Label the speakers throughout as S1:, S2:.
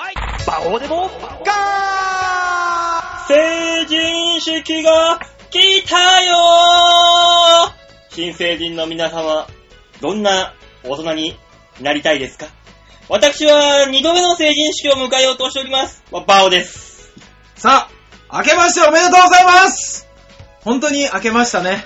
S1: ここでも、ガ
S2: 成人式が来たよー新成人の皆様、どんな大人になりたいですか私は二度目の成人式を迎えようとしております。バオです。
S3: さあ、明けましておめでとうございます本当に明けましたね。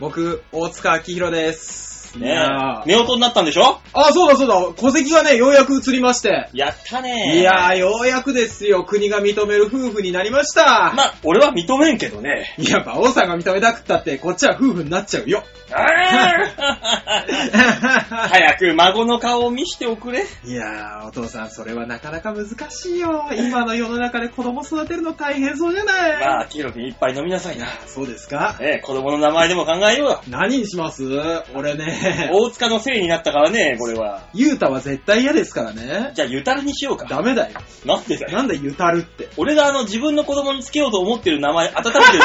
S3: 僕、大塚明宏です。い
S2: ね
S3: や
S2: え。
S3: ー
S2: 目音になったんでしょ
S3: あ、そうだそうだ、戸籍がね、ようやく移りまして。
S2: やったねー。
S3: いやー、ようやくですよ、国が認める夫婦になりました。
S2: まあ、俺は認めんけどね。
S3: いや、馬王さんが認めたくったって、こっちは夫婦になっちゃうよ。
S2: あー早く孫の顔を見しておくれ。
S3: いやー、お父さん、それはなかなか難しいよ。今の世の中で子供育てるの大変そうじゃない、
S2: まあ、キロ君いっぱい飲みなさいな。
S3: そうですか
S2: ええ、子供の名前でも考えようよ。
S3: 何にします俺ね、
S2: 大塚のせいになったからね、これは。
S3: ゆうたは絶対嫌ですからね。
S2: じゃあ、ゆたらにしようか。
S3: ダメだよ。
S2: なんでだよ。
S3: なんだゆたるって。
S2: 俺があの、自分の子供につけようと思ってる名前、温めてる名 前で、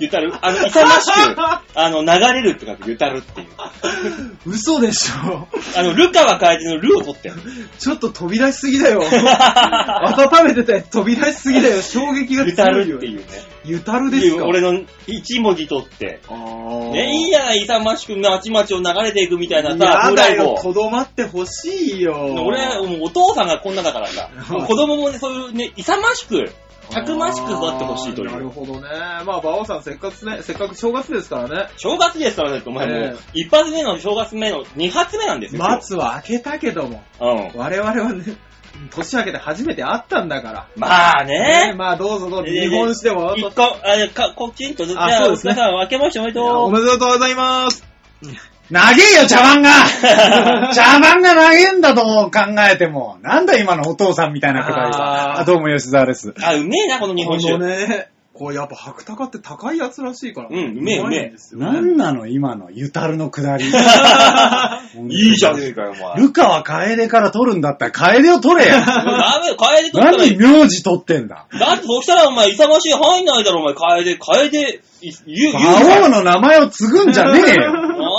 S2: ゆたる、あの、勇ましく、あの、流れるって書く、ゆたるっていう。
S3: 嘘でしょ。
S2: あの、ルカは変えてのルを取ってる。
S3: ちょっと飛び出しすぎだ よ。温めてて飛び出しすぎだよ。衝撃が
S2: ゆた
S3: 強い
S2: るっ
S3: よ
S2: て。いうね。
S3: ゆたる
S2: って
S3: です
S2: いう
S3: か
S2: 俺の一文字取って。
S3: あー
S2: ね、いいじゃない、勇ましく、まちまちを流れていくみたいなさ、
S3: やだよ、
S2: 風来
S3: 子供ってほしいよ。
S2: 坊俺、もうお父さんがこんなだからさ、もう子供もね、そういうね、勇ましく、たくましく育ってほしいとい
S3: あーなる
S2: う。
S3: ほどね。まあ、馬王さん、せっかくね、せっかく正月ですからね。
S2: 正月ですからね、お前も
S3: え
S2: う、一発目の正月目の二発目なんですよ。今日
S3: 松は開けたけども、
S2: うん。
S3: 我々はね、年明けて初めて会ったんだから。
S2: まあ
S3: ね
S2: ね。
S3: まあ、どうぞどうぞ、
S2: えー
S3: 日本史でも。
S2: 一個、あれか、こっちんと、じゃ
S3: あ
S2: あ、
S3: そう
S2: お
S3: ですね
S2: 塚さん、明けましておめで
S3: お
S2: とう。
S3: めでとうございます。
S4: 長えよ、茶 碗が茶碗が長えんだと考えても。なんだ今のお父さんみたいなくだり
S3: あー
S4: は。あどうも吉沢です。
S2: あ、うめえな、この日本酒
S3: こ。のね、こうやっぱ白鷹って高いやつらしいから。
S2: うんうめえ
S3: いんですよね
S4: なんなの今のゆたるのくだり。
S2: いいじゃねえかよ、お前。
S4: ルカは楓から取るんだったら楓を取 れよ。
S2: ダメよ、カエデ取ったらい
S4: 何
S2: い。
S4: 名字取ってんだ。
S2: だってそしたらお前、勇ましい入んないだろ、お前、カエデ、カエデ、い言う、言うじ
S4: 魔
S2: ゃ
S4: 王
S2: ん。
S4: の名前を継ぐんじゃねえ よ。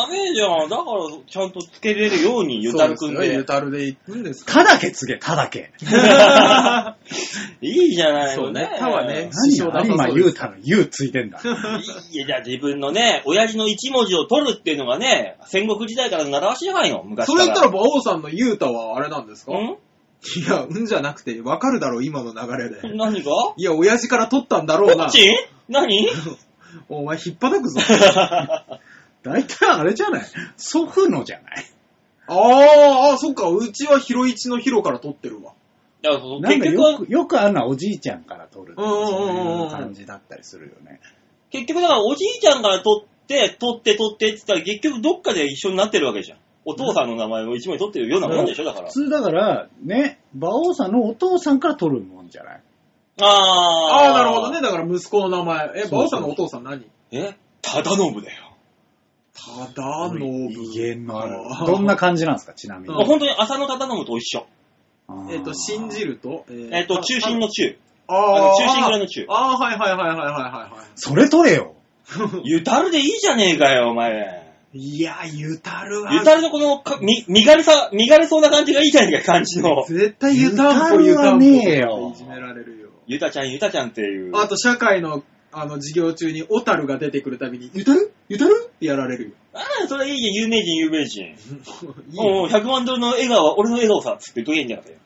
S2: ダメじゃん。だから、ちゃんとつけれるように、ゆたるくん
S3: そうすよ
S2: で
S3: ゆ。たるで行くんですか
S4: ただけ継げ、ただけ。
S2: いいじゃない
S3: そ
S2: の
S3: う
S2: ね
S3: ね。たはね師匠
S4: 何
S3: だ
S4: よ、
S3: そう
S4: 今
S3: です
S4: ゆうたのゆう継いで んだ。
S2: いや、じゃあ自分のね、親父の一文字を取るっていうのがね、戦国時代からの習わしじゃないの、昔か
S3: そ
S2: ら。
S3: れ言ったら、馬王さんのゆうたはあれなんですかい
S2: ん
S3: や、うんじゃなくて、わかるだろう、今の流れで。
S2: 何が
S3: いや、親父から取ったんだろう
S2: こ
S3: な
S2: っ。ち 何
S3: お前、引っ叩くぞ。
S4: 大体あれじゃない祖父のじゃない
S3: あーあ、そっか、うちは広一の広から取ってるわ。
S2: だからその
S4: なん
S2: 結局
S4: かよ
S2: は、
S4: く、よくあるのはおじいちゃんから取るっていう
S3: うんうんうんうん
S4: そういう感じだったりするよね。
S2: 結局だからおじいちゃんから取って、取って取ってって言ったら結局どっかで一緒になってるわけじゃん。お父さんの名前を一枚取ってるようなもんでしょ、だから
S4: 普。通だから、ね、馬王さんのお父さんから取るもんじゃない
S2: あー。
S3: ああ、なるほどね。。だから息子の名前。え、
S4: そ
S3: 馬
S4: う
S3: 王さんのお父さん何
S2: え忠信だよ。
S3: ただの
S4: 威厳のある
S3: あー。
S4: どんな感じなんですか、ちなみ
S3: う
S2: も
S3: ん
S2: う
S4: に。
S2: 本当に浅野忠信と一緒。
S3: えっと、信じ
S4: る。
S3: ると、えー
S2: えっと、中心。の中。
S3: あ
S2: あの
S3: あー、
S2: 中心ぐらいの中。
S3: ああ、はいはいはいはいはいは
S4: それ取れよ。
S2: ゆたるでいいじゃねえかよ、お前。
S3: い。いや、ゆたるは。
S2: ゆたりのこのか、み、身軽さ、身軽そうな感じがいいじゃないか、感じの。
S3: 絶対ゆたんぽゆ
S4: ゆ
S3: た
S4: た
S3: んぽ。
S4: んぽはねえよ
S3: いじめられるよ。
S2: ゆたちゃん、ゆたちゃんっていう。
S3: あと、社会の、あの、授業中に、小樽が出てくるたびに、ゆたるゆたるってやられるよ。
S2: ああ、それいいじゃん、有名人、有名人。
S3: いい
S2: もう
S3: よ。
S2: 100万ドルの笑顔は俺の笑顔さ、つって言っとけんじゃなかったよ。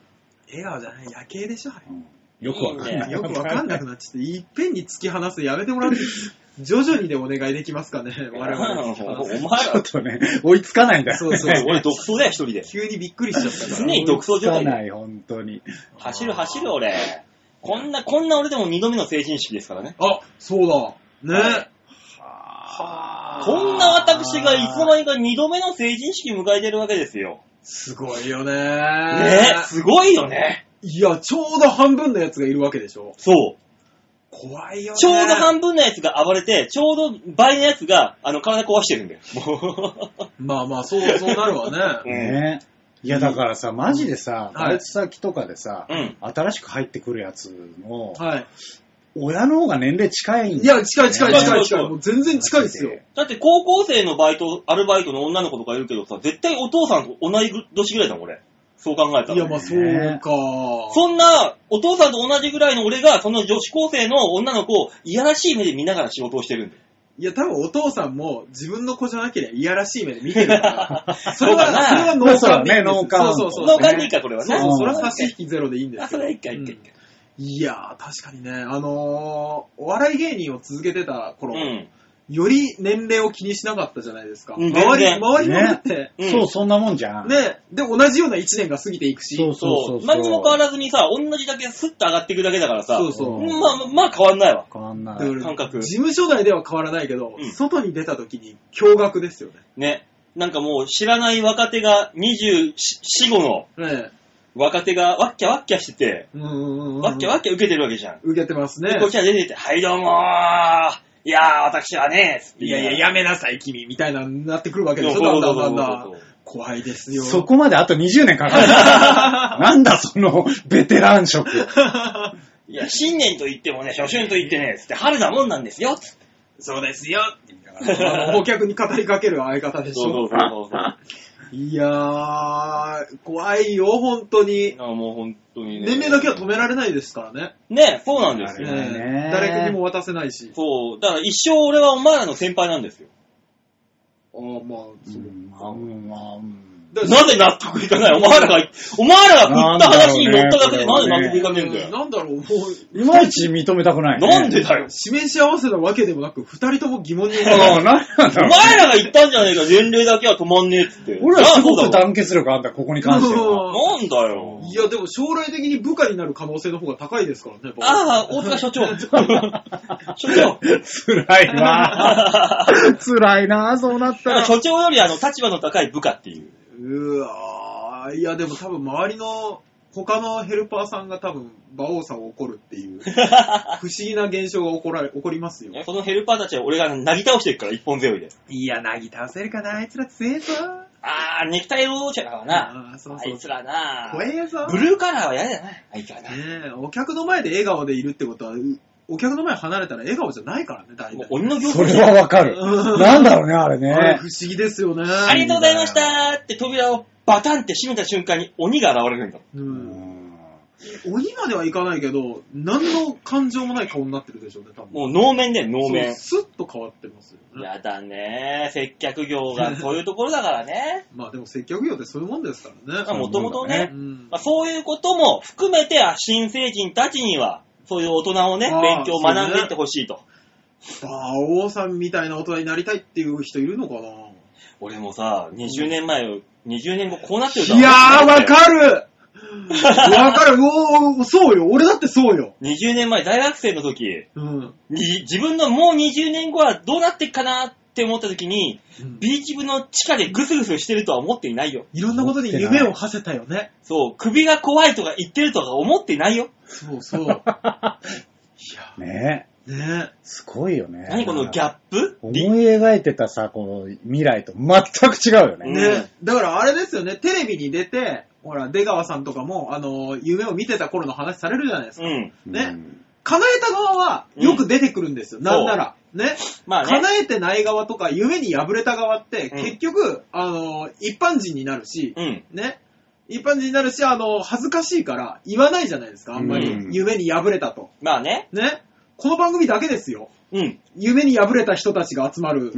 S3: 笑顔じゃない、夜景でし ょ、あれ
S4: うんよくわかんない。
S2: いいね
S3: よくわかんなくなっちゃって、いっぺんに突き放すやめて もらって、徐々にでお願いできますかね、我々に突き放す。
S2: お前
S4: ちょ
S2: ら
S4: っ、とね、追いつかないんだよ。
S3: そうそう
S2: 俺独走だよ、一人で。
S3: 急にびっくりしちゃったか
S2: 常
S3: ら。
S2: に独走
S4: 追いつ
S2: 状
S4: か
S2: 態で。
S4: ない、本当に。
S2: 走る、走る、俺。こんな、こんな俺でも二度目の成人式ですからね。
S3: あ、そうだ。ね。
S4: は
S2: こんな私がいつの間にか二度目の成人式迎えてるわけですよ。
S3: すごいよね
S2: ねすごいよね。
S3: いや、ちょうど半分のやつがいるわけでしょ。
S2: そう。
S3: 怖いよね。
S2: ちょうど半分のやつが暴れて、ちょうど倍のやつが、あの、体壊してるんだよ。もう。
S3: まあまあ、そう、そうな るわね。
S4: ねいや、だからさ、マジでさ、
S3: はい
S4: バイト先とかでさ
S2: うん、
S4: 新しく入ってくるやつの、
S3: はい。
S4: 親の方が年齢近い
S3: い
S4: ん
S3: や、近い近い近い近い。
S2: まあ
S3: もう全然近いですよ。
S2: だって高校生のバイト、アルバイトの女の子とかいるけどさ、絶対お父さんと同い年ぐらいだもん、俺。そう考えた
S3: いや、
S2: ら。
S3: まあそうか。
S2: そんな、お父さんと同じぐらいの俺が、その女子高生の女の子を、いやらしい目で見ながら仕事をしてるんだよ。
S3: いや、多分お父さんも自分の子じゃなければいやらしい目で見てる から。それは、
S2: そうかな
S3: それは脳幹でいいんです
S4: まあそうだね脳幹
S3: そうそうそう。
S2: 脳幹でいいか、これは
S3: そ
S2: な。
S3: うそう、それは
S2: あ
S3: 差し引きゼロでいいんですけ
S2: そ
S3: ど
S2: れは一回一回一回。
S3: いやー、確かにね、あのー、お笑い芸人を続けてた頃、
S2: うん。
S3: より年齢を気にしなかったじゃないですか。
S2: うん
S3: 周り、
S2: 全然
S3: 周りもだって、
S2: うん
S4: そう、そんなもんじゃん。
S3: ね、で、同じような1年が過ぎていくし、
S4: そう
S2: そ。
S4: そうう。
S2: 何にも変わらずにさ、同じだけスッと上がっていくだけだからさ、
S3: そうそう
S2: うんまあ、まあ変わんないわ。
S4: 変わんな
S3: だか
S4: い。
S3: ら
S2: 感覚
S3: 事務所内では変わらないけど、
S2: うん
S3: 外に出た時に驚愕ですよね。
S2: ね。なんかもう知らない若手が24、5の
S3: ね
S2: 若手がわっきゃわっきゃしてて、
S3: うんうんうんうん。
S2: わっきゃわっきゃ受けてるわけじゃん。
S3: 受けてますね
S2: で、。こっちは出てって、はいどうもーいやー、私はねーつって
S3: いやいや、やめなさい、君、みたいな、なってくるわけで
S2: そう
S3: し
S2: そ
S3: ょ、だ
S2: うんそ
S3: だ
S2: うんそ
S3: だ
S2: うん
S3: だ
S2: そ
S3: ん
S2: う。
S3: 怖いですよ。
S4: そこまであと20年か かる。なんだその、ベテラン職。
S2: いや、新年と言ってもね、初春と言ってね、つって春だもんなんですよ、つって。
S3: そうですよって言いながら、あのお客に語りかける相方でしょ。
S2: そうそう。
S3: いやー、怖いよ、本当に。
S2: あもう本当にね。
S3: 年齢だけは止められないですからね。
S2: ね、そうなんです
S4: ね
S2: よ。
S3: ね誰にも渡せないし。
S2: そう。だから一生俺はお前らの先輩なんですよ。
S3: あーまあ、
S4: う
S3: そ
S4: ん、まあ、う、
S3: うん
S4: まあ、うん。
S3: だ
S2: なぜ納得いかないお前らが、お前らが振った話に乗っただけでなぜ納得いかねえんだよ。
S3: なんだろう、もう、
S4: いまいち認めたくない、ね。
S2: なんでだよ。
S3: 示し合わせたわけでもなく、二人とも疑問に思
S4: ああ、なんなん
S2: お
S4: だろう
S2: 前らが言ったんじゃねえか、年齢だけは止まんねえっつって。
S4: 俺らすごく
S2: なあ
S4: 団結力あんだ、ここに関して
S3: う
S4: は。
S2: そうだわなんだよ
S3: ん。いや、でも将来的に部下になる可能性の方が高いですからね、僕
S2: ああ、大塚所長。所長。
S4: 辛いな 辛いなそうなったら。
S2: 所長よりあの、立場の高い部下っていう。
S3: うわーいやでも多分周りの他のヘルパーさんが多分馬王さんを怒るって いう不思議な現象が起こら起こりますよ
S2: いやそのヘルパーたちは俺がなぎ倒してるから、一本背負いで。
S3: いやなぎ倒せるかなあいつら強えぞ
S2: あー、ネクタイ労働者だわな。
S3: あーそう
S2: あ
S3: そ
S2: いうつらな。
S3: 怖えぞ
S2: ブルーカラーは嫌だな、あいつらな。
S3: ねえお客の前で笑顔でいるってことはうお客の前離れたら笑顔じゃないからね大
S2: もう
S3: 体
S2: 鬼の行
S4: そ
S2: 列
S4: れはわかる。
S3: うん
S4: なんだろうね、あれ
S3: あれ
S4: ね
S3: 不。思議ですよね
S2: ありがとうございましたーって扉をバタンって閉めた瞬間に鬼が現れるんだ。
S3: う、
S4: うんん
S3: 鬼まではいかないけど何の感情もない顔になってるでしょうね多分
S2: もう能面だよ、能面。
S3: そうスッと変わってますよね
S2: やだねー。接客業がそういうところだからね。
S3: まあでも接客業ってそういうもんですからね。
S2: もともと
S4: そういうもんだ
S2: ね
S4: ね
S3: う、ん
S2: まあ、そういうことも含めて、あ新成人たちには、そういう大人をね、
S3: あー
S2: 勉強を学んでいってほしいと。
S3: 馬王さんみたいな大人になりたいっていう人いるのかな
S2: 俺もさ、20年前、20年後こうなってるとはい
S3: やー、わかる わかるおーそうよ俺だってそうよ、
S2: 20年前、大学生の時、
S3: うん、
S2: に自分のもう20年後はどうなっていくかなって思った時に、ビーチ部の地下でグスグスしてるとは思っていないよ。
S3: いろんなことに夢を馳せたよね。
S2: そう、首が怖いとか言ってるとか思っていないよ。
S3: そうそう。いや
S4: ね
S3: ーね
S4: すごいよね。
S2: 何このギャップ
S4: 思い描いてたさ、この未来と全く違うよね。
S3: ねだからあれですよね、テレビに出て、ほら、出川さんとかも、あのー、夢を見てた頃の話されるじゃないです
S2: う
S3: か。
S2: ん。
S3: ね
S4: うん
S3: 叶えた側は、よく出てくるんですよ。
S2: うん
S3: なんなら。ね。
S2: まあね。
S3: 叶えてない側とか、夢に破れた側って、
S2: うん
S3: 結局、あの、一般人になるし、
S2: うん。
S3: ね。一般人になるし、あの、恥ずかしいから、言わないじゃないですか、あんまり。
S4: うん
S3: 夢に破れたと。
S2: まあね。
S3: ね。この番組だけですよ。
S2: うん。
S3: 夢に破れた人たちが集 まる。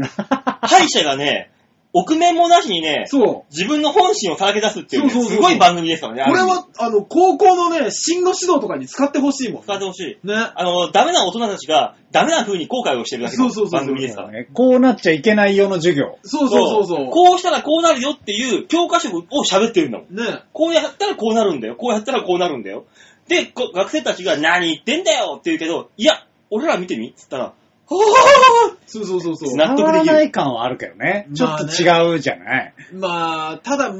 S2: 歯医者がね、臆面もなしにね、
S3: そう。
S2: 自分の本心をさらけ出すっていうね、
S3: そうそうそう
S2: すごい番組ですからね。
S3: これ
S2: ある意味
S3: は、あの、高校のね、進路指導とかに使ってほしいもん。
S2: 使ってほしい。
S3: ね。
S2: あの、ダメな大人たちが、ダメな風に後悔をしてるだけの
S3: そうそうそうそう
S2: 番組ですから。
S4: ねこうなっちゃいけないよの授業。
S3: そうそうそうそ
S2: こうしたらこうなるよっていう教科書を喋ってるんだもん。
S3: う。ね。
S2: こうやったらこうなるんだよ。こうやったらこうなるんだよ。で、こ学生たちが何言ってんだよって言うけど、いや、俺ら見てみっつったら、 ほほほほほ
S3: そうそうそうそう。
S2: な納得できる
S4: 変わらない感はあるけどね。ちょっと違うじゃない。
S3: まあ、ただ、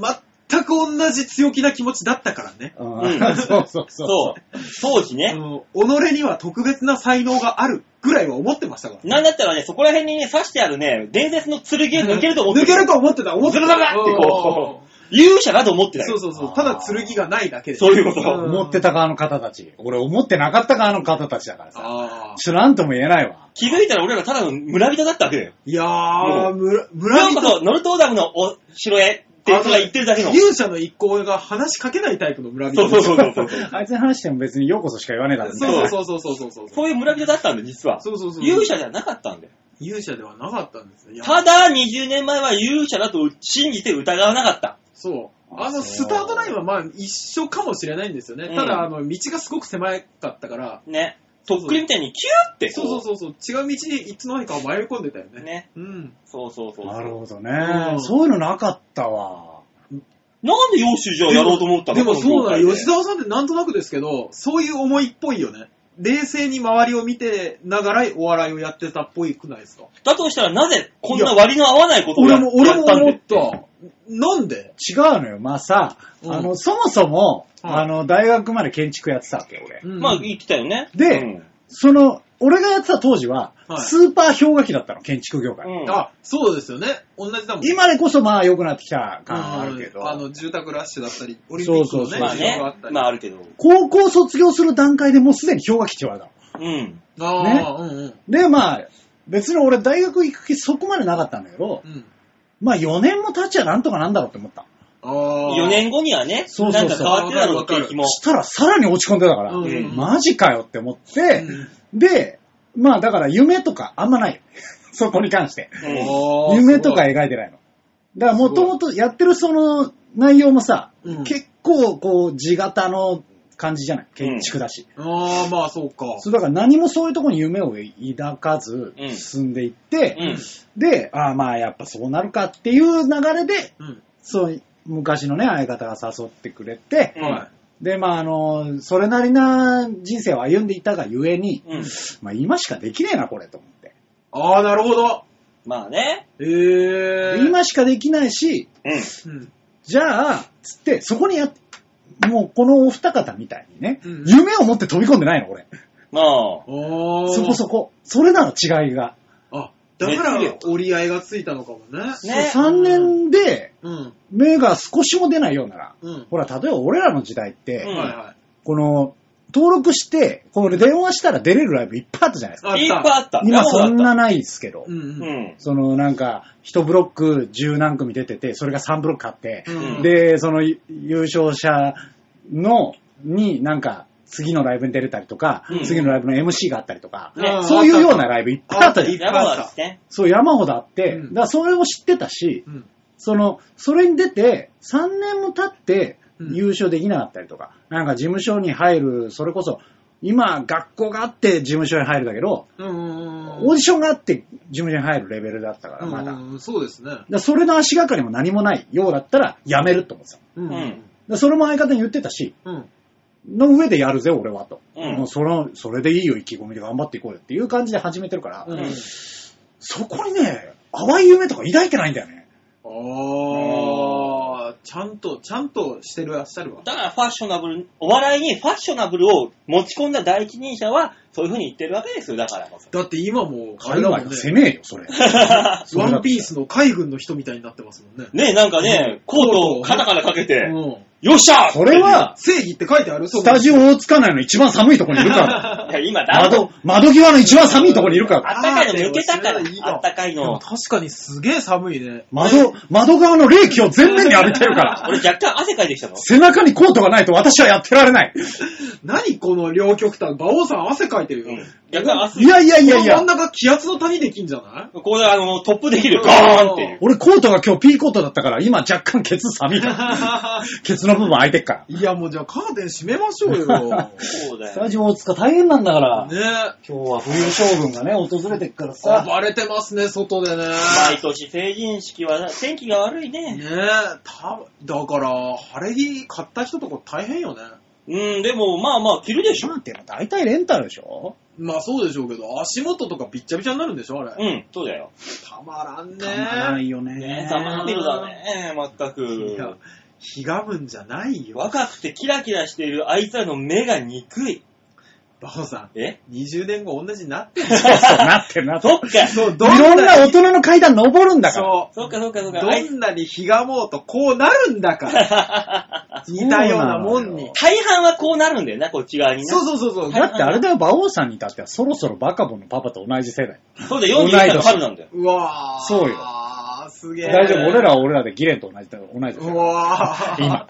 S3: 全く同じ強気な気持ちだったからね。
S2: ね
S4: うんそうそうそう
S2: そう。当時ね。
S3: あの己には特別な才能があるぐらいは思ってましたから。
S2: なんだったらね、そこら辺にね、刺してあるね、伝説の剣を抜けると思って
S3: 抜けると思ってた、思ってた。
S2: ズルズルってこ勇者だと思ってた
S3: そ
S2: よ
S3: う。そうそう。ただ剣がないだけで。
S2: そういうこと
S3: ん
S4: 思ってた側の方たち。俺思ってなかった側の方たちだからさ。
S3: ああ。
S4: ちょ、なんとも言えないわ。
S2: 気づいたら俺らただの村人だったわけだよ。
S3: いやー、村、
S2: よ
S3: 村
S2: うこ
S3: 人。
S2: そ、ノルトーダムのお城へ、ってやつが言ってるだけの。
S3: 勇者の一行が話しかけないタイプの村人。
S2: そうそうそうそうそう。
S4: あいつに話しても別にようこそしか言わねえだろみたい
S3: そう
S4: な。
S3: そうそうそうそうそう。
S2: そういう村人だったんだよ、実は。
S3: そうそうそう。
S2: 勇者じゃなかったんだよ。
S3: 勇者ではなかったんですね。いや
S2: ただ、20年前は勇者だと信じて疑わなかった。
S3: そう。あ
S4: あそ
S3: の、
S4: う
S3: スタートラインはまあ一緒かもしれないんですよね。
S2: うん
S3: ただ、あの、道がすごく狭かったから、
S2: ね。とっくりみたいにキューってこ。
S3: そうそうそうそう、違う道にいつの間にか迷い込んでたよね。
S2: ね。
S3: うん。
S2: そうそうそうそう。
S4: なるほど
S3: う
S4: ね
S3: ん。
S4: そういうのなかったわ。
S2: なんでヨッシーじゃあやろうと思ったの
S3: でもそうなの、吉
S2: 田。
S3: 沢さんってなんとなくですけど、そういう思いっぽいよね。冷静に周りを見てながらお笑いをやってたっぽいくないですか
S2: だとしたらなぜこんな割の合わないことをや
S3: 俺
S2: っ
S3: も、俺
S2: や
S3: も
S2: ったんだ
S3: 思っ
S2: よ
S3: た。なんで
S4: 違うのよ。まあさ、
S3: うん
S4: あの、そもそも、
S3: うん
S4: あの、大学まで建築やってたわけ、俺。
S2: まあ
S3: うん
S2: 言ってたよね。
S4: で
S2: うん
S4: その、俺がやってた当時は、
S3: はい
S4: スーパー氷河期だったの、建築業界。
S2: うん
S3: あ、そうですよね。同じだもん。
S4: 今でこそまあ良くなってきた感はあるけど、
S3: うんあの、住宅ラッシュだったり、オリンピックのね、
S4: そうそうそう
S2: まあ
S3: 事情
S2: ね
S3: があった。り。
S2: まああるけど。
S4: 高校卒業する段階でもうすでに氷河期って言われたの。
S2: うん。
S3: ああ、うん
S4: で、まあ、別に俺大学行く気そこまでなかったんだけど
S3: う、ん。うん。
S4: まあ4年も経っちゃなんとかなんだろうって思った。
S3: ああ。
S2: 4年後にはね、
S4: そうそうそう
S2: なんか変わってたろうっていう気も。
S4: したらさらに落ち込んでたから、
S3: うん
S2: うん
S4: マジかよって思って、
S3: うん
S4: で、まあだから夢とかあんまないよ。 そこに関して。
S2: うん
S4: 夢とか描いてないの。だからもともとやってるその内容もさ、
S3: うん
S4: 結構こう地型の感じじゃない建築だし。
S3: ああ、まあそうか。
S4: そうだから何もそういうところに夢を抱かず
S2: うん
S4: 進んでいって、
S2: うん。
S4: で、ああまあやっぱそうなるかっていう流れで、
S3: うん。
S4: そう、昔のね、相方が誘ってくれて、
S2: うん
S3: は
S4: で、まああの、それなりな人生を歩んでいたがゆえに、
S2: うん。
S4: まあ今しかできねえな、これと思って。
S3: ああ、なるほど。
S2: まあね。
S3: ええ
S4: で、今しかできないし、
S2: うん。
S3: うん。
S4: じゃあ、つって、そこにやっ、もうこのお二方みたいにね、
S3: うん
S4: 夢を持って飛び込んでないの、俺。
S2: まあ。
S3: ああ。
S4: そこそこ。それなの違いが。
S3: あ、だから
S2: 熱量
S3: 折り合いがついたのかもね。
S2: ね
S4: 3年で、
S3: うん。
S4: 目が少しも出ないようなら、
S3: うん。
S4: ほら、例えば俺らの時代っ
S2: う
S4: て、
S2: ん
S3: はいはい。
S4: この、登録して、この電話したら出れるライブいっぱいあったじゃないですか。
S3: あ
S2: いっぱいあった。
S4: 今そん
S2: 山
S4: なないですけど
S3: う、ん
S2: ほど
S3: う
S2: あ
S3: ん。
S2: っ
S4: そのなんか、1ブロック10何組出てて、それが3ブロックあって
S3: う、
S2: うん
S3: ん。、
S4: で、その優勝者の、になんか、次のライブに出れたりとか、
S2: うん
S4: 次のライブの MC があったりとか、
S2: ね
S3: ん
S4: そういうような。ライブいっぱいあった
S2: た。
S4: じゃん。
S3: いっぱい
S2: 山
S3: あ
S2: は
S3: った
S2: ですね。
S4: そう、山ほどあって、
S3: うん
S4: だからそれを知ってたし、
S3: うん。
S4: その、それに出て、3年も経って
S3: うん
S4: 優勝できなかったりとか、なんか事務所に入る、それこそ、今、学校があって事務所に入るだけど、
S3: うんうん
S4: オ
S3: うん。
S4: ーディションがあって事務所に入るレベルだったから、まだ。だか
S3: うんうん、そうですね。
S4: らそれの足がかりも何もないようだったら、やめると思ってた。だか
S3: うん
S2: うん
S4: らそれも相方に言ってたし、
S3: うん。
S4: の上でやるぜ、俺はと。
S2: うん
S4: もうその、それでいいよ、意気込みで頑張っていこうよっていう感じで始めてるから、
S3: うん。
S4: そこにね、淡い夢とか抱いてないんだよね。
S3: ああ、ちゃんと、ちゃんとしてらっしゃるわ。
S2: だからファッショナブル、お笑いにファッショナブルを持ち込んだ第一人者は、そういう風に言ってるわけですよ、だからこそ。
S3: だって今もう、あ
S4: 海
S3: れだも
S4: 外
S3: ん
S4: が
S3: ね。
S4: 攻めえよ、それ。
S3: ワンピースの海軍の人みたいになってますもんね。
S2: ねなんかね、コートを肩からかけて、
S3: うん。
S2: よっしゃー
S4: それは、
S3: 正義って書いてある
S4: スタジオ大塚内の一番寒いところにい るから。
S2: いや、今だ、
S4: 窓、窓際の一番寒いところにいるか
S2: あ
S4: ら。
S2: ったかいの抜けたから
S3: あーでもそれはいい、
S2: あ
S3: わ
S2: ったかい
S3: でも
S2: の。
S3: 確かにすげえ寒いね。
S4: 窓、窓側の冷気を全面に浴びてる から。
S2: 俺若干汗かいてきたの。
S4: 背中にコートがないと私はやってられない。
S3: 何この両極端。馬王さん汗かいてるよ。
S2: うん若干
S4: い
S2: 汗、
S4: やいやいやい
S3: こ
S4: や
S3: の。真ん中気圧の谷できんじゃない
S2: ここであの、トップできるよ。ゴーンっていう。
S4: 俺コートが今日ピーコートだったから、今若干ケツ寒いから。 ケツの部分空いてっから。
S3: いや、もうじゃあカーテン閉めましょう よ。
S2: そうだ
S4: ス
S2: よ
S4: タ。ジオ大塚大変なんだから。
S3: ね
S4: 今日は冬将軍がね、訪れてっからさ。
S3: 暴れてますね、外でね。
S2: 毎年成人式はな天気が悪い
S3: ね
S2: ね。
S3: ただから、晴れ着買った人とか大変よね。
S2: うん、でもまあまあ着るでしょ。
S4: なんていうの大体レンタルでしょ
S3: まあそうでしょうけど、足元とかびっちゃびちゃになるんでしょ、あれ。
S2: うん、そうだよ。
S3: たまらん
S4: たまら
S3: ね。
S4: いよ
S2: ね
S4: ね。
S2: たまん色だね、まった
S3: いや
S2: く。、
S3: ひがむんじゃないよ。
S2: 若くてキラキラしているあいつらの目が憎い。
S3: 馬王さ
S2: え
S3: ん、20年後同じになってる。
S4: そう そう、なってるなってる
S2: そっか。
S3: そう、
S4: いろんな大人の階段登るんだから。
S3: そう。
S2: そっかそっかそっか。あい
S3: どんなにひがもうとこうなるんだから。 似たようなもんに。
S2: 大半はこうなるんだよな、こっち側にな。
S3: そうそうそうそう。
S4: だってあれだよ、馬王さんに至ってはそろそろバカボンのパパと同じ世代。
S2: そうだよ、41歳の春なんだよ。
S3: うわー。
S4: そうよ
S3: あーすすげえ。
S4: 大丈夫、俺らは俺らでギレンと同じだ、同じだ
S3: うわー
S4: 今。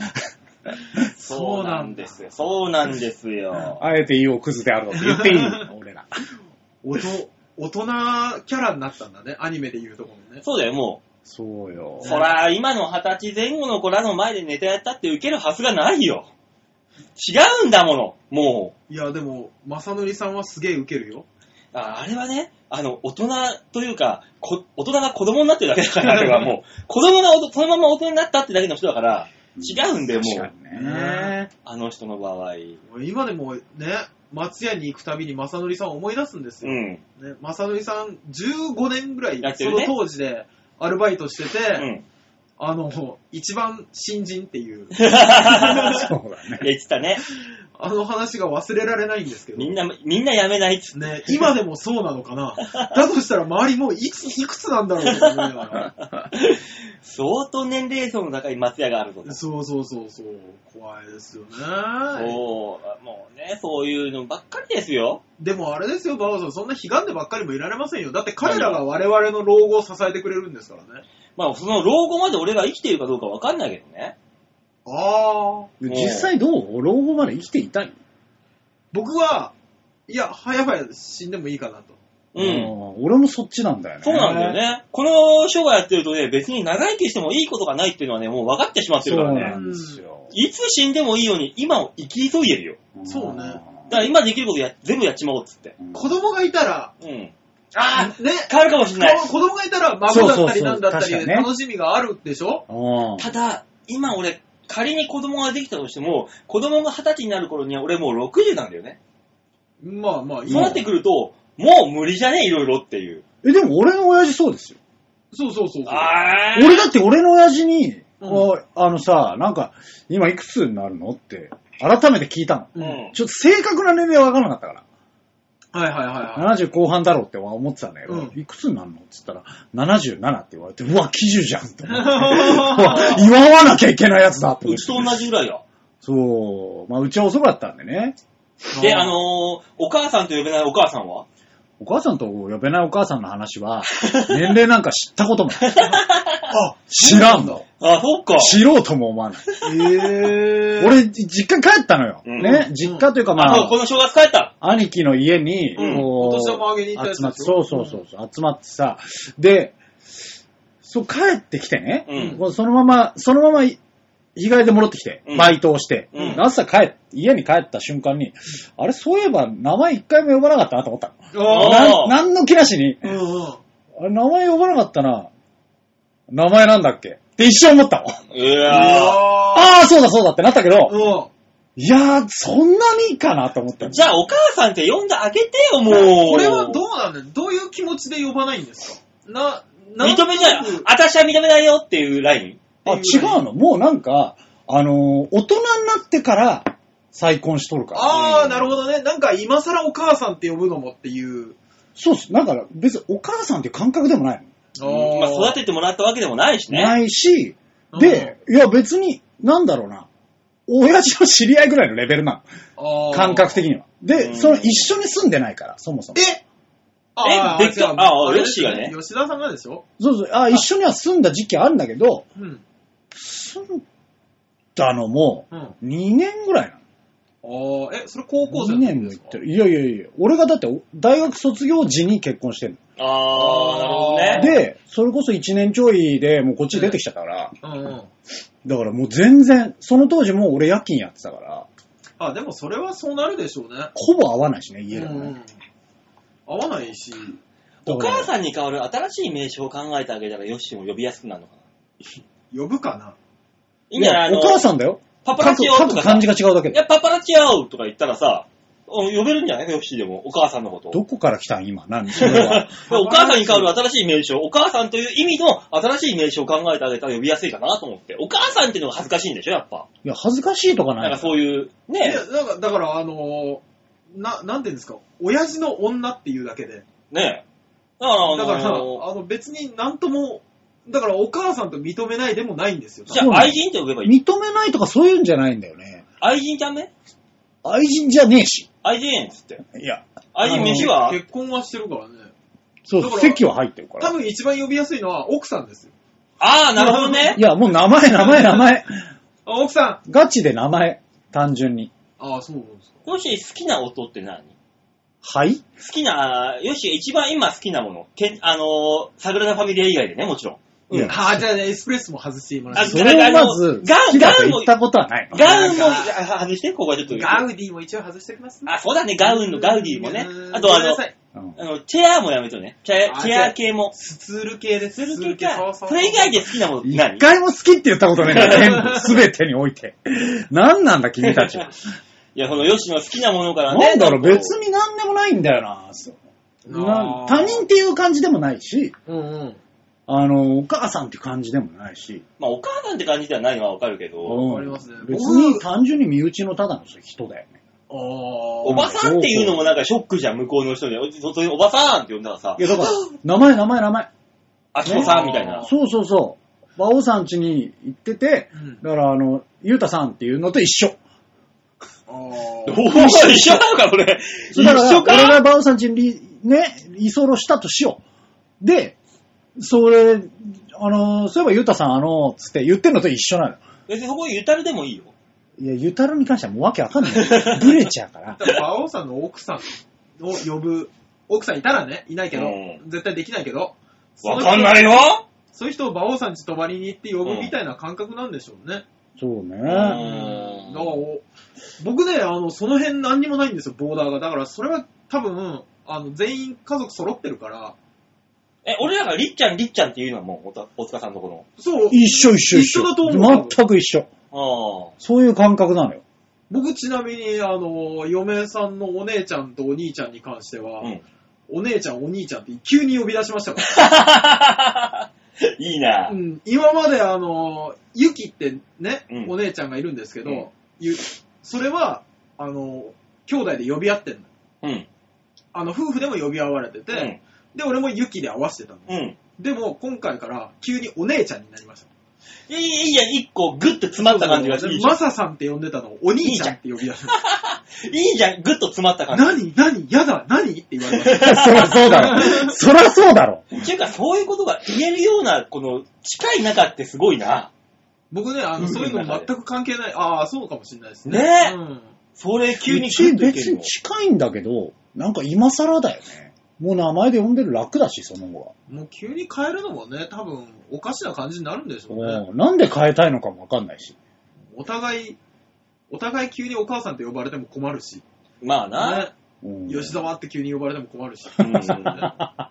S2: そうなんですよ。そうなんですよ。
S4: あえて言おう、クズであろうって言っていい俺ら。
S3: おと大人キャラになったんだね、アニメで言うとこのね。
S2: そうだよ、も
S4: そうよ
S2: う。。そら、今の二十歳前後の子らの前でネタやったって受けるはずがないよ。違うんだもの、もう。
S3: いや、でも、まさのりさんはすげえウケるよ。
S2: ああれはね、あの、大人というか、こ大人が子供になってるだけだから、あれはも う、子供がおとそのまま大人になったってだけの人だから、違うんだよ、も
S4: 確か
S2: う。
S4: にね。
S2: あの人の場合。
S3: 今でもね、松屋に行くたびにまさのりさんを思い出すんです
S2: う
S3: よ。
S2: ん。
S3: ねまさのりさん、15年ぐらい、
S2: やってる
S3: その
S2: ね
S3: 当時でアルバイトしてて、
S2: うん。
S3: あの、一番新人っ ていう、
S4: そうだね。
S2: 言ってたね。
S3: あの話が忘れられないんですけど。
S2: みんな、みんなやめないっつ
S3: ね、今でもそうなの かなだとしたら周りもういくついくつなんだろうと思いなが
S2: 相当年齢層の高い松屋があるぞと
S3: ら。。そうそうそうそう。怖いですよね。
S2: そう、もうね、そういうのばっかりですよ。
S3: でもあれですよ、バオさん、そんな悲願でばっかりもいられませんよ。だって彼らが我々の老後を支えてくれるんですからね。
S2: まあ、その老後まで俺が生きているかどうかわかんないけどね。
S3: ああ。
S4: 実際どう老後まで生きていたい
S3: 僕は、いや、早々死んでもいいかなと。
S2: うん。
S4: 俺もそっちなんだよね。
S2: そうなんだよね。この生涯やってるとね、別に長生きしてもいいことがないっていうのはね、もう分かってしまって
S4: そう
S2: るからね。
S4: なんですよ。
S2: いつ死んでもいいように今を生き急いでるよ。
S3: そうね
S2: だから今できることや全部やっちまおうっつって。
S4: うん。
S3: 子供がいたら、
S2: うん。
S3: ああ、ね、
S2: 変わるかもしれない。
S3: 子供がいたら孫だったりなんだった
S4: そうそ
S3: り
S4: うそう確かにね
S3: 楽しみがあるでしょ
S4: うん
S2: ただ、今俺、仮に子供ができたとしても、子供が二十歳になる頃には俺もう60なんだよね。
S3: まあまあ、いい
S2: そうなってくると、もう無理じゃねいろいろっていう。
S4: え、でも俺の親父そうですよ。
S3: そうそうそうそう。
S2: あー
S4: 俺だって俺の親父に、
S3: うん
S4: おいあのさ、なんか、今いくつになるのって、改めて聞いたの。
S3: うん
S2: うん。
S4: ちょっと正確な年齢は分からなかったか
S3: はいはいはいはい。
S4: ら、70後半だろうって思ってたんだけど、
S3: うん
S4: いくつになるのって言ったら、77って言われて、うわ、喜寿じゃんって 思って。う わ祝わなきゃいけないやつだって思
S2: う
S4: って
S2: ちと同じぐらいだ。
S4: そう。まあ、うちは遅かったんでね。
S2: で、あのー、お母さんと呼べないお母さんは
S4: お母さんと呼べないお母さんの話は、年齢なんか知ったこともない。
S3: あ、
S4: 知らんの。
S2: あ、そっか。
S4: 知ろうとも思わない。
S3: えー、
S4: 俺、実家帰ったのよ。
S2: うん
S4: ね。実家というかま
S2: あ、そう
S4: あ
S2: こ、の正月帰った。
S4: 兄貴の家に、
S2: うん
S4: こう、
S3: お年玉あげに行ったやつ
S4: 集ま
S3: で
S4: って、
S3: しょ
S4: そうそうそうそう、集まってさ、で、そう、帰ってきてね、
S2: うん
S4: こうそのまま、そのままい、日帰りで戻ってきて、
S2: うん
S4: バイトをして、
S2: うん
S4: 朝帰っ、家に帰った瞬間に、あれ、そういえば名前一回も呼ばなかったなと思った
S2: あ
S4: の。
S2: ー
S4: なん、なんの気なしに、
S3: うんうん。
S4: あれ、名前呼ばなかったな。名前なんだっけって一瞬思ったの。
S2: いうや
S3: わ
S4: ああ、そうだそうだってなったけど、
S3: ーうん。
S4: いやー、そんなにいいかなと思った
S2: ー。じゃあお母さんって呼んであげてよ、もう。
S3: これはどうなんだどういう気持ちで呼ばないんですかな、なん
S2: 認
S3: と
S2: めな
S3: な
S2: い
S3: く、
S2: 私は認めないよっていうライン
S4: あ、違うのもうなんか、あのー大人になってから再婚しとるから。
S3: ああ、なるほどね。なんか今更お母さんって呼ぶのもっていう。
S4: そうっす。だから別にお母さんっていう感覚でもない
S3: あ
S2: まあ、育
S3: て、
S2: ててもらったわけでもないし
S4: の。
S2: ね。
S4: ないし、
S3: うん
S4: で、いや別に、なんだろうな。親父の知り合いぐらいのレベルな
S3: あ
S4: の。
S3: ー
S4: 感覚的には。
S2: う
S4: で、
S2: ん
S4: その一緒に住んでないから、そもそも。
S3: えー
S2: でっか
S3: じゃ
S2: あー
S3: れ
S2: ヨッシーがね
S3: 吉田さんがでしょ
S4: そうそう。あ、一緒には住んだ時期あるんだけど、
S3: うん。
S4: 住んだのも
S3: うん。あ
S4: 2年ぐらいなの。
S3: あ、え、それ高校生の時
S4: 2年
S3: で
S4: も
S3: す
S4: 行
S3: か
S4: ってる。いやいやいや、俺がだって大学卒業時に結婚してるの。
S2: あー、なるほどね。
S4: で、それこそ1年ちょいでもうこっち出てきちゃったから、
S3: うんうん。
S4: だからもう全然、その当時もう俺夜勤やってたから、
S3: あ、でもそれはそうなるでしょうね。
S4: ほぼ会わないしね、家でも
S3: う
S4: ね。
S3: ん。合わないし。
S2: お母さんに代わる新しい名称を考えてあげたらヨッシーも呼びやすくなるのかな。
S3: 呼ぶかない
S2: いんじゃないあ
S4: や
S2: の
S4: お、母さんだよ。
S2: パ
S4: 書
S2: パラチオ
S4: く
S2: と
S4: 書
S2: か
S4: く
S2: さ。
S4: 漢
S2: い
S4: 字が違うだけで。
S2: や、パパラチオとか言ったらさ、お呼べるんじゃないヨッシーでも、お母さんのことを。
S4: どこから来たん今、何そ れは。
S2: お母さんに代わる新しい名称、お母さんという意味の新しい名称を考えてあげたら呼びやすいかなと思って。お母さんっていうのが恥ずかしいんでしょ、やっぱ。
S4: いや、恥ずかしいとか
S2: な
S4: なんい
S2: か。そういう、
S3: い
S2: ね
S3: や、だから、だからあのーな、なんていうんですか、親父の女っていうだけで。
S2: え、ねえ。だから、あ
S3: だから、
S2: のー、
S3: あの別になんとも、だからお母さんと認めないでもないんですよ。
S2: じゃあ愛人って呼べばいい。
S4: 認めないとかそういうんじゃないんだよね。
S2: 愛人ちゃんね
S4: 愛人じゃねえし。
S2: 愛人っつって。
S4: いや、
S2: 愛人飯は
S3: 結婚はしてるからね。
S4: そう
S3: だから
S4: 席は入ってるか
S3: 多
S4: ら。
S3: 分一番呼びやすいのは奥さんですよ。
S2: あ あ、なるほどね
S4: い。や、もう名前、名前、名前。
S3: あ、奥さん。
S4: ガチで名前。単純に。
S3: ああ、そうなんですか。
S2: よし、好きな音って何好
S4: はい
S2: きな、あーよし、一番今好きなもの。けんあのー、サグラダ・ファミリア以外でね、もちろん。
S4: いや
S3: ああ、じゃあね、エスプレッソも外してもら
S2: あ
S3: って
S4: それをまず、
S2: ガウ
S4: 好きだと言ったことはないの。
S2: ガウンも、
S3: なん
S2: あ
S3: か
S2: 外して、ここはちょっと。
S3: ガウディも一応外しておきます
S2: あ、そうだね、ガウンの、ガウディもね。あと、あの、
S4: うん
S2: あの、チェアもやめとね。チェア、
S3: あ
S2: チェア系も。
S3: スツール系です。
S2: する系
S3: そ
S2: か。
S3: うそう
S2: それ以外で好きなものって何
S4: 一回も好きって言ったことないから、全 部、すべてにおいて。何なんだ、君たちは。
S2: いや、その、ヨシの好きなものからね。
S4: なんだろう、
S2: こう
S4: 別。に何でもないんだよな。な
S3: あー
S4: 他人っていう感じでもないし、
S3: うんうん。
S4: あの、お母さんって感じでもないし、
S2: まあ、お母さんって感じではないのはわかるけど、
S4: うん
S3: わかりますね
S4: 別に単純に身内のただの人だよね。
S3: ああ。
S2: おばさんっていうのもなんかショックじゃん、向こうの人に。おそそおばさんって呼んだらさ
S4: い、や、だから、名前、名前、名前。
S2: あきこさんみたい
S3: あ
S2: な。
S4: そうそうそう。馬王さん家に行ってて
S3: うん、
S4: だから、あの、ゆうたさんっていうのと一緒。
S3: あ
S2: お
S3: ー
S2: お一緒なのか、これ。一
S4: だから、
S2: 緒
S4: 俺
S2: か
S4: が馬王さん家に、ね、居候したとしよう。で、それ、あの、そういえばゆうたさん、あの、つって言ってんのと一緒なの。
S2: 別にそこゆたるでもいいよ。
S4: いや、ゆたるに関してはもうわけわかん ない。ブレちゃうから。
S3: だから馬王さんの奥さんを呼ぶ、奥さんいたらね、いないけど、
S2: う
S3: 絶対できないけど、。
S2: わかんないいの
S3: そういう人を馬王さんち泊まりに行って呼ぶみたいな感覚なんでしょうね。
S4: そうね。
S2: うん
S3: だからお僕ね、あの、その辺何にもないんですよ、ボーダーが。だから、それは多分、あの、全員家族揃ってるから、
S2: え、俺らがりっちゃんりっちゃんっていうのはもう、おた大塚さんのとこ
S3: そう、
S4: 一緒一緒
S3: 一緒だと思う多分
S4: 全く一緒。
S2: の。
S4: そういう感覚なのよ。
S3: 僕ちなみに、あの、嫁さんのお姉ちゃんとお兄ちゃんに関しては、
S2: ああ。うん。
S3: お姉ちゃん、お兄ちゃんって急に呼び出しましたか
S2: いい
S3: ら。
S2: な
S3: う。ん、今まであの、ゆきってね、
S2: うん
S3: お姉ちゃんがいるんですけど、
S2: うん
S3: ゆそれは、あの、兄弟で呼び合ってんの。
S2: うん。
S3: あの、夫婦でも呼び合われてて、
S2: うん。
S3: で、俺もゆきで合わせてたの。
S2: うん。
S3: でも、今回から急にお姉ちゃんになりました。
S2: いいいいや、一個グッと詰まった感じがしていいじゃん
S3: マ。サさんって呼んでたのをお兄ちゃんって呼び出す。
S2: いいじゃん、グッと詰まった感じ。
S3: 何何やだ何って言われまし
S4: そらそうだ ろ。そらそうだろ。
S2: っていうか、そういうことが言えるような、この、近い仲ってすごいな。
S3: 僕ね、あ
S2: う
S3: の、
S2: ん
S3: そういうの全く関係ない。ああ、そうかもしれないですね。
S2: ねえ
S3: うん
S2: それ急に
S4: う
S2: グ
S4: ち
S2: ッといけ
S4: 別
S2: る
S4: に
S2: の。
S4: 近いんだけど、なんか今更だよね。もう名前で呼んでる楽だし、その後
S3: もう急に変えるのもね、多分、おかしな感じになるんでしょう
S4: は。
S3: ね。
S4: うんなんで変えたいのかもわかんないし。
S3: お互い、お互い急にお母さんって呼ばれても困るし、
S2: まあな。
S3: ね、
S4: うん
S3: 吉沢って急に呼ばれても困るし。
S2: うん
S4: そうだ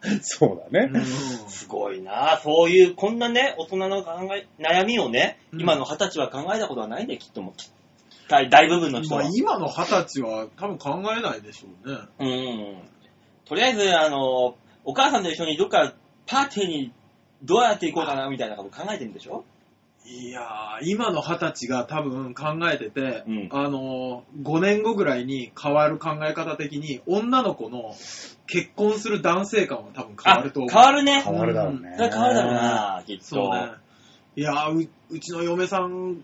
S3: うん
S4: ね。
S2: すごいな。そういう、こんなね、大人の考え、悩みをね、
S3: うん
S2: 今の二十歳は考えたことはないんだよ、きっともう。大大部分の人
S3: ま
S2: は
S3: あ。今の二十歳は多分考えないでしょうね。
S2: うんうん。とりあえず、あの、お母さんと一緒にどっかパーティーにどうやって行こうかな、みたいなこと考えてるんでしょ
S3: いやー、今の二十歳が多分考えてて、
S2: うん
S3: あのー、5年後ぐらいに変わる考え方的に、女の子の結婚する男性観は多分変わ
S2: あ
S3: る、と
S2: 変
S3: 思う。
S2: わるね。
S4: 変わるだろうね。
S2: それ変わるだろうな、きっと。
S3: そうね。いやーう、うちの嫁さん、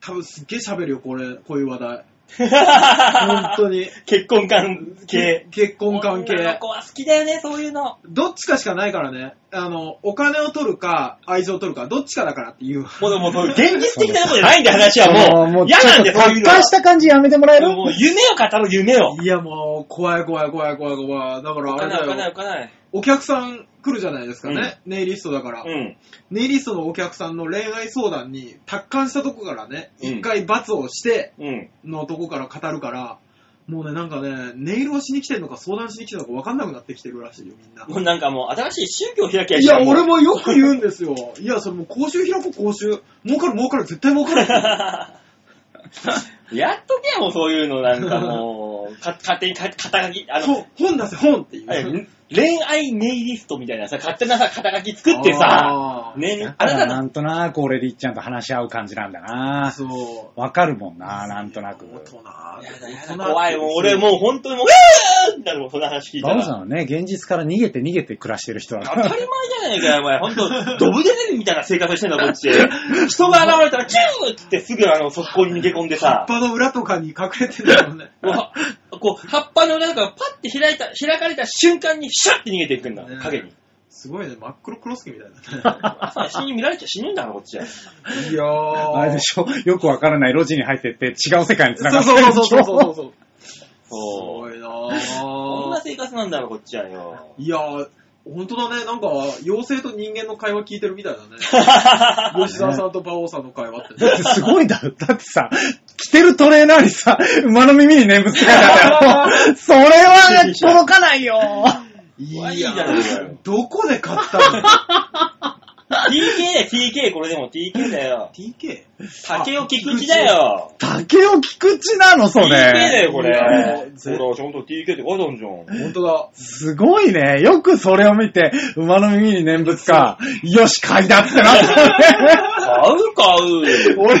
S3: 多分すっげえ喋るよ、これ、こういう話 題。本当に。
S2: 結婚関係。
S3: け結婚関
S2: 女の
S3: 係。
S2: 子は好きだよね、そういうの。
S3: どっちかしかないからね。あの、お金を取るか、愛情を取るか、どっちかだからっていう。
S2: もうでも、そういう現実的なことじゃないんだよ、話はもう。
S4: もうちょ
S2: 嫌なん
S4: っ
S2: だ
S4: と
S2: よ、そういう
S4: 達
S2: のは
S4: 観した感じやめてもらえる
S2: もう夢を語る夢を。
S3: いや、もう、怖い怖い怖い怖い怖い。だから
S2: 浮
S3: あ
S2: か
S3: れ
S2: ない、浮
S3: だ
S2: かない、
S3: よ。
S2: 浮かない。
S3: お客さん来るじゃないですかね。ネイリストだから。
S2: うん。
S3: ネイリストのお客さんの恋愛相談に、達観したとこからね、
S2: うん
S3: 一回罰をして、
S2: うん。
S3: のとこから語るから、もうね、なんかね、ネイルをしに来てるのか相談しに来てるのか分かんなくなってきてるらしいよ、みんな。
S2: もうなんかもう、新しい宗教を開きゃい
S3: い
S2: いじ
S3: や
S2: ゃん、
S3: 俺
S2: も
S3: もよく言うんですよ。いや、それもう講習開こう、講習。儲かる、儲かる、絶対儲かる。
S2: う。 やっとけや、もうそういうの、なんかもう、か勝手にか肩書き、あ
S3: そ
S2: の
S3: う、、本出せ、本って
S2: あれ
S3: いう。
S2: 恋愛ネイリストみたいなさ、勝手なさ、肩書き作ってさ、
S3: あー
S2: ね
S4: だ、
S2: あ
S4: か
S2: な
S4: ら
S2: た
S4: な
S2: の、
S4: んとなく俺りっちゃんと話し合う感じなんだな。
S3: そう。
S4: わかるもんな、なんとなく。
S3: 大人。
S2: やだ
S3: 大
S2: や
S3: 人
S2: だ怖い、もう俺もう本当にもう、うーってなるもん、その話聞いた
S4: バ
S2: ら
S4: オ。さんはね、現実から逃げて逃げて暮らしてる人だ
S2: 当
S4: か
S2: たり
S4: ら。
S2: 前じゃないかよ、お前。ほんと、ドブデネズミみたいな生活してんだ、こっち。人が現れたら、キューって言ってすぐあの、速攻に逃げ込んで
S3: 葉
S2: さ
S3: っ、ぱの裏とかに隠れてるも んね。
S2: もうはこう、葉っぱの裏からパッて開いた、開かれた瞬間に、シャッて逃げていくんだ、
S3: ね
S2: 影に。
S3: すごいね、真っ黒クロスケみたいだね。
S2: 朝死に見られちゃ死ぬんだな、こっちは。
S3: いやー。
S4: あれでしょ、よくわからない路地に入ってって違う世界に繋
S3: そ
S4: が
S3: う
S4: って
S3: そうそうそう
S4: るでしょ
S3: そうそう。す
S2: そ
S3: ご
S2: う。
S3: いな
S2: こん
S3: ぁ
S2: な。生活なんだろ、こっちはよ。
S3: いやー、ほんとだね。なんか、妖精と人間の会話聞いてるみたいだ ね。吉沢さんと馬王さんの会話ってね。
S4: すごいだろ。だってさ、着てるトレーナーにさ、馬の耳に念仏って書いてあったよ。もうそれはね、届かないよ。
S3: い
S2: やー
S3: どこで買ったの
S2: TK だよ、TK、これでも TK だよ。
S3: ?TK?
S2: 竹を菊池だよ。
S4: 竹を菊池なの、そ
S2: TK だ
S4: れ。
S2: よ、これ。
S3: ぜ
S2: ほら、ちゃんと TK って書いてあるじゃん。
S3: ほんとだ。
S4: すごいね。よくそれを見て、馬の耳に念仏か。よし、買いだってなっ たね。
S2: 買う、買う。
S4: 俺、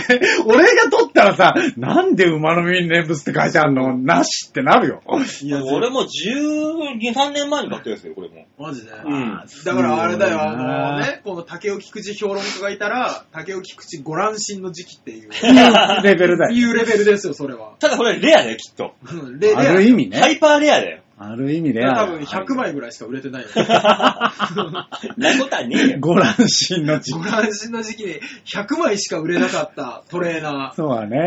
S4: 俺が撮ったらさ、なんで馬の耳に念仏って書いてあるのなしってなるよ。
S3: いや、
S2: 俺も12、3年前に買ったやつだよ、これも。
S3: マジで。
S2: うん。
S3: だからあれだよ、
S4: そうだな
S3: あのね、この竹尾菊池評論家がいたら、竹尾菊池ご乱心の時期っていう、
S4: いうレベルだよ。
S3: いうレベルですよ、それは。
S2: ただこれレアだよ、きっと。
S3: うんレレ
S4: あ
S3: ア
S4: る意味
S2: ハ
S4: ね。
S2: イパーレア だよ。
S4: ある意味ね。
S3: 多分100枚ぐらいしか売れてないよ。
S2: なことはねえよ。
S4: ご乱心の時
S3: ご乱心の時期に100枚しか売れなかったトレーナー。
S4: そうだ
S3: う
S4: ね。
S3: ん、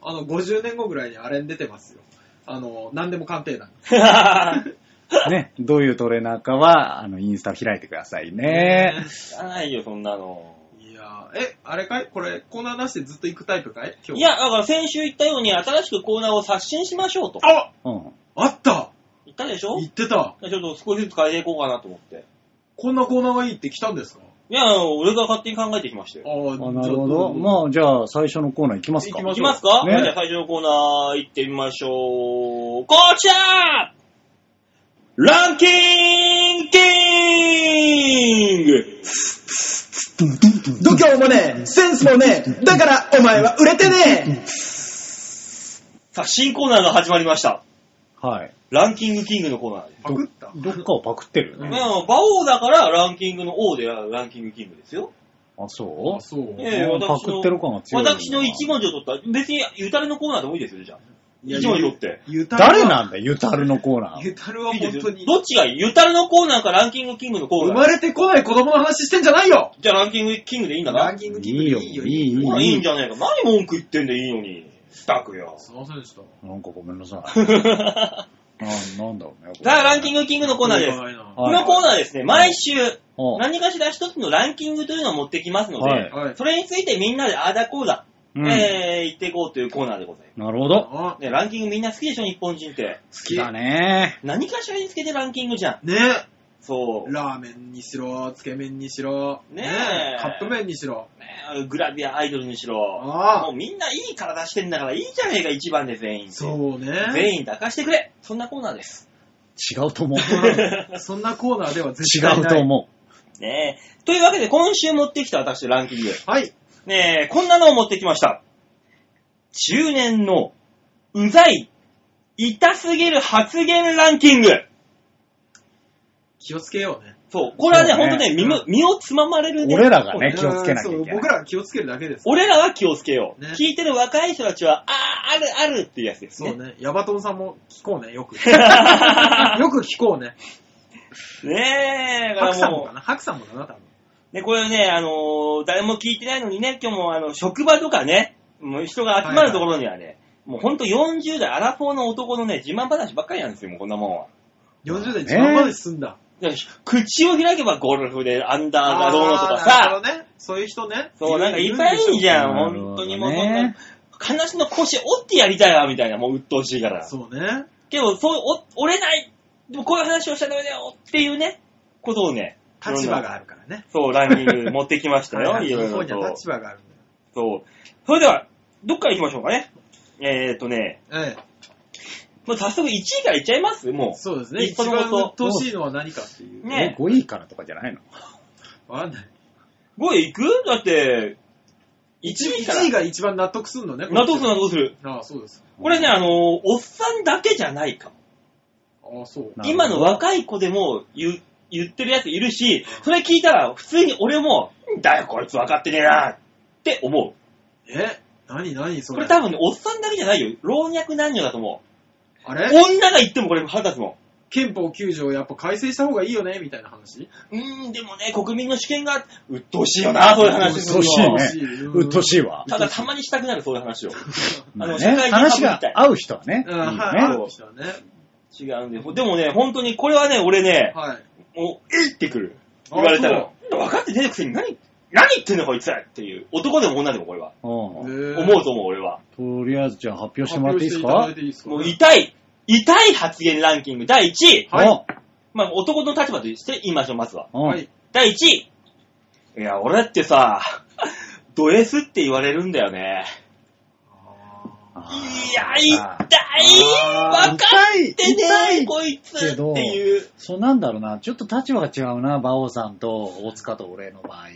S3: あの、50年後ぐらいにあれに出てますよ。あの、何でも鑑定団。
S4: ね。どういうトレーナーかは、あの、インスタを開いてくださいね。
S2: 知らないよ、そんなの。
S3: いやーえ、あれかいこれ、コーナーなしでずっと行くタイプかい今
S2: い
S3: 日。
S2: や、だから先週言ったように、新しくコーナーを刷新しましょうと。
S3: あ
S4: うん。
S3: あった
S2: 言ったでしょ
S3: 言ってた。
S2: ちょっと少しずつ変えていこうかなと思って。
S3: こんなコーナーがいいって来たんですか
S2: いや、俺が勝手に考えてきました
S3: あ
S2: よ。
S4: あ
S3: ー
S4: なるほど。まあ、じゃあ、最初のコーナー行きますか。
S3: 行
S2: い
S3: き
S2: き
S3: ま
S2: ま
S3: し
S2: す
S3: ょ
S2: か、
S4: うね
S2: じゃあ最初のコーナー行ってみましょう。こちらランキングキング
S1: 度胸もねえ、センスもねえ、だからお前は売れてねえ。
S2: さあ、新コーナーが始まりました。
S4: はい。
S2: ランキングキングのコーナーです。
S3: パクった
S4: どっかをパクってる
S3: う
S2: う
S3: ね
S2: ん、
S3: ん
S4: ね。
S2: 馬王だからランキングの王であるランキングキングですよ。
S4: あ、そう
S3: あ、そう。
S2: ええ私
S4: パ
S2: の
S4: クってる感が強い。
S2: 私の一。文字を取ったら、別にゆたりのコーナーでもいいですよ、じゃあ。
S3: いや
S2: 一文字取って。
S3: ゆたるは
S4: 誰なんだよ、ゆたるのコーナ ー。
S3: ゆたるはい
S2: いです
S3: 本当
S2: よ
S3: に。
S2: どっちがいいゆたりのコーナーかランキングキングのコーナ
S3: 生
S2: ー。
S3: まれてこない子供の話してんじゃないよ
S2: じゃあランキングキングでいいんだな。
S3: ラン
S2: い
S3: キング
S4: い
S3: 聞
S4: いよ、
S3: く
S4: い
S3: い
S4: い
S3: い
S4: よ、
S3: よ。
S4: いいよ。
S2: いんじゃねえか。何文句言ってんでいいのに。ったくよ。
S3: すいませんでした。
S4: なんかごめんなさ い。ななんだろうね。
S2: さあ、ランキン
S4: グ。
S2: グキングのコーナーです。
S3: はい
S2: このコーナーはですね、毎週、
S4: お
S2: 何かしら一つのランキングというのを持ってきますので、
S4: はい
S3: はい。
S2: それについてみんなであーだこうだ、
S4: うん
S2: えー、言っていこうというコーナーでございま
S4: なるほど。
S3: あ
S2: す。ね、ランキングみんな好きでしょ、日本人って。
S4: 好きだね。
S2: 何かしらにつけてランキングじゃん。
S3: ね
S2: そう。ね
S3: ラーメンにしろ、つけ麺にしろ、
S2: ねえ
S3: カップ麺にしろ。
S2: グラビアアイドルにしろ。も
S3: ああ
S2: う、みんないい体してんだからいいじゃねえか、一番で全員って。
S3: そうね。
S2: 全員抱かしてくれ。そんなコーナーです。
S4: 違う と思う。
S3: うんそんなコーナーでは絶対
S4: 違う
S3: ない。
S4: と思
S2: ねえ。というわけで、今週持ってきた私ランキング。
S3: はい。
S2: ねえ、こんなのを持ってきました。中年のうざい、痛すぎる発言ランキング。
S3: 気をつけようね。
S2: そう。これはね、
S4: そうね
S2: ほんとね、身も身をつままれるね。
S4: 俺らがね
S2: そう
S4: 気をつけなきゃいけな
S3: う
S4: い
S3: んそう僕らは気をつけるだけです。
S2: 俺らは気をつけよう。
S3: ね
S2: 聞いてる若い人たちは、あー、あるあるっていうやつです
S3: そ
S2: ね。
S3: うね。ヤバトンさんも聞こうね、よく。よく聞こうね。
S2: ねえ、だ
S3: ハク
S2: か
S3: さ
S2: ら
S3: んも
S2: も
S3: かなハクさんもかな、多分。
S2: う、ね、これね、あのー誰も聞いてないのにね、今日も、あの、職場とかね、もう人が集まるところにはね、もうほんと40代アラフォーの男のね、自慢話ばっかりなんですよ、もうこんなもんは。
S3: 40代自慢まで進んだ。
S2: だから口を開けばゴルフでアンダー
S3: あ
S2: がどうのとか
S3: ーなる
S2: さ
S3: ほ、どね。そういう人ね。
S2: そう、なんかいっぱいいるじゃん、ほんとにもうそん
S4: なる
S2: な、話の腰折ってやりたいわ、みたいな、もう鬱陶しいから。
S3: そうね。
S2: けど、そう、お折れない、でもこういう話をしちゃダメだよっていうね、ことをね、
S3: 立場が
S2: あ
S3: あるからね。
S2: そう、ランキング持ってきましたよ、
S3: はい
S2: いろいろ
S3: 日本には
S2: と。
S3: 立場があるん
S2: そう。それでは、どっから行きましょうかね。えーっとね、
S3: だよ。ええ。
S2: もう早速1位から行っちゃいますも
S3: そうですね。
S2: 一
S3: 一
S2: 歩の
S3: 番
S2: こと
S3: 鬱陶しいのは何かっていう。
S2: う。
S4: え、
S2: ね。
S4: 5位からとかじゃないの
S3: わかんない。
S2: 5位行くだって、1
S3: 1
S2: 位
S3: 位
S2: か
S3: が一番納得すんのね。
S2: ら。納得する納得する。
S3: ああ、そうです。
S2: これね、あのー、おっさんだけじゃないかも。
S3: ああ、そう。
S4: なるほど
S2: 今の若い子でも言う言ってるやついるし、それ聞いたら普通に俺も、んだよこいつ分かってねえなって思う。
S3: え何何そ
S2: こ
S3: れ。
S2: れ多分ね、おっさんだけじゃないよ。老若男女だと思う。
S3: あれ
S2: 女が言ってもこれ腹立つも
S3: 憲法9条やっぱ改正した方がいいよね、みたいな話。
S2: うーん、でもね、国民の主権が、鬱陶しいよな、そういう話する
S4: うっとうしい
S2: の。
S4: ね。うっとうしいわ。
S2: ただ、たまにしたくなる、そういう 話を。あの、
S4: ね
S2: 社会に
S4: 話
S2: 省
S4: が
S2: みたい。
S4: 合う人はね。
S3: うん、はい、
S4: いい
S3: あ
S4: よね。
S3: る人はね。
S2: 違うんで。でもね、本当に、これはね、俺ね、
S3: はい。
S2: もう、えいってくる。
S3: あ
S2: 言われたら、分かってねえくせに何、何言ってんのこいつらっていう。男でも女でもこれは。
S4: うん
S2: 思うと思う、俺は。
S4: とりあえずじゃあ発表
S3: う
S4: してもらっていいです
S3: 発表
S4: か
S3: していただいていいですか
S2: もう痛い、痛い発言ランキング第1位。
S3: はい
S4: お
S2: まあ、男の立場として言いましょう、まずは。
S4: うん
S3: はい。
S2: 第1位。いや、俺ってさ、 ド S って言われるんだよね。いや、痛い
S4: あ
S2: 分かって
S4: 痛
S2: ね
S4: い
S2: え、こいつ
S4: け
S2: って
S4: ど
S2: いう。
S4: そうなんだろうな。ちょっと立場が違うな。馬王さんと大塚と俺の場合。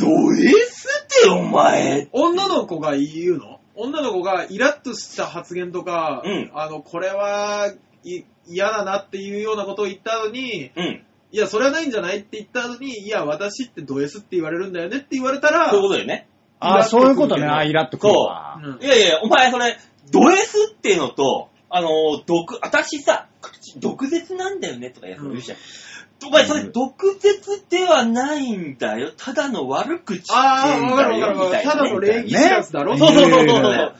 S2: ド S ってお前。
S3: 女の子が言うの女の子がイラッとした発言とか、
S2: うん
S3: あの、これはい嫌だなっていうようなことを言ったのに、
S2: うん。
S3: いや、それはないんじゃないって言ったのに、いや、私ってド S って言われるんだよねって言われたら、
S2: そういうことだよね。
S4: ああ、そういうことね。ああ、
S3: イ
S4: イラっとくるわ。
S3: うん
S2: いやいや、お前それ、ド S っていうのと、あのー、毒、私さ、口毒舌なんだよねとかやつも言うじゃん。お前それ、毒舌ではないんだよ。ただの悪口
S3: あー、わかるわかるわ
S2: みたい
S3: かる。
S2: な
S3: ただの礼儀知らずだろ
S4: ね
S2: そうそうそうそう
S4: い
S2: そ
S4: や
S2: う
S4: いやいや。
S2: イラ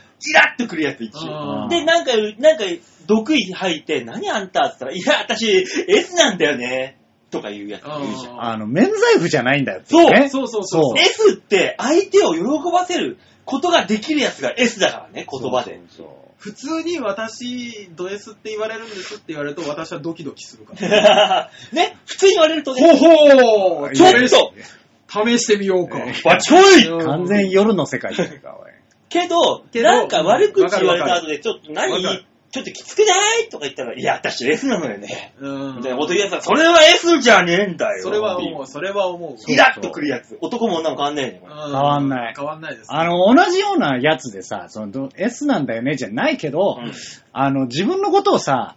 S2: ッとくるやつ一
S3: あ
S2: 応。
S4: ー
S2: で、なんか、なんか、毒い吐いて、何あんたって言ったら、いや、私、S なんだよね。とか言うやつもいるじゃん。
S4: あの、免罪符じゃないんだよって
S2: そう
S4: ね。
S3: そうそうそうそう。
S2: S って、相手を喜ばせることができるやつが S だからね、言葉で。
S4: そうそうそう
S3: 普通に私、ド S って言われるんですって言われると、私はドキドキするから。
S2: ね、普通に言われるとね、
S3: ほほー
S2: ちょっと、
S3: 試してみようか。
S2: バチョイ
S3: うん
S4: 完全に夜の世界じゃないか、おい。
S2: けど、
S3: けど
S2: なんか悪口言われた後で、ちょっと
S3: わ
S2: 何
S3: かる
S2: ちょっときつくないとか言ったら、いや、私 S なのよね。
S3: うん
S2: みたいなこと言うやつは、それは S じゃねえんだよ。
S3: それは
S2: っていう
S3: 思う、それは思う。
S2: イラッとくるやつ。男も女も変わんないよね、これ。
S3: 変
S4: わんない
S3: 変わんないです。
S4: あの、同じようなやつでさ、そのど S なんだよねじゃないけど、
S2: うん
S4: あの、自分のことをさ、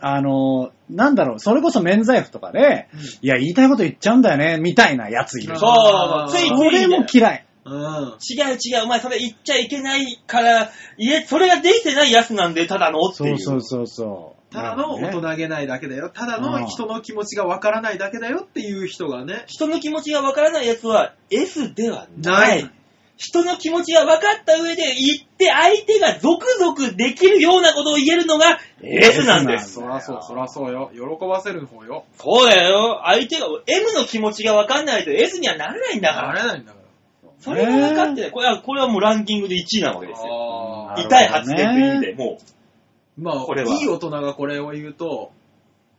S4: あの、なんだろう、それこそ免罪符とかで、
S3: うん
S4: いや、言いたいこと言っちゃうんだよね、みたいなやついる。
S3: あ
S4: そ
S2: そう、ついついね。
S4: れも嫌い。
S3: うん。
S2: 違う違う、お前それ言っちゃいけないから、いえ、それができてないやつなんで、ただのって
S4: そ
S2: いう。
S4: うそうそうそう。
S3: ただの大
S4: ね
S3: 人げないだけだよ。ただ
S4: うん
S3: の人の気持ちがわからないだけだよっていう人がね。
S2: 人の気持ちがわからないやつは S ではない。
S3: ない
S2: 人の気持ちが分かった上で言って相手がゾクゾクできるようなことを言えるのが S なんです。
S3: そらそう、そらそうよ。喜ばせる方よ。
S2: そうだよ。相手が M の気持ちが分かんないと S にはならないんだか
S3: な
S2: ら。
S3: れないんだか
S2: それが分かってない。これは、これはもうランキングで1位なわけ
S3: ら。
S2: ですよ。
S3: あー
S4: なるほど
S2: 痛い発言という意味で、も
S3: まあ、
S2: これはい
S3: い大人がこれを言うと、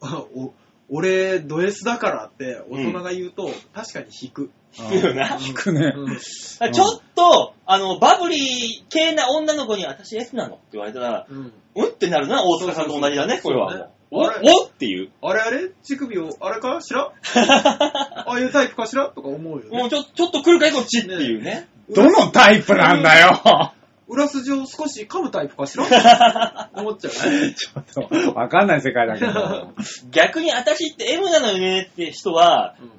S3: お俺、ド S だからって大人が言うと、確かに引く。
S2: う。っていう
S4: うん
S2: な。
S4: 聞くね。
S3: うん
S4: ん
S2: ちょっと、あの、バブリー系な女の子に私 S なのって言われたら、
S3: うん
S2: うんってなるな、大塚さんと同じだね、こ
S3: そう
S2: れ
S3: そうそう
S2: は。お
S3: そうね
S2: おっていう。
S3: あれあれ乳首を、あれかしらああいうタイプかしらとか思うよ
S2: もう
S3: ね。
S2: ちょ、ちょっと来るかいこっちっていうね。
S4: どのタイプなんだよ。
S3: 裏筋を少し噛むタイプかしら 思っちゃうね。
S4: ちょっと、わかんない世界だけど。
S2: 逆に私って M なのよねって人は、
S3: うん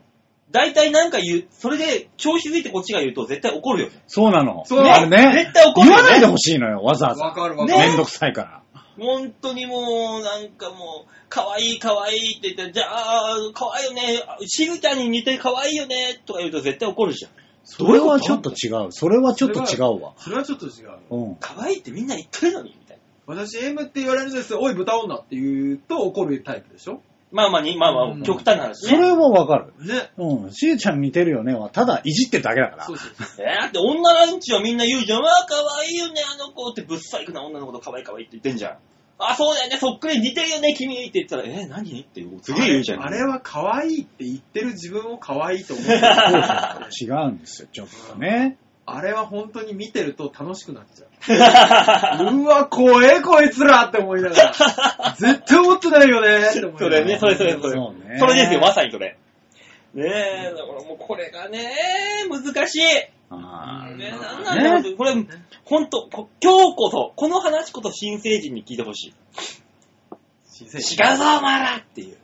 S2: 大体なんか言う、それで調子づいてこっちが言うと絶対怒るよね。
S4: そうなの。
S3: そう
S4: あれね。
S2: 絶対怒るよね
S4: 言わないでほしいのよ、わざわ
S3: わ
S4: ざ。
S3: かるわかる。
S4: めんどくさいから。
S2: 本当にもう、なんかもう、可愛い可愛いって言って、じゃあ、可愛いよね、しぐちゃんに似て可愛いよね、とか言うと絶対怒るじゃん。
S4: それはちょっと違う。それはちょっと違うわ。
S3: それはちょっと違う。
S4: うん。
S2: 可愛いってみんな言ってるのに、みたいな。
S3: 私 M って言われるんですよ。おい、豚女って言うと怒るタイプでしょ
S2: まあまあに、まあ
S3: う
S2: ま
S3: ん
S2: あ、極端な話
S4: そ
S2: ね。
S4: れはわかる。
S3: ね。
S4: うん。しーちゃん似てるよねは、ただいじってるだけだから。
S3: そうそうそう。
S2: えーだって女ランチはみんな言うじゃん。わあ、可愛いよね、あの子って、ぶっさいくな女の子と可愛い可愛いって言ってんじゃん。あ、そうだよね、そっくり似てるよね、君って言ったら、えー、何ってすげえ言うじゃん。
S3: あれあれは可愛いって言ってる自分を可愛いと 思う。
S4: そうそうそう違うんですよ、ちょっとね。
S3: あれは本当に見てると楽しくなっちゃ う。うわ、怖え、こいつらって思いながら。 絶対思ってないよねって思いながら
S2: それね、それそれそれ。
S4: そうね
S2: それですよ、まさにそれ。ねえ、だからもうこれがね、難しい。ね
S4: あ
S2: え、
S3: ん
S2: なんなんだろうってこれ、ほんと、こ今日こそ、この話こそ新成人に聞いてほしい。
S3: 新
S2: 違
S3: 鮮
S2: うぞ、お前らっていう。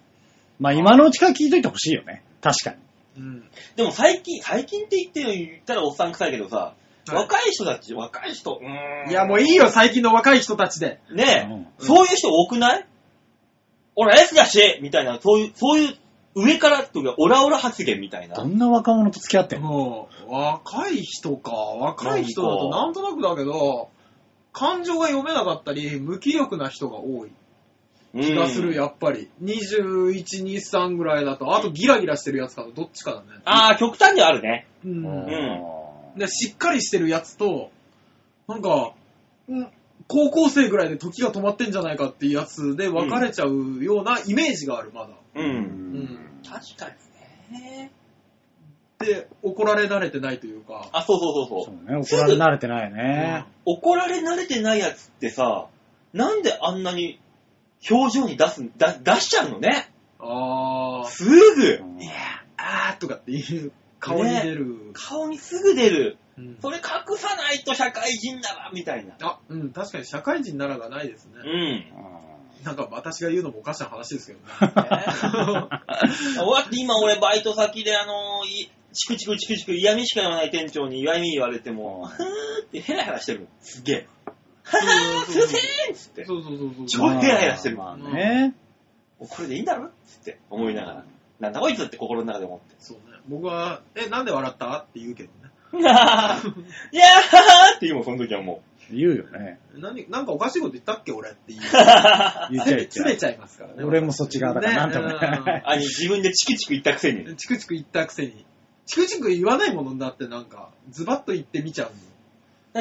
S4: まあ今のうちから聞いといてほしいよね。確かに。
S3: うん。
S2: でも最近、最近って言って言ったらおっさん臭いけどさ、
S3: はい
S2: 若い人たち、若い人、うーん。
S3: いや、もういいよ、最近の若い人たちで。
S2: ねえ、
S4: うん
S2: そういう人多くない俺 S だしみたいな、そういう、そういう、上からというか、オラオラ発言みたいな。
S4: どんな若者と付き合ってんの
S3: もう、若い人か。若い人だとなんとなくだけど、感情が読めなかったり、無気力な人が多い気がする、
S2: よ。
S3: やっぱり。21、2、3ぐらいだと、あとギラギラしてるやつかとどっちかだね。
S2: ああ、極端にはあるね。
S3: う。
S4: うんん
S3: で、しっかりしてるやつと、なんか、うん高校生ぐらいで時が止まってんじゃないかっていうやつで別れちゃうようなイメージがある、まだ。
S2: う。
S4: うんん
S2: 確かにね。
S3: で、怒られ慣れてないというか。
S2: あ、そうそうそう
S4: そ
S2: そう。
S4: うね、怒られ慣れてないね。
S2: 怒られ慣れてないやつってさ、なんであんなに表情に出す、だ出しちゃうのね。
S3: あー、
S2: すぐ
S4: う、ん
S3: あーとかっていう顔に出る。
S2: 顔にすぐ出る。
S3: うん
S2: それ隠さないと社会人だわ、みたいな。
S3: あ、うん、確かに社会人ならがないですね
S2: う。ん。
S3: なんか私が言うのもおかしな話ですけどね。
S2: 終わって今俺バイト先であのいチクチクチクチク嫌味しか言わない店長に嫌味言われても、ふーってヘラヘラしてるの。すげえ。ははーすいませんっつって。
S3: そうそうそうそう。
S2: ちょいヘラヘラしてる
S4: まあね。
S2: もうこれでいいんだろっつって思いながら。なんだこいつって心の中で思 って。
S3: そうね。僕は、え、なんで笑ったって言うけどね。
S2: いやーははーって今その時はも
S4: 言うよね。
S3: 何、なんかおかしいこと言ったっけ俺っていう。
S2: う。あ、
S4: 言っちゃ
S3: 詰
S4: う
S3: め
S4: 言っちゃう。
S3: ちゃいますからね。
S4: 俺もそっち側だから、なんともね。
S2: 自分でチクチク言ったくせに。
S3: うんチクチク言ったくせに。チクチク言わないものになってなんか、ズバッと言ってみちゃうの。
S2: だ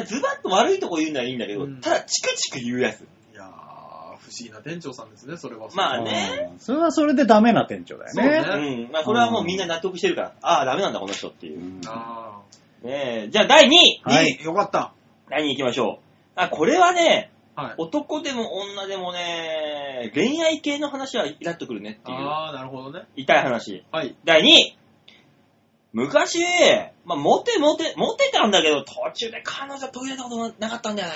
S2: からズバッと悪いとこ言うのはいいんだけど、
S3: うん
S2: ただチクチク言うやつ。
S3: いやー、不思議な店長さんですね、それは。
S2: まあね
S4: うん。それはそれでダメな店長だ
S3: そう
S4: よ
S3: ね
S4: ね。
S2: うん。まあそれはもうみんな納得してるから、ああ、ダメなんだこの人っていうう。
S4: ん
S3: あ
S2: ねえ、じゃあ第2位
S3: ー。
S4: はい
S3: いい、よかった。
S2: 第2位行きましょう。あ、これはね、
S3: はい。
S2: 男でも女でもね、恋愛系の話はイラっとくるねっていう、
S3: あー、なるほどね。
S2: 痛い話。
S3: はい。
S2: 第2位。昔、まあ、モテモテ、モテたんだけど、途中で彼女途切れたことなかったんだよね。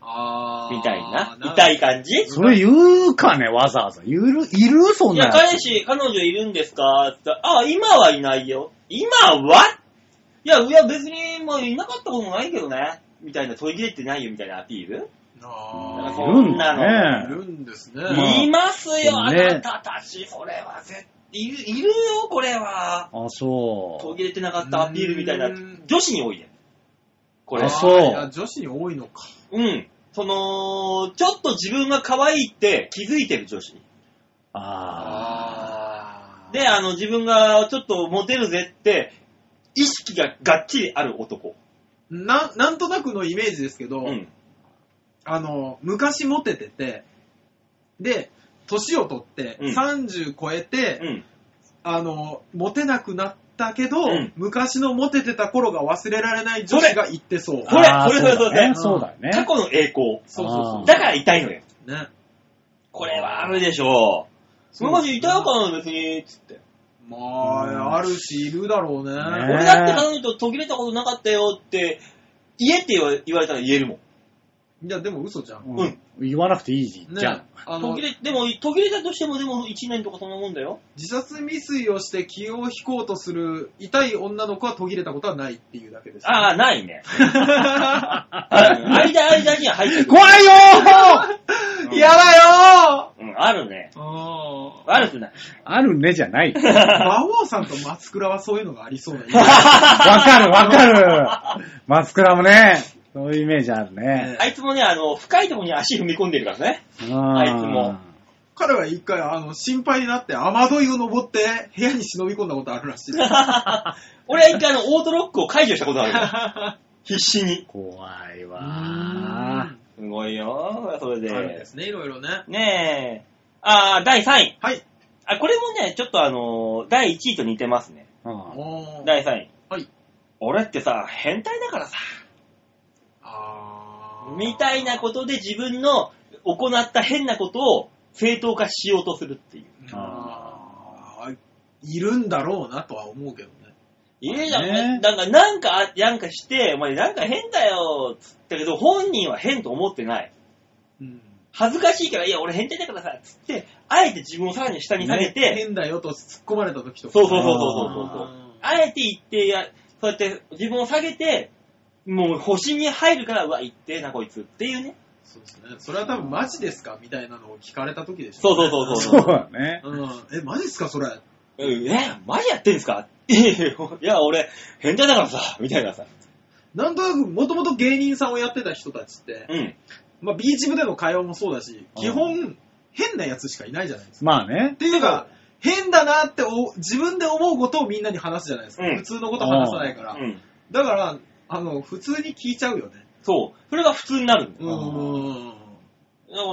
S3: あー。
S2: みたいな。
S3: るほど
S2: 痛い感じ
S4: それ言うかね、わざわざ。いる、いるそん
S2: い
S4: な
S2: や、
S4: やつ
S2: 彼氏、彼女いるんですかって言ったら、あ、今はいないよ。今はいや、いや、別に、もういなかったこともないけどね。みたいな、途切れてないよ、みたいなアピール
S3: あ
S2: い
S3: ー
S2: そ
S4: るん
S2: な
S4: だ
S3: い
S4: ね。
S3: るんですね。
S4: ま
S2: いますよ、あ
S4: ね
S2: なたたち。それは絶対、いる、いるよ、これは。
S4: あ、そ
S2: 途
S4: う。
S2: 切れてなかったアピールみたいな
S3: うーん、
S2: 女子に多いね。これ
S4: あ
S2: は。
S4: そう
S3: いや女子に多いのか。
S2: うん。その、ちょっと自分が可愛いって気づいてる女子。
S4: あ
S3: あ
S2: で、あの、自分がちょっとモテるぜって、意識ががっちりある男。
S3: な、なんとなくのイメージですけど、
S2: うん。
S3: あの、昔モテてて、で、年を取って、
S2: うん
S3: 30超えて、
S2: うん。
S3: あの、モテなくなったけど、
S2: うん
S3: 昔のモテてた頃が忘れられない女子が言ってそう。
S4: ー
S2: これ
S4: あー
S2: これこれ
S4: そうだね。そ
S3: そうう
S4: だ
S3: だ
S4: よね。
S2: 過去の栄光。
S3: そうそう
S4: あ
S3: そ
S4: ー
S2: だから痛いのよ。
S3: う。ね。
S2: これはあるでしょう。
S3: そう
S2: マジ痛いから別に、つって。
S3: まあ、あるし、いるだろうね。
S4: ね
S2: 俺だって彼女と途切れたことなかったよって、言えって言わ言われたら言えるもん。
S3: いや、でも嘘じゃん。
S4: うん言わなくていいじ
S3: ね
S4: ゃん。
S3: あ
S2: 途
S3: の
S2: 切、れ、でも途切れたとしてもでも1年とかそんなもんだよ。
S3: 自殺未遂をして気を引こうとする痛い女の子は途切れたことはないっていうだけです。
S2: ああ、ないね。うん間、間には入ってくる。
S4: 怖いよ
S2: うん
S3: 嫌だよ
S2: うん、あるね。
S3: ーあ
S2: 悪くない。
S4: ーあるねじゃない。
S3: ー魔王さんと松倉はそういうのがありそうなイメージ。
S4: わかるわかる。マスクラもね、そういうイメージあるね。
S2: あいつもね、あの、深いところに足踏み込んでるからね。
S4: うん
S2: あいつも。
S3: 彼は一回、あの、心配になって雨どいを登って部屋に忍び込んだことあ るらしい。
S2: 俺は一回あの、オートロックを解除したことある よ。必死に。
S4: 怖い
S3: あ
S4: わ
S2: すごいよ、それ
S3: ーあるん
S2: で
S3: で。すね、いろいろね。
S2: ねえ。あー、第3位。
S3: はい。
S2: あ、これもね、ちょっとあのー第1位と似てますね。
S4: ー。うん
S3: おー
S2: 第3位。
S3: はい。
S2: 俺ってさ、変態だからさ、
S3: あー
S2: みたいなことで自分の行った変なことを正当化しようとするっていう。
S3: あーいるんだろうなとは思うけどね。
S2: いるじゃん、
S4: ね
S2: なんか、なんかあ、なんかして、お前なんか変だよ、つったけど、本人は変と思ってない。
S3: うん。
S2: 恥ずかしいから、いや、俺変態だからさ、つって、あえて自分をさらに下に下げて、
S3: 変だよと突っ込まれた時とか。
S2: そうそうそうそう
S4: そう
S2: そう
S3: あー
S2: あえて言ってや、そうやって自分を下げて、もう星に入るから、うわ、言ってえな、こいつっていうね。
S3: そうですね。それは多分マジですかみたいなのを聞かれた時でし
S2: そ
S3: ょ
S2: うそうそう
S4: そ
S2: そうう。
S4: だね。
S3: うん。え、マジですかそれ。
S2: うんえ、マジやってんすかいやいやいや、俺、変態だからさ、みたいなさ。
S3: なんとなく、もともと芸人さんをやってた人たちって、
S2: うん。
S3: まあ、ビーチ部での会話もそうだし、
S2: うん
S3: 基本、変なやつしかいないじゃないですか。
S4: まあね
S3: っ。ていうか、変だなってお自分で思うことをみんなに話すじゃないですか。
S2: うん
S3: 普通のこと話さないから。
S2: うん。
S3: だから、あの、普通に聞いちゃうよね。
S2: そう。それが普通になるんだ
S3: う
S2: よ。
S3: ーん。
S2: だから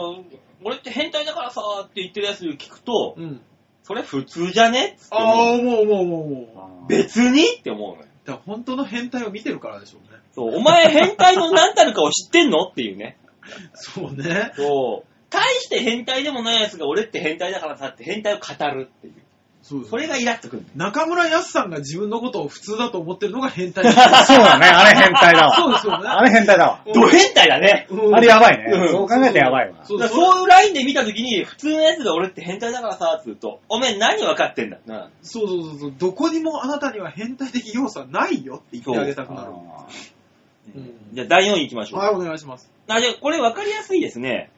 S2: 俺って変態だからさーって言ってるやつ聞くと、
S3: うん。
S2: それ普通じゃねっつって
S3: ああ、
S2: 思う
S3: 思う思う思う思う。
S2: 別にって思うのよ。
S3: だから本当の変態を見てるからでしょうね。
S2: そう。お前変態の何たるかを知ってんのっていうね。
S3: そうね。
S2: そう。大して変態でもないやつが俺って変態だからさって変態を語るっていう。
S3: そう
S2: それがイラっとくるんだよ。
S3: 中村康さんが自分のことを普通だと思ってるのが変態
S4: そうだね。あれ変態だ
S3: そう
S4: わ。
S3: ですよね。
S4: あれ変態だわ。
S2: ド変態だね。
S3: うん
S4: あれやばいね
S2: う。ん
S4: そう考えてやばいわ。
S3: そう
S2: だ
S3: そう
S2: からそういうラインで見たときに、普通のやつが俺って変態だからさ、って言うと、おめえ何分かってんだな。
S3: そうそうそうそう。どこにもあなたには変態的要素はないよって言ってあげたくなる。
S4: あー
S3: うん
S2: じゃあ第4位行きましょう。
S3: はい、お願いします。
S2: あじゃあこれ分かりやすいですね。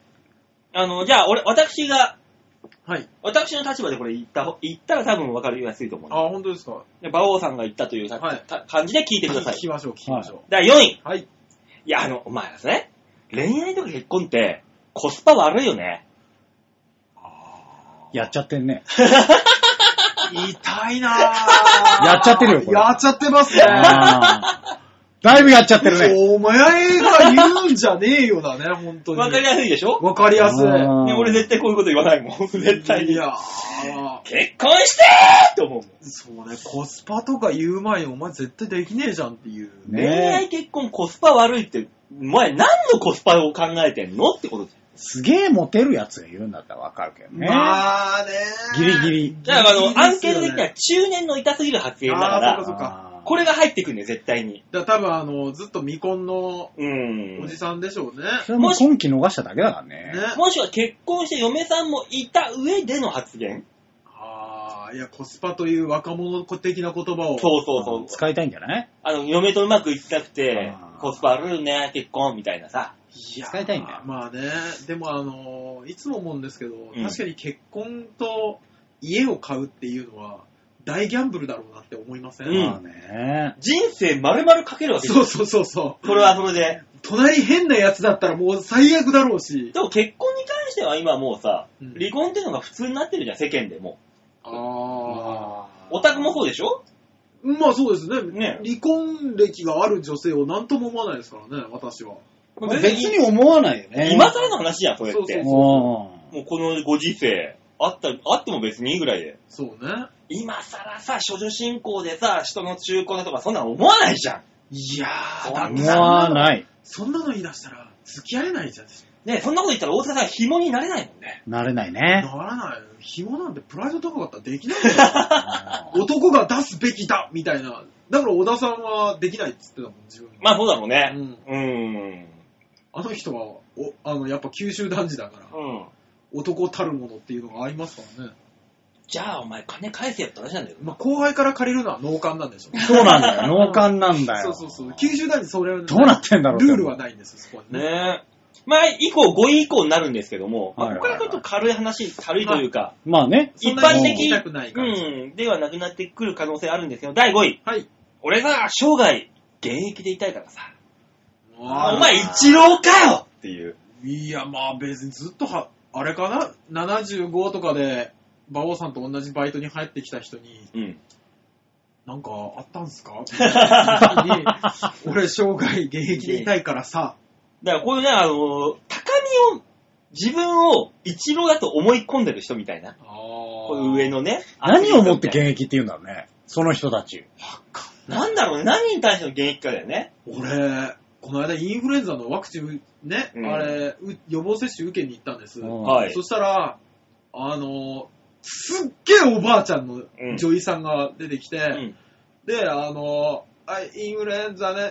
S2: あの、じゃあ俺、私が、
S3: はい。
S2: 私の立場でこれ言った、言ったら多分分かりやすいと思う。
S3: あ、本当ですか。
S2: で馬王さんが言ったというさ、
S3: はい
S2: た感じで聞いてくださ
S3: 聞
S2: い。
S3: きましょう、聞きましょ
S2: 第4位。
S3: う。はい。
S2: いや、あの、お前ですね、恋愛とか結婚って、コスパ悪いよね。
S4: やっちゃってんね。
S3: 痛いなぁ。
S4: やっちゃってるよこれ
S3: やっちゃってますね。
S4: あー だいぶやっちゃってるね。
S3: お前が言うんじゃねえよだね、本当に。
S2: 分かりやすいでしょ
S3: わかりやすい。
S4: あー
S2: で俺絶対こういうこと言わないもん。絶対に。
S3: いやー
S2: 結婚してーって思うもん。
S3: そうね、コスパとか言う前にお前絶対できねえじゃんっていう。
S4: ね
S2: 恋愛結婚コスパ悪いって、お前何のコスパを考えてんのってことじ
S4: すげえモテるやつが言うんだったらわかるけどね。
S3: まあね
S4: ギリギリ。
S2: ゃん。だからあの、アンケート的に
S3: で
S2: は中年の痛すぎる発言だか
S3: あー
S2: ら、
S3: そうか
S4: あー
S2: これが入ってくんね、絶対に。
S3: だから多分あの、ずっと未婚の
S2: う
S3: お
S2: ん
S3: じ。さんでしょうね。
S4: それはもう今期逃しただけだからね。
S3: ね。
S2: もしくは結婚して嫁さんもいた上での発言
S3: あーいや、コスパという若者的な言葉を。
S2: そうそうそう。
S4: 使いたいんじゃない
S2: あの、嫁とうまくいきたくて
S4: あ、ー
S2: コスパ悪いね、結婚、みたいなさ。
S3: やー
S4: 使いたいんだよ
S3: まあね、でもあのーいつも思うんですけど、
S2: ん
S3: 確かに結婚と家を買うっていうのは、大ギャンブルだろうなって思いません、
S2: うん
S4: まあね。
S2: 人生丸々かけるわけじゃ
S3: そ
S2: ん。
S3: うそうそうそう。
S2: これはそれで。
S3: 隣変なやつだったらもう最悪だろうし。
S2: でも結婚に関しては今もうさ
S3: うん、
S2: 離婚っていうのが普通になってるじゃん、世間でも
S3: あ
S2: う。オタクもそうでしょ
S3: まあそうですね
S2: ね
S3: 離婚歴がある女性を何とも思わないですからね、私は。
S4: 別に思わないよね。
S2: 今更の話じゃん、それっ
S3: そうそう
S2: て。
S4: もう
S2: もうこのご時世、あった、あっても別にいいぐらいで。
S3: そうね。
S2: 今更さ、処女進行でさ、人の中古だとかそんなん思わないじゃん。
S3: いやー、だって
S4: 思わない。
S3: そんなの言い出したら付き合えないじゃん。
S2: ねそんなこと言ったら大塚さん紐になれないもんね。
S4: なれないね。
S3: ならない。紐なんてプライド高かったらできないよ。 男が出すべきだみたいな。だから小田さんはできないっつってたもん、自分。
S2: まあそうだろう
S3: う
S2: ね。
S3: ん、
S2: うん。
S3: あの人はおあの、やっぱ九州男児だから、
S2: うん。
S3: 男たるものっていうのがありますからね。
S2: じゃあお前金返せよって話なんだよ。
S3: まあ、後輩から借りるのは農官なんでしょうね。
S4: そうなんだよ。農官なんだ
S3: そ
S4: よ。
S3: うそうそう。九州男児、それは、ね、
S4: どうなってんだろうって
S3: ルールはないんですよ、そこはね。
S2: ねえ。まあ、以降、5位以降になるんですけども、まあ
S4: はい
S2: こ
S4: は
S2: こか
S4: いはい
S2: らちょっと軽い話、軽いというか、
S4: まあね。
S3: そ
S2: 一
S3: んな
S2: 般
S3: に
S2: 的
S3: 聞きたくない感じ
S2: うん、ではなくなってくる可能性あるんですけど、第5位。
S3: はい。
S2: 俺が生涯、現役でいたいからさ。お前、
S3: い
S2: 一郎かよっていう。
S3: いや、まあ別にずっとは、あれかな ?75 とかで、馬王さんと同じバイトに入ってきた人に、
S2: うん。
S3: なんかあったんすかって言った時に 俺生涯現役でいたいからさ、
S2: だから、こういうね、あのー、高みを、自分を一郎だと思い込んでる人みたいな。こういう上のね。
S4: 何をもって現
S2: 役
S4: 役って言うんだろうね。その人たち。
S2: なんだろうね。何に対しての現役かだよね。
S3: 俺、この間インフルエンザのワクチン、ね、
S2: うん
S3: あれ、う予防接種受けに行ったんです。
S4: うん
S2: はい
S3: そしたら、あの、すっげえおばあちゃんの女医さんが出てきて、
S2: うん。
S3: で、あの、あインフルエンザねっ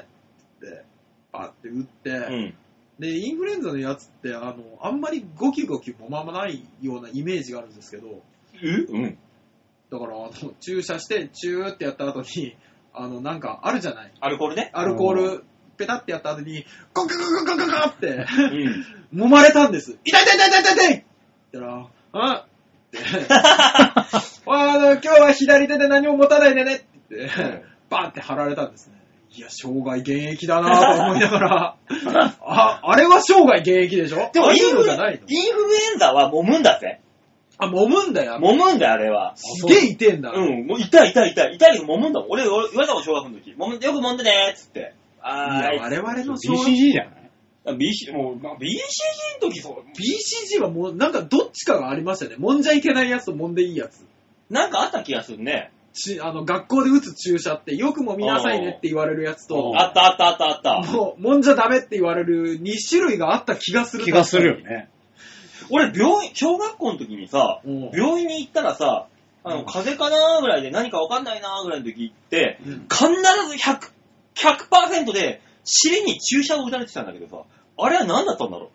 S3: て、パって打って、
S2: うん。
S3: で、インフルエンザのやつって、あの、あんまりゴキゴキもままないようなイメージがあるんですけど、
S2: うん。
S3: だから、あの、注射して、チューってやった後に、あの、なんかあるじゃない
S2: アルコールね。
S3: アルコール、ペタってやった後に、ガガガガガガガって、
S2: うん。
S3: 揉まれたんです。痛い痛い痛い痛い痛い痛いって言ったら、あって、あの、今日は左手で何も持たないでねって言って、バンって貼られたんですね。いや、生涯現役だなと思いなが ら、あ、あれは生涯現役でしょ
S2: でも
S3: ああ
S2: イ
S3: い
S2: ン
S3: うの
S2: フル、
S3: じ
S2: イ
S3: ゃ
S2: ン
S3: ないの
S2: フルエンザは揉むんだぜ。
S3: あ、揉むんだよ。
S2: 揉むんだよ、あれは。
S3: すげえ痛えんだ。
S2: うん、もう痛い痛い痛い。痛いけど揉むんだもん。俺、俺言われたもん、小学校の時。揉むんで、よく揉んでねーっつって。
S3: い
S2: あ
S3: や、
S2: ー
S3: 我々の小
S4: BCG じゃない
S2: い。BC、もう、まあ BCG の時そう。
S3: BCG はもう、なんかどっちかがありましたね。揉んじゃいけないやつと揉んでいいやつ。
S2: なんかあった気がするね。
S3: ちあの、学校で打つ注射って、よくも見なさいねって言われるやつと
S4: うん、
S2: あったあったあったあった。
S3: もう、もんじゃダメって言われる2種類があった気がする。
S4: 気がするよね。
S2: 俺、病院、小学校の時にさ、
S3: うん
S2: 病院に行ったらさ、あ
S3: うん
S2: の、風邪かなーぐらいで何かわかんないなーぐらいの時行って、
S3: うん
S2: 必ず100、100%で尻に注射を打たれてたんだけどさ、あれは何だったんだろ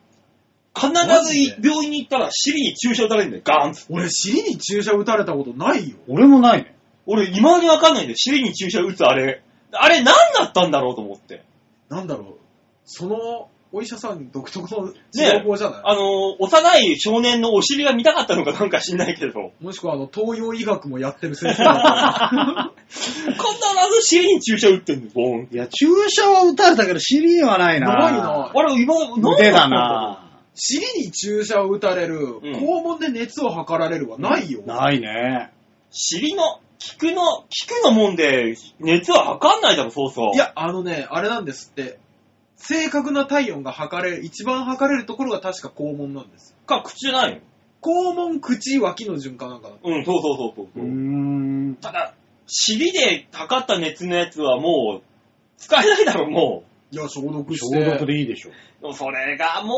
S2: う必ずい
S3: マジ
S2: 病院に行ったら尻に注射打たれるんだよ、ガーンっつって。
S3: 俺、尻に注射打たれたことないよ。
S4: 俺もないね。
S2: 俺、未だにわかんないんだよ、尻に注射打つあれ。あれ何だったんだろうと思って。
S3: なんだろう。その、お医者さん独特の治療法じゃない、
S2: あの、幼い少年のお尻が見たかったのかなんか知んないけど、
S3: もしくは、あの、東洋医学もやってる先生 だっ
S2: 必ず尻に注射打ってんのよ、ボーン。
S4: いや、注射は打たれたけど、尻にはない
S3: た。
S4: な。
S3: ないな。
S2: あれ、今、何だったんだろう
S4: 腕だな。
S3: 尻に注射を打たれる、
S2: ん
S3: 肛門で熱を測られるはないよ。
S4: ないね。
S2: 尻の、菊の、菊のもんで、熱は測んないだろ、そうそう。
S3: い、や、あのね、あれなんですって。正確な体温が測れる、一番測れるところが確か肛門なんです。
S2: か、口じゃないよ。
S3: 肛門、口、脇の循環なんかな。
S2: うん、そうそうそうそう
S4: う
S2: そう
S4: ーん。
S2: ただ、尻で測った熱のやつはもう、使えないだろ、も
S3: いや、消毒し
S4: 消
S3: て。
S4: 毒でいいでしょ。
S2: う。でもそれがも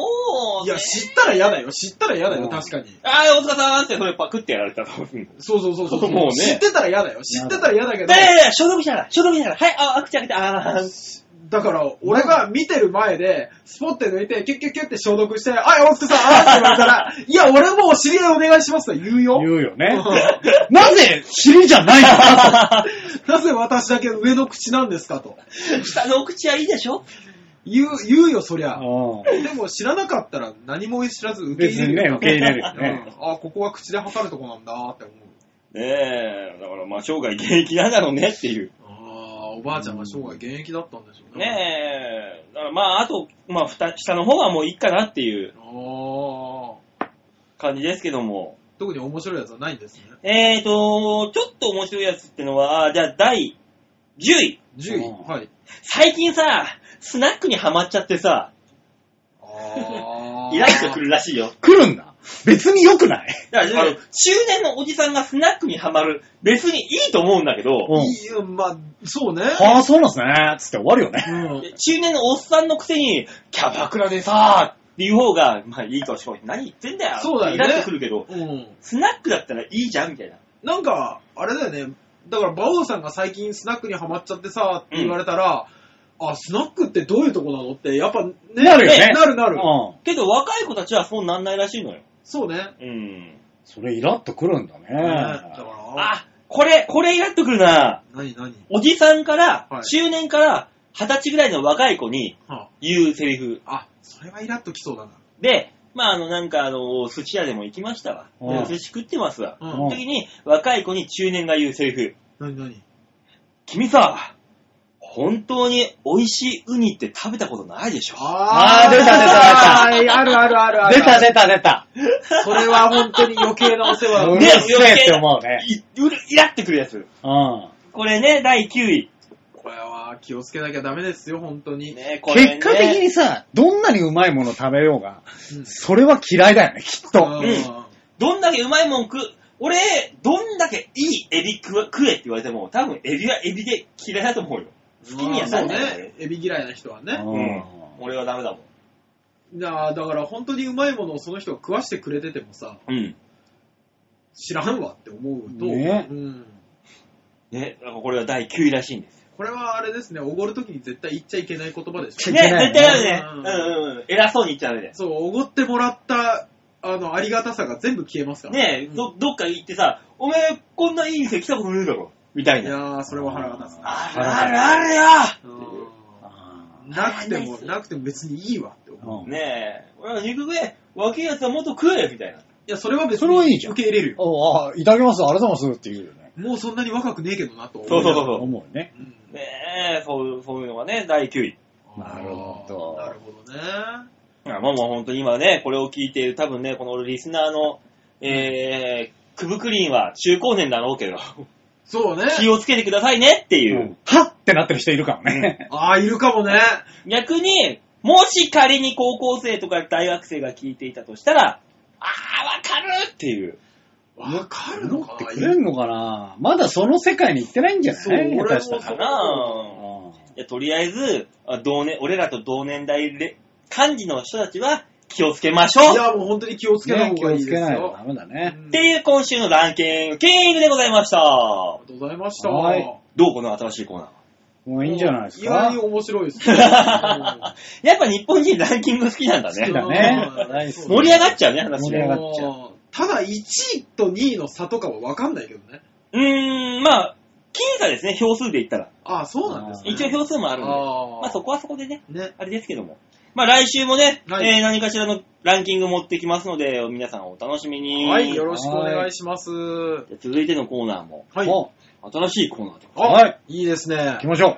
S2: う、
S3: いや、
S2: ね
S3: 知ったら嫌だよ。知ったら嫌だ
S4: う
S3: よ、
S4: ん
S3: 確かに。
S2: あー、大塚さんって、それパクってやられたらどうすんの。
S3: そうそうそうそう。
S2: もうね
S3: 知ってたら嫌だよ。知ってたら嫌だけど
S2: だ、やいや、消毒しながら、消毒しながら、はい、あ、口開けて、あー、
S3: だから、俺が見てる前で、スポッて抜いて、キュッキュッキュッって消毒して、あい、大塚さん、あーって言われた ら、いや、俺もお知り合いお願いしますと言うよ。
S4: 言うよね。
S3: うん
S4: なぜ尻じゃないのか
S3: なぜ私だけ上の口なんですかと。
S2: 下のお口はいいでしょ
S3: 言う、言うよ、そりゃ。
S4: と。うん
S3: でも知らなかったら何も知らず受け
S4: 別
S3: 入
S4: に
S3: れ
S4: ね、
S3: るよ。
S4: 受け入れるよね。
S3: うんあ、ここは口で測るとこなんだって思う。
S2: ねえ、だからまあ、生涯現役なんだろうねっていう。
S3: ああ、おばあちゃんが生涯現役だったんでしょうね。
S2: ねえ、だからまあ、あと、まあ、ふた下の方はもういいかなっていう
S3: ああ。
S2: 感じですけども。
S3: 特に面白いやつはないんですね。
S2: えーと、ちょっと面白いやつってのは、あーじゃあ第10位。
S3: 10位。
S4: うん
S3: はい。
S2: 最近さ、スナックにハマっちゃってさ、
S3: あ
S2: イライラくるらしいよ。
S4: 来るんだ。別に良くない。
S2: だから、あの中年のおじさんがスナックにハマる、別にいいと思うんだけど、
S4: うん。
S3: いや、まあ、そうね。
S4: ああ、そうなんですね。つって終わるよね。
S3: うん。
S2: 中年のおっさんのくせに、キャバクラでさ、っていう方が、まあいいとしょ。何言ってんだよ。
S3: そうだよね
S2: イラってくるけど、
S3: うん。
S2: スナックだったらいいじゃん、みたいな。
S3: なんか、あれだよね。だから、馬王さんが最近スナックにハマっちゃってさ、って言われたら、あ、スナックってどういうとこなのって、やっぱ、ね、
S4: なるよね
S3: なるな
S4: う
S3: る。
S4: ん。
S2: けど若い子たちはそうなんないらしいのよ。
S3: そうね。
S2: うん。
S4: それイラッと来るんだ
S3: ねだか
S4: ね。
S3: ら、
S2: あ、これ、これイラっとくるな。
S3: なになに
S2: おじさんから、
S3: はい
S2: 中年から二十歳ぐらいの若い子に
S3: は
S2: 言うセリフ。
S3: あ、あ、それはイラっときそうだな。
S2: で、まあ、あの、なんか、あの、寿司屋でも行きましたわ。
S4: うん
S2: で寿司食ってますわ。
S3: うん
S2: その時に、若い子に中年が言うセリフ。
S3: なになに
S2: 君さ、本当に美味しいウニって食べたことないでしょ
S4: あー出た出た
S3: 出た。あるあるあるある。
S4: 出た出た出た。
S3: それは本当に余計なお世話
S4: う
S3: だ
S4: るせえって思うね。
S2: いいうるイラってくるやつ。
S4: うん。
S2: これね、第9位。
S3: これは気をつけなきゃダメですよ、本当に。
S2: ね、これね
S4: 結果的にさ、どんなにうまいもの食べようが、
S3: うん
S4: それは嫌いだよね、きっと。
S3: うん
S2: どんだけうまいもん食う、俺、どんだけいいエビ食う食えって言われても、多分エビはエビで嫌いだと思うよ。好きにはな
S3: そ
S2: ら
S3: う
S2: ないよ
S3: ね。エビ嫌いな人はね。
S4: うん
S2: うん。俺はダメだもん。
S3: いやーだから本当にうまいものをその人が食わしてくれててもさ、
S2: うん。
S3: 知らんわって思うと、
S4: ね
S3: うん、
S2: ね、なんかこれは第9位らしいんです
S3: これはあれですね、おごるときに絶対言っちゃいけない言葉でし
S4: い
S2: よ。
S3: ょ。
S2: ね、
S4: けない
S2: 絶対ダメね。
S3: う
S2: うんんうんうん。偉そうに言っちゃダメで。
S3: そう、おごってもらった、あの、ありがたさが全部消えますから
S2: ね
S3: うん
S2: ど、どっか行ってさ、おめえこんないい店来たことねえだろ。みたい
S3: い
S2: な。
S3: やー、それは腹が立つな。
S2: あるあるあるよ
S3: うん
S4: あ
S3: なくても、
S2: あー
S3: なくても別にいいわって思う。
S4: うん
S2: ねえ、俺は肉食え、若いやつはもっと食えみたいな。
S3: いや、それは別
S4: それはいい
S3: に
S4: じゃん
S3: 受け入れるよ。
S4: おあ、いただきます、ありがとうございますって言うよね。
S3: もうそんなに若くねえけどなと思
S2: そうそうそうそう
S4: 思うね。
S3: うん
S2: ねえ、そう、そういうのがね、第9位。
S4: なるほど
S3: なるほどね。
S2: まあもう本当に今ね、これを聞いている多分ね、このリスナーの、えー、クブクリンは中高年だろうけど、
S3: そうね。
S2: 気をつけてくださいねっていう。
S4: はっってなってる人いるからね。
S3: ああ、いるかもね。
S2: 逆に、もし仮に高校生とか大学生が聞いていたとしたら、あー、わかるっていう。
S3: わかるの
S4: 思っ
S3: か
S4: て
S3: な
S4: くれんのかなまだその世界に行ってないんじゃない
S3: そう俺も
S4: 下手した。
S2: からなぁ。いやとりあえず、あ同年、俺らと同年代で、幹事の人たちは気をつけましょ
S3: いうや、もう本当に気をつけた
S4: ね
S3: 方
S4: 気
S3: が
S4: を
S3: いい
S4: つ
S3: で
S4: け
S3: す
S4: ないと
S3: よ。
S4: ダメだね。
S2: っていう今週のランキング、キングでございました。
S3: ありがとうございました。
S4: はい
S2: どうこの新しいコーナー。
S4: もういいんじゃないです
S3: 意外
S4: か
S3: に。面白い ですね。う ん
S2: やっぱ日本人ランキング好きなんだ
S4: 好き
S2: ね。
S4: だね
S3: そう
S4: 大好き
S2: 盛り上がっちゃうね、話
S4: 盛り上
S2: ね。
S4: がっちゃう
S3: もうただ1位と2位の差とかは分かんないけどね。
S2: うーん、まあ、僅差ですね、票数で言ったら。
S3: ああ、そうなんですね。
S2: 一応票数もあるんで。
S3: あ
S2: まあそこはそこでね、
S3: ね。
S2: あれですけども。まあ来週もね、
S3: はい
S2: えー何かしらのランキング持ってきますので、皆さんお楽しみに。
S3: はい、よろしくお願いします。は
S2: じゃあ続いてのコーナーも、
S3: い。
S4: お
S2: 新しいコーナーで。
S3: あ、、
S4: はい
S3: いですね
S4: 行き。ましょ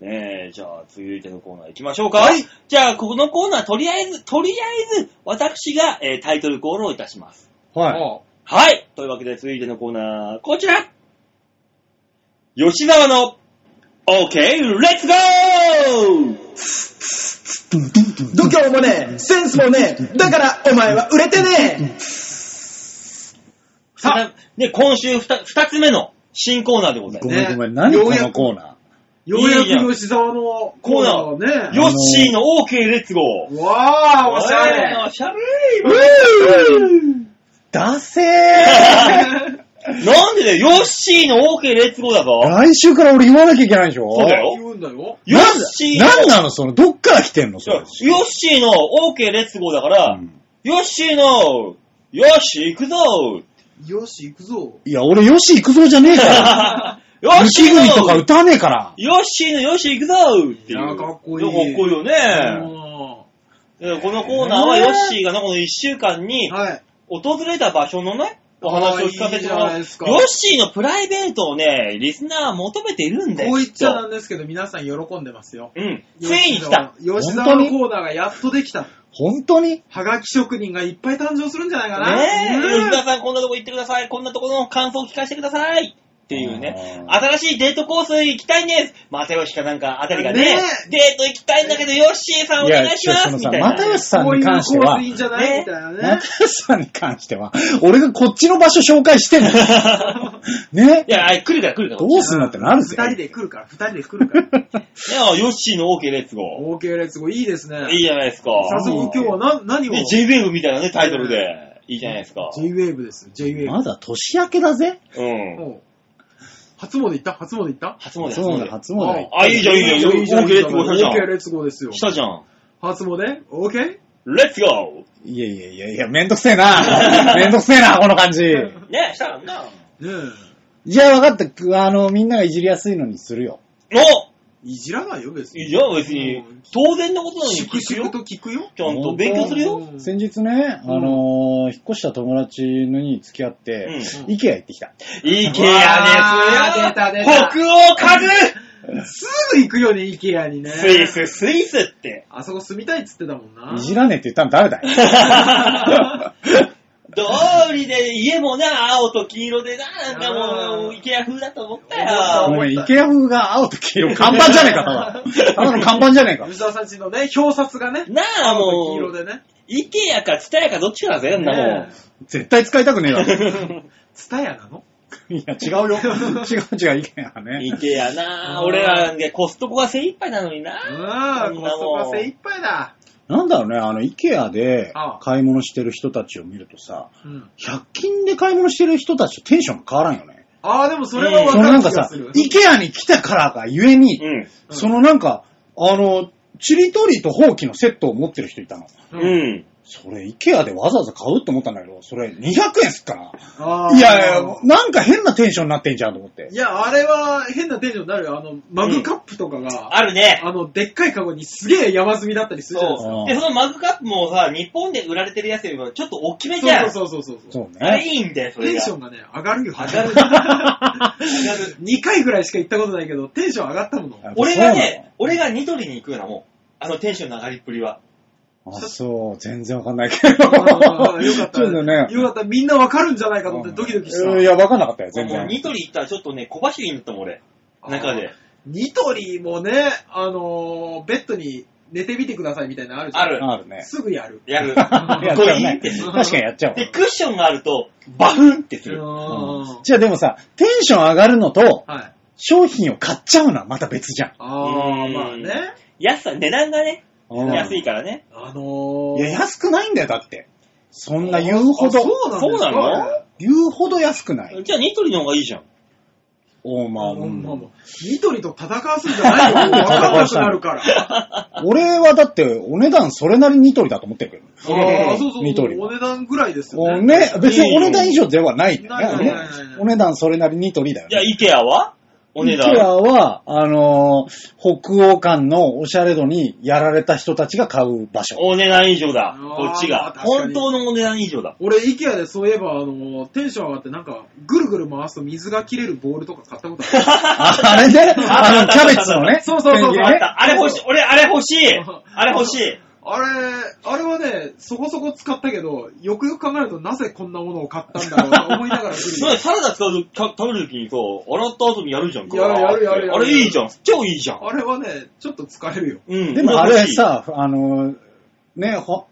S2: ねえ、じゃあ続いてのコーナー行きましょうか。
S3: はい
S2: じゃあこのコーナーとりあえず、とりあえず私が、えータイトルコールをいたします。
S4: う。はい。
S3: あ
S2: はい。というわけで、続いてのコーナー、こちら吉沢の、OK, let's go!
S1: 度胸もねえ、センスもねえ、だからお前は売れてね
S2: さあ、ね、今週ふた二つ目の新コーナーでござい
S4: ご
S2: ま
S4: めんごめん。
S3: ね
S4: 何
S3: よ
S4: こ
S3: うや
S4: の
S3: く
S4: コーナ
S3: ようやく吉沢のコーナーを
S2: す。
S3: ね。
S2: ヨッシーの OK, let's go!
S3: わあ、おしゃれ。
S2: おしゃれ
S4: ー。だせ ー
S2: なんでね、ヨッシーの OK, let's go だぞ
S4: 来週から俺言わなきゃいけないでしょ
S2: そうだよ
S3: 言うんだよ。
S2: ヨッ
S4: なん
S2: シーの、
S4: なんなのその、どっから来てんのそ
S2: ヨ
S4: れ
S2: ッ。シーの OK, let's go だから、
S4: うん
S2: ヨッシーの、ヨッシー行く ぞ
S3: よし、行くぞ。
S4: いや、俺、ヨシ行くぞじゃねえ から。
S2: ヨッシ
S4: 雪
S2: ーの
S4: 国とか歌わねえから。
S2: ヨッシーのヨッシー行くぞーっていう。
S3: いやかっこいい
S2: かっこいいよね。
S3: は
S2: でこのコーナーはヨッシーがねこの一週間に
S3: い。
S2: 訪れた場所のね、お話を聞かせても
S3: あーいいじゃな
S2: らう。
S3: い
S2: ヨッ
S3: ですか
S2: シーのプライベートをね、リスナーは求めているんだよ。
S3: こう言っ
S2: きっと
S3: ちゃなんですけど、皆さん喜んでますよ。
S2: うん。ついに来た。
S3: 吉沢のコーナーがやっとできた。
S4: 本当に
S3: はがき職人がいっぱい誕生するんじゃないかな。
S2: ねえ、
S3: うん
S2: 吉田さんこんなとこ行ってください。こんなとこの感想を聞かせてください。っていうね。
S4: あ
S2: 新しいデートコース行きたいんです。正義かなんかあたりがね、
S3: ねえ
S2: デート行きたいんだけど、ヨッシーさんお願いします
S4: その
S2: み
S4: さ、
S2: たいな。
S4: 又吉さん
S3: こうい
S4: に
S3: うコー
S4: 関しては
S3: スい、いんじゃないみたいなね
S4: 又。吉さんに関しては、俺がこっちの場所紹介してんの。ね
S2: いや、あれ来るから来るから。
S4: どうすんだってなるぜ。
S3: 二人で来るから、二人で来る か
S2: い
S3: ら。
S2: や、ヨッシーの OK レッツゴ
S3: OK 列語いいです
S2: ー。いいじ
S3: ね。
S2: ゃないですか。
S3: 早速今日はな何を
S2: ね J-Wave みたいなね、タイトルで。いいじゃないですか。
S3: ?J-Wave です。J-Wave。
S4: まだ年明けだぜ。
S2: うん。
S3: もう初詣行った初詣行った
S2: 初詣。
S4: そうだ、初詣だ。
S2: あいいじゃんいいじゃん
S3: いいじゃん
S2: OK 列号したじゃん
S3: OK 列号ですよ。
S2: したじゃん。
S3: 初詣 ?OK?
S2: レッツゴ
S4: いやいやいやいや、めんどくせえな。めんどくせえな、この感じ。
S2: ーねしたらな。
S3: ね
S4: じゃあ分かった。あの、みんながいじりやすいのにするよ。
S2: お
S3: え。いじらないよ、別に。
S2: いいじゃん、別に。当然のことなのに
S3: 粛
S2: 聞く
S3: 々
S2: よ。
S3: と聞くよ。
S2: ちゃんと勉強するよ。
S3: うん
S4: 先日ね、あのー、引っ越した友達のに付き合っ
S2: うん
S4: て、。イケア行ってきた。
S2: イケア
S3: う
S2: ね、
S3: わー
S2: それ
S3: 出た出た
S2: 北欧風
S3: すぐ行くよね、IKEA にね。
S2: スイス、スイス って。
S3: あそこ住みたいっつってたもんな。
S4: いじらねえって言ったの誰だよ。
S2: 通りで家もな、青と黄色でな、なんかもう、イケア風だと思ったよ。
S4: ごめん、イケア風が青と黄色、看板じゃねえか、ただ。ただの看板じゃねえ か。
S3: 吉沢さんちのね、表札がね、
S2: なあ、
S3: 黄
S2: も
S3: 色
S2: う、
S3: でね、
S2: イケアかツタヤかどっちかだぜ、んなも
S3: ね
S4: 絶対使いたくねえわ。
S3: ツタヤなの
S4: いや、違うよ。違う違う、イケア
S2: ん。
S4: ね。
S2: イケアな
S3: うん
S2: 俺らなんてコストコが精一杯なのにな
S3: う
S2: そん
S3: ん、コ
S2: な
S3: スト
S2: も
S3: パ
S2: ん
S3: 精一杯だ。
S4: なんだろうね、あの、イケアで
S3: ああ
S4: 買い物してる人たちを見るとさ、
S3: うん。
S4: 100均で買い物してる人たちとテンションが変わらんよね。
S3: ああ、でもそれは
S2: うん
S4: そ
S3: 分かる
S4: のなんか
S3: 気が
S4: さ
S3: する。、
S4: イケアに来たからがゆえに、
S2: うん。
S3: うん
S4: そのなんか、あの、チリトリとホウキのセットを持ってる人いたの。
S2: うん。
S4: それ、イケアでわざわざ買うって思ったんだけど、それ200円すっか
S3: あ
S4: な。
S3: ー
S4: いやいや、なんか変なテンションになってんじゃんと思って
S3: い。や、あれは変なテンションになるよ。あの、マグカップとかが、
S2: あるね。
S3: あの、でっかいカゴにすげえ山積みだったりするじゃないですか。
S2: そ
S4: うん
S2: う。で、そのマグカップもさ、日本で売られてるやつよりもちょっと大きめじゃん。
S3: そうそうそうそうそう。
S4: そう
S2: あれ
S4: ね。
S2: いいんだよ、そ
S3: テ
S2: れ
S3: ン
S2: が。
S3: ションがね、上がるよ。
S2: 上がる上がる
S3: 2回ぐらいしか行ったことないけど、テンション上がったもの。
S4: やっぱ
S2: 俺がね、俺がニトリに行くようなもん。あのテンションの上がりっぷりは。
S4: あ、そう、全然わかんないけど。よ
S3: あーよかった。
S4: ちょっとね。
S3: よかった。みんなわかるんじゃないかと思ってドキドキした。
S4: うんいや、わかんなかったよ、全
S2: もう
S4: 然。
S2: ニトリ行ったらちょっとね、小走りになったもん、俺。中で。
S3: ニトリもね、あのーベッドに寝てみてくださいみたいなのあるじゃん。
S2: ある。
S4: あるね。
S3: すぐやる。
S2: やる。
S4: やっ
S2: ゴ
S4: ちゃう
S2: リンっ
S4: ね。
S2: て。
S4: 確かにやっちゃうわ。
S2: で、クッションがあると、バフンってす
S3: う
S2: る。
S3: ーん
S4: じゃあでもさ、テンション上がるのと、
S3: はい。
S4: 商品を買っちゃうのはまた別じゃん。
S3: ああ、
S2: うん
S3: まあね。
S2: 安さ、値段がね、
S4: うん
S2: 安いからね。
S3: あのー、
S4: いや、安くないんだよ、だって。そんな言うほ
S3: あ
S4: ど、
S3: そうなんです
S2: そ
S3: か
S2: うなの
S4: 言うほど安くない。
S2: じゃあニトリの方がいいじゃん。
S4: おうまあ、
S3: う
S4: うん
S3: まあま
S4: ん
S3: あニトリと戦わすんじゃないよ。わかんなくな るから。
S4: 俺はだって、お値段それなりニトリだと思ってるけど。
S3: ああ、そうそう。
S4: ニトリは
S3: お値段ぐらいですよ
S4: お
S3: ね。
S4: ね、別にお値段以上ではないんだ
S3: ない
S4: よ
S3: ない
S4: ね。
S3: ないない
S4: お値段それなりニトリだよ
S2: じゃあ、
S4: ね。
S2: イケアはお値段。
S4: イケアは、あのー北欧間のおしゃれ度にやられた人たちが買う場所。
S2: お値段以上だ。
S3: あー
S2: こっち
S3: まあ
S2: が。
S3: 確かに
S2: 本当のお値段以上だ。
S3: 俺、イケアでそういえば、あのー、テンション上がって、なんか、ぐるぐる回すと水が切れるボールとか買ったことある。
S4: あれね、 あの、キャベツのね。
S3: そうそうそうそう
S2: あ
S4: ね
S2: った。あれ欲しい。俺、あれ欲しい
S3: そう。
S2: あれ欲しい。
S3: あれ、あれはね、そこそこ使ったけど、よくよく考えるとなぜこんなものを買ったんだろうと思いな
S2: なん
S3: がらグリ
S2: で
S3: グリ
S2: サラダ使うと、か食べるときにさ、洗った後にやるじゃんか。
S3: やるやるやるやる
S2: あれいいじゃん。超いいじゃん。
S3: あれはね、ちょっと疲れるよ。
S2: うん。
S4: でもあ
S2: 俺
S4: れ
S2: 欲しい、
S4: さ、あの、ね、ほ、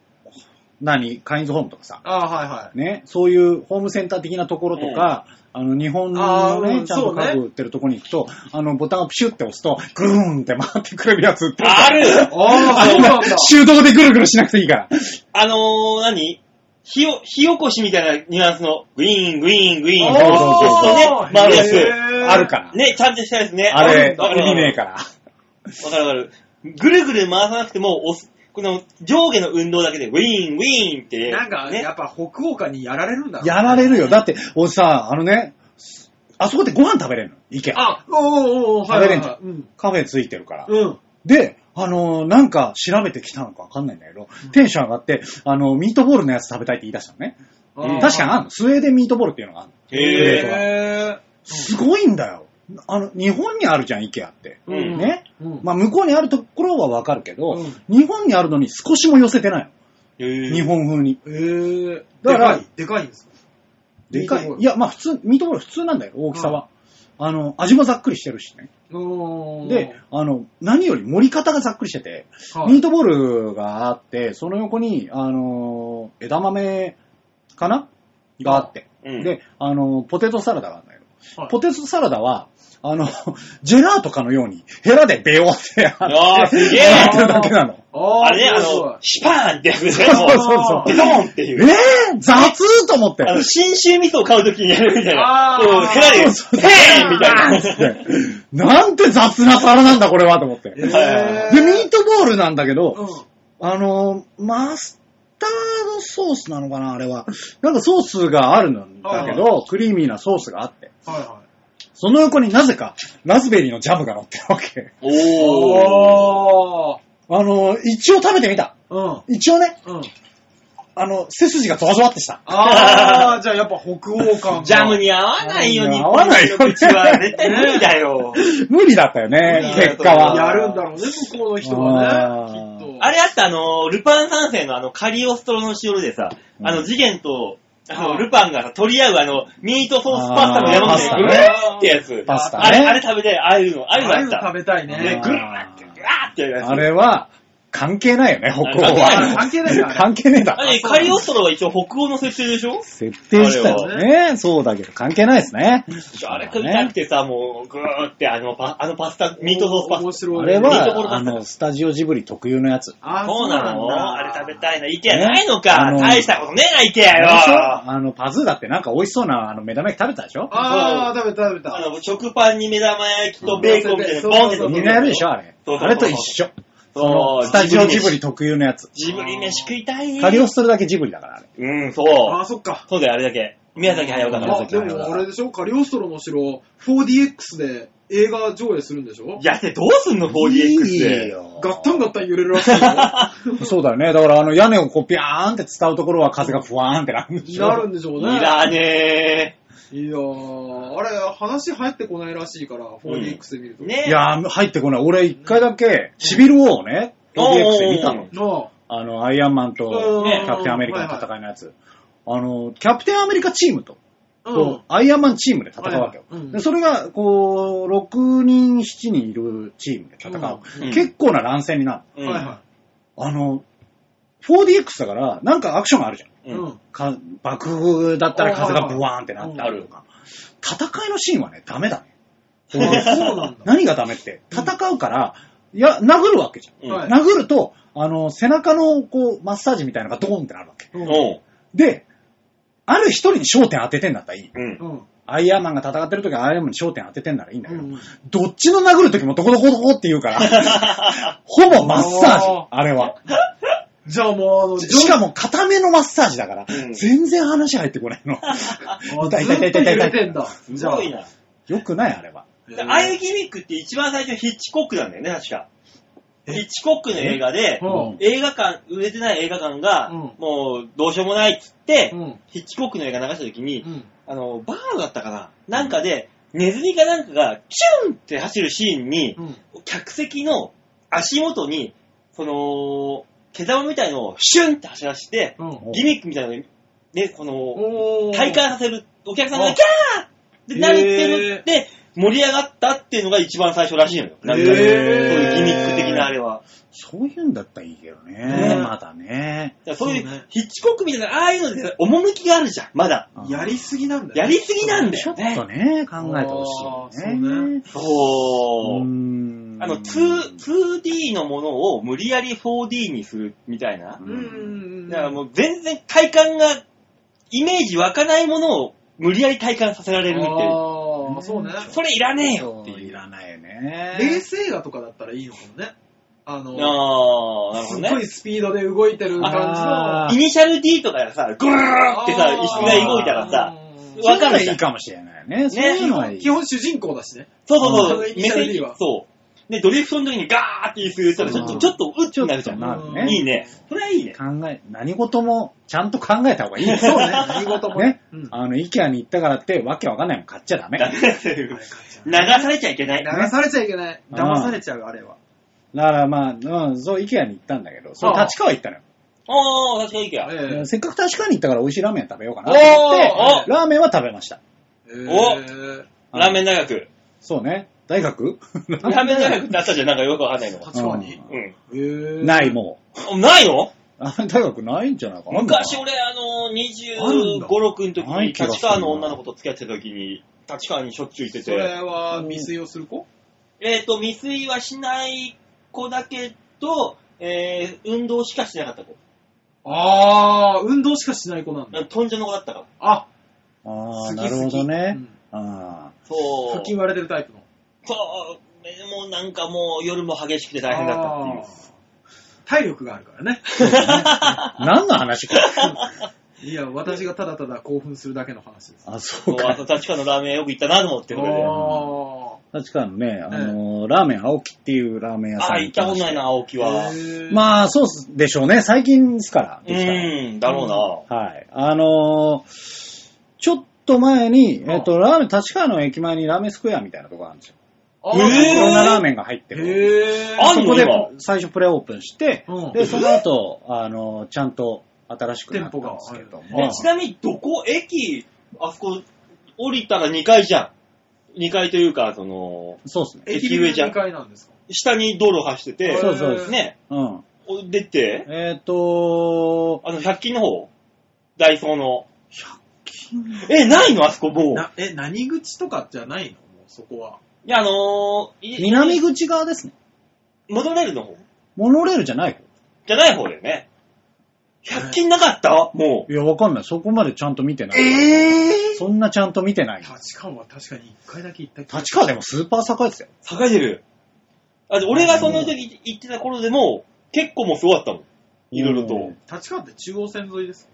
S4: 何、カインズホームとかさ、
S3: ああ、はいはい。
S4: ね、そういうホームセンター的なところとか、あの、日本の
S3: あーう
S4: ね、
S3: ん
S4: ちゃんと
S3: そ
S4: 家
S3: う
S4: 具
S3: ね
S4: 売ってるとこに行くと、あの、ボタンをピシュって押すと、ぐるーんって回ってくれるやつ売ってる
S2: ある
S3: ああ、そう なんだ。
S4: 手動でぐるぐるしなくていいから。
S2: あのー、何火を、火起こしみたいなニュアンスの、グイーン、グイーン、グイーン、
S4: そうそうそう
S2: そうね
S3: あー
S2: 回るやつ
S3: へー
S4: あるから。
S2: ね、ちゃんとしたやつね。
S4: あれ、
S2: わか
S4: 意
S2: る
S4: 味ねえから。
S2: わかるわかる。ぐるぐる回さなくても、押す、この上下の運動だけで、ウィーン、ウィーンって。
S3: なんか、
S2: ね
S3: や。っぱ北欧館にやられるんだろうね
S4: やられるよ。だって、俺さ、あのね、あそこでご飯食べれるの。行け。
S3: あ、おーおーおー、はいはい、はい。
S4: 食
S3: うん。
S4: カフェついてるから。
S3: うん。
S4: で、あのーなんか調べてきたのかわかんないんだけど、テンション上がって、あのミートボールのやつ食べたいって言い出したのね。
S2: うん
S4: 確かにあんの。スウェーデンミートボールっていうのがあるの。
S2: へー
S3: へ
S4: すごいんだよ。あの、日本にあるじゃん、イケアって。
S2: うん
S3: うん
S4: ね。
S3: ぇー。うん。
S4: まあ、向こうにあるところはわかるけど、
S3: う
S4: 日本にあるのに少しも寄せてない
S2: へ
S4: の。
S2: ー
S4: 日本風に。
S3: へぇー。
S4: だ
S3: で
S4: から
S3: かい、でかいんですか
S4: で
S3: ミ
S4: か
S3: ート
S4: い
S3: ボー。ル
S4: いや、まあ、普通、ミートボール普通なんだよ、大きさは。あの、味もざっくりしてるしね。
S3: おー
S4: で、、あの、何より盛り方がざっくりしてて、
S3: はい
S4: ミートボールがあって、その横に、あのー枝豆かながあって。
S2: うん
S4: で、あのーポテトサラダがあるんだけど、
S3: はい
S4: ポテトサラダは、あの、 ジェラートかのように、ヘラでベヨってやっ
S2: あーすげえ
S4: やってるだけなの。
S3: あー
S2: あれね、あ
S3: すごい
S2: の、シパーンってやつね。
S4: そうそうそう
S3: あ
S4: そ
S2: ペ
S4: う。
S2: トーンっていう。
S4: えー、雑と思って。
S2: あの、新州味噌を買うときにやるみたいな。
S3: あー
S2: こう、ヘラで、
S4: そうそうそう
S2: ヘーンみたいな。
S4: つってなんて雑な皿なんだ、これは、と思って。
S3: え
S4: で、ミ
S2: は
S4: ートボールなんだけど、
S3: うん。
S4: あのー、マスタードソースなのかな、あれは。なんかソースがあるんだけど、クリーミーなソースがあって。
S3: はいはい。
S4: その横になぜか、ラズベリーのジャムが乗ってるわけ。
S2: おー。
S3: おー。
S4: あのー、一応食べてみた。
S3: うん。
S4: 一応ね、
S3: うん。
S4: あの、背筋がゾワゾワってした。
S3: あー、じゃあやっぱ北欧感が。
S2: ジャムに合わないよ、
S4: うん
S2: 日
S4: 合わ
S2: 本
S4: ない
S2: 人
S4: よ
S2: の口は。絶対無理だよ。
S4: 無理だったよね、
S2: 無理だ
S4: 結果
S2: あー
S4: は。
S3: やるんだろうね、向こうの人はね。
S4: あー
S3: きっと。
S2: あれあった、あの、ルパン三世のあの、カリオストロの塩でさ、
S4: うん
S2: あの、次元と、あ
S3: う
S2: の、
S3: ん
S2: ルパンがさ、取り合うあの、ミートソースパスタの山本
S4: あーパス
S2: で、
S4: タ
S2: グ
S4: ね
S2: レーってやつ。
S4: パスタ
S2: あれ、あれ
S4: ね。
S2: 食べたい、ああいうの、ああいうのあっ
S3: ああいうの食
S2: た。
S3: べたい
S2: ね
S3: ね。、
S2: グラーって、グラーってやるやつ。
S4: あれは、関係ないよね、北欧
S3: あ
S4: は。
S3: 関係ないから。
S4: 関係ねえだろ
S2: だってカリオストロは一応北欧の設定でしょ
S4: 設定したよね。そうだけど、関係ないですね。
S2: あれ食いたくてさ、もう、ぐーってあのパ、あのパスタ、ミートソースパ
S3: 面
S2: スタ。
S3: 白い。
S4: あれ
S2: ミートボール
S4: は、
S2: パ
S4: あ
S2: スタ
S4: の、スタジオジブリ特有のやつ。
S3: あー、
S2: そうな
S3: そうなんだ
S2: のあれ食べたいな。イケアないのか。
S4: あの
S2: 大したことねえな、イケ
S4: あれでしょ
S2: アよ。
S4: あの、パズーだってなんか美味しそうな、あの、目玉焼き食べたでしょ
S3: あー、食べた食べ
S2: あ
S3: た。
S2: の、食パンに目玉焼きとベーコンみたいな、
S3: そう
S2: ボンって乗っ
S4: み
S2: て
S4: んなやるでしょあれ。
S2: そうそうそう
S4: あれと一緒。その、スタジオジブリ特有のやつ。
S2: ジブリ飯食いたい。
S4: 仮押しするだけジブリだから、あれ。
S2: うん、そ
S3: あ
S2: う
S3: あ、。そっか。
S2: そうだよ、あれだけ。宮崎駿だから
S3: あ、。でもあれでしょカリオストロの城、4DX で映画上映するんでしょ
S2: いや、で、どうすんの ?4DX
S4: いい
S2: で。
S4: よ
S3: ガッタンガッタン揺れるらしいよ。
S4: そうだよね。だからあの屋根をこうピャーンって伝うところは風がふわーんってなるんで しょ。
S3: なるんでしょう
S2: い
S3: ね。
S2: らね
S3: いやー、あれ、話入ってこないらしいから、4DX で見ると。
S2: え。ね
S4: いやー、入ってこない。俺一回だけ、シビル王をね、
S2: うん
S4: DX で見たの。
S3: な
S4: あの、アイアンマンとキ
S2: ね
S4: ャプテンアメリカの戦いのやつ。あの、キャプテンアメリカチームと、
S3: あ、う
S4: と
S3: ん。
S4: アイアンマンチームで戦うわけよ。
S3: はいはいうん
S4: でそれが、こう、6人、7人いるチームで戦う。
S2: うん
S4: 結構な乱戦にな
S2: う
S4: る。
S2: ん
S3: はいは
S4: あの、4DX だから、なんかアクションあるじゃん。
S3: い。
S2: うん
S3: うん。
S4: か爆風だったら風がブワーンってなってあるとか。戦いのシーンはね、ダメだね。
S3: そうなんだ。
S4: 何がダメって、戦うから、いや、殴るわけじゃん。
S2: うん
S3: はい
S4: 殴ると、あの、背中の、こう、マッサージみたいなのがドーンってなるわけ。
S2: おう。
S4: で、ある一人に焦点当ててんだったらいい。
S2: うん
S3: う。ん。
S4: アイアンマンが戦ってる時はアイアンマンに焦点当ててんならいいんだ
S3: う
S4: けど、
S3: ん。
S4: どっちの殴る時もどこどこどこって言うから、 ほぼマッサージ
S3: おー、
S4: あれは。
S3: じゃあもう、あの、
S4: しかも固めのマッサージだから、
S2: うん
S4: 全然話入って こないの。
S3: あ
S4: 痛い
S3: ず
S4: 痛
S3: っ
S4: い
S3: と
S4: 痛い痛い痛い
S3: 揺れてんだ。
S2: すごいな。
S4: よくないあれは。
S2: でああいうギミックって一番最初ヒッチコックなんだよね、確か。ヒッチコックの映画で、
S3: うん
S2: 映画館、売れてない映画館が、
S3: うん
S2: もうどうしようもないっつって、
S3: うん。
S2: ヒッチコックの映画流した時に、
S3: うん。
S2: あの、バーだったかななんかで、ネズミかなんかがキュンって走るシーンに
S3: う、ん。
S2: 客席の足元に、その、毛玉みたいのをシュンって走らせて、
S3: うん。
S2: ギミックみたいなのに、ね、この、
S3: おー。
S2: 体感させる、お客さんがキ
S3: あ
S2: ャーってなるっていうのって、盛り上がったっていうのが一番最初らしいのよ。なんか、そう
S3: へ
S2: い
S3: ー
S2: うギミック的なあれは。
S4: そういうんだったらいいけどね、
S3: ね
S4: まだね。
S2: だからそうい
S3: そう
S2: う
S3: ね、
S2: ヒッチコックみたいな、ああいうので、趣があるじゃん、まだ。
S3: やりすぎなんだよ。
S2: やりすぎなんだ
S4: ちょ
S2: よ
S4: っとね
S2: ね。、
S4: 考えてほしいよ
S3: あーそう
S4: ね。
S2: そうう。
S4: ん
S2: あの、2、2D のものを無理やり 4D にするみたいな。
S3: うんうん。
S2: だからもう全然体感が、イメージ湧かないものを無理やり体感させられるっていう。
S3: ああ、そうね。
S2: それいらねえよ
S4: そ
S2: って
S4: う
S2: い。
S4: いう
S2: あ
S4: らないよね。
S3: レース映画とかだったらいいのかもね。あ
S2: あー、
S3: の、
S2: なるほ
S3: す
S2: ど
S3: っ
S2: ね
S3: ご。いスピードで動いてる感
S4: あー
S2: イニシャル D とかがさ、グーってさ、椅子が動いたらさ、
S3: うん
S4: わ
S2: わ
S4: か
S2: か
S4: る
S2: る
S4: い
S2: じゃん
S4: いかもしれないね。そういうのはいい。
S3: 基本主人公だしね。
S2: そうそう
S3: う
S2: そ
S3: ん
S2: う、目線
S3: D は
S2: そう。で、ドリフトの時にガーって椅子言ったら、ちょっ
S4: う
S2: と、
S4: ん
S2: ちょっと、うっってなるじゃん。
S4: なるね。
S2: いいね。それはいいね。
S4: 考え、何事もちゃんと考えた方がいい。そう
S3: ね何事も
S4: ね
S3: ねうん。
S4: あの、イケアに行ったからって、わけわかんないもん買っちゃダメ。
S2: ダ
S4: だ
S2: メだっていう。流されちゃいけない。
S3: 流されちゃいけない。
S4: うん
S3: 騙されちゃう、あれは。
S4: からまあ、うん、そう、イケアに行ったんだけど、そう、
S3: ああ
S4: 立川行ったのよ。
S2: おー、確かにいいか。
S4: う
S3: え
S4: んせっかく立川に行ったから美味しいラーメン食べようかなと思って
S2: おー、
S4: ラーメンは食べました。
S3: えええ
S4: うん
S2: ラーメン大学。
S4: そうね。大学
S2: ラーメン大学だったじゃん、なんかよくわかんないのが。
S3: 立川に。
S2: う
S3: ええ
S4: ない、も
S2: ん。ないの
S4: う。ラーメン大学ないんじゃないかな。
S2: 昔俺、あの、
S3: あるん
S2: 25、
S3: だ
S2: 6の時
S4: な
S2: に、
S4: い気がす
S2: 立
S4: るな
S2: 川の女の子と付き合ってた時に、立川にしょっちゅう行って
S3: それ
S2: て。
S3: は未遂をする子
S2: えっと、未遂はしない子だけど、えー、運動しかしなかった子。
S3: ああ、運動しかしない子なんだ。
S2: トンジョの子だったから。
S3: あ、
S4: ああ、
S3: 好き
S4: なるほどね。あ
S2: そう。
S3: さっき言われてるタイプの。
S2: そう、ねもうなんかもう夜も激しくて大変だったっていう
S3: あ。ー体力があるか らね。
S4: あ。何の話か。
S3: いや、私がただただ興奮するだけの話です。
S4: あ、そ
S2: そうう、あ
S4: か
S2: と。立川のラーメン屋よく行ったなと思って、それで。
S3: あ
S4: 確かにね、あのーラーメン青木っていうラーメン屋さ
S2: あ、
S4: ん
S2: 行ったことない
S4: い。
S2: な、青木は。
S3: ーあ、
S4: まあ、そうでしょうね。最近ですから。
S2: う
S4: できたの
S2: ん、だろう
S4: はい。あのーちょっと前に、
S3: あ
S4: えっと、ラーメン、立川の駅前にラーメンスクエアみたいなとこあるんですよ。
S3: あ
S2: えー
S4: いろんなラーメンが入ってる。
S3: へぇ
S2: あ
S4: そ
S2: ん
S4: こ
S2: の
S4: で
S2: 今
S4: 最初プレオープンして、
S3: うん
S4: で、その後、あのーちゃんと新しくなったんですけど
S3: 店
S2: な。
S4: も
S2: え、ちなみに、どこ、駅、あそこ、降りたら2階じゃん。2階というか、その、
S4: そうですね。
S3: 駅上じゃん。2階なんですか
S2: 下に道路走ってて、
S4: そうそうです
S2: ね、
S4: うん。
S2: お出て、
S4: えっ、と
S2: あの、100均の方、ダイソーの。100均え、ないのあそこもう。
S3: なえ、何口とかじゃないのもうそこは。
S2: いや、あのー、い
S4: 南口側ですね。
S2: モノレールの方
S4: モノレールじゃない方
S2: じゃない方だよね。100均なかったもう。
S4: いや、わかんない。そこまでちゃんと見てない。
S2: え
S4: そんなちゃんと見てない。
S3: 立川は確かに1回だけ行った気が
S4: 立川でもスーパー栄えてたよ。
S2: ぇ栄えてる。あで俺がその時行ってた頃でも、結構もうすごかったもん。いろいろと。
S4: うん
S3: 立川って中央線沿いです。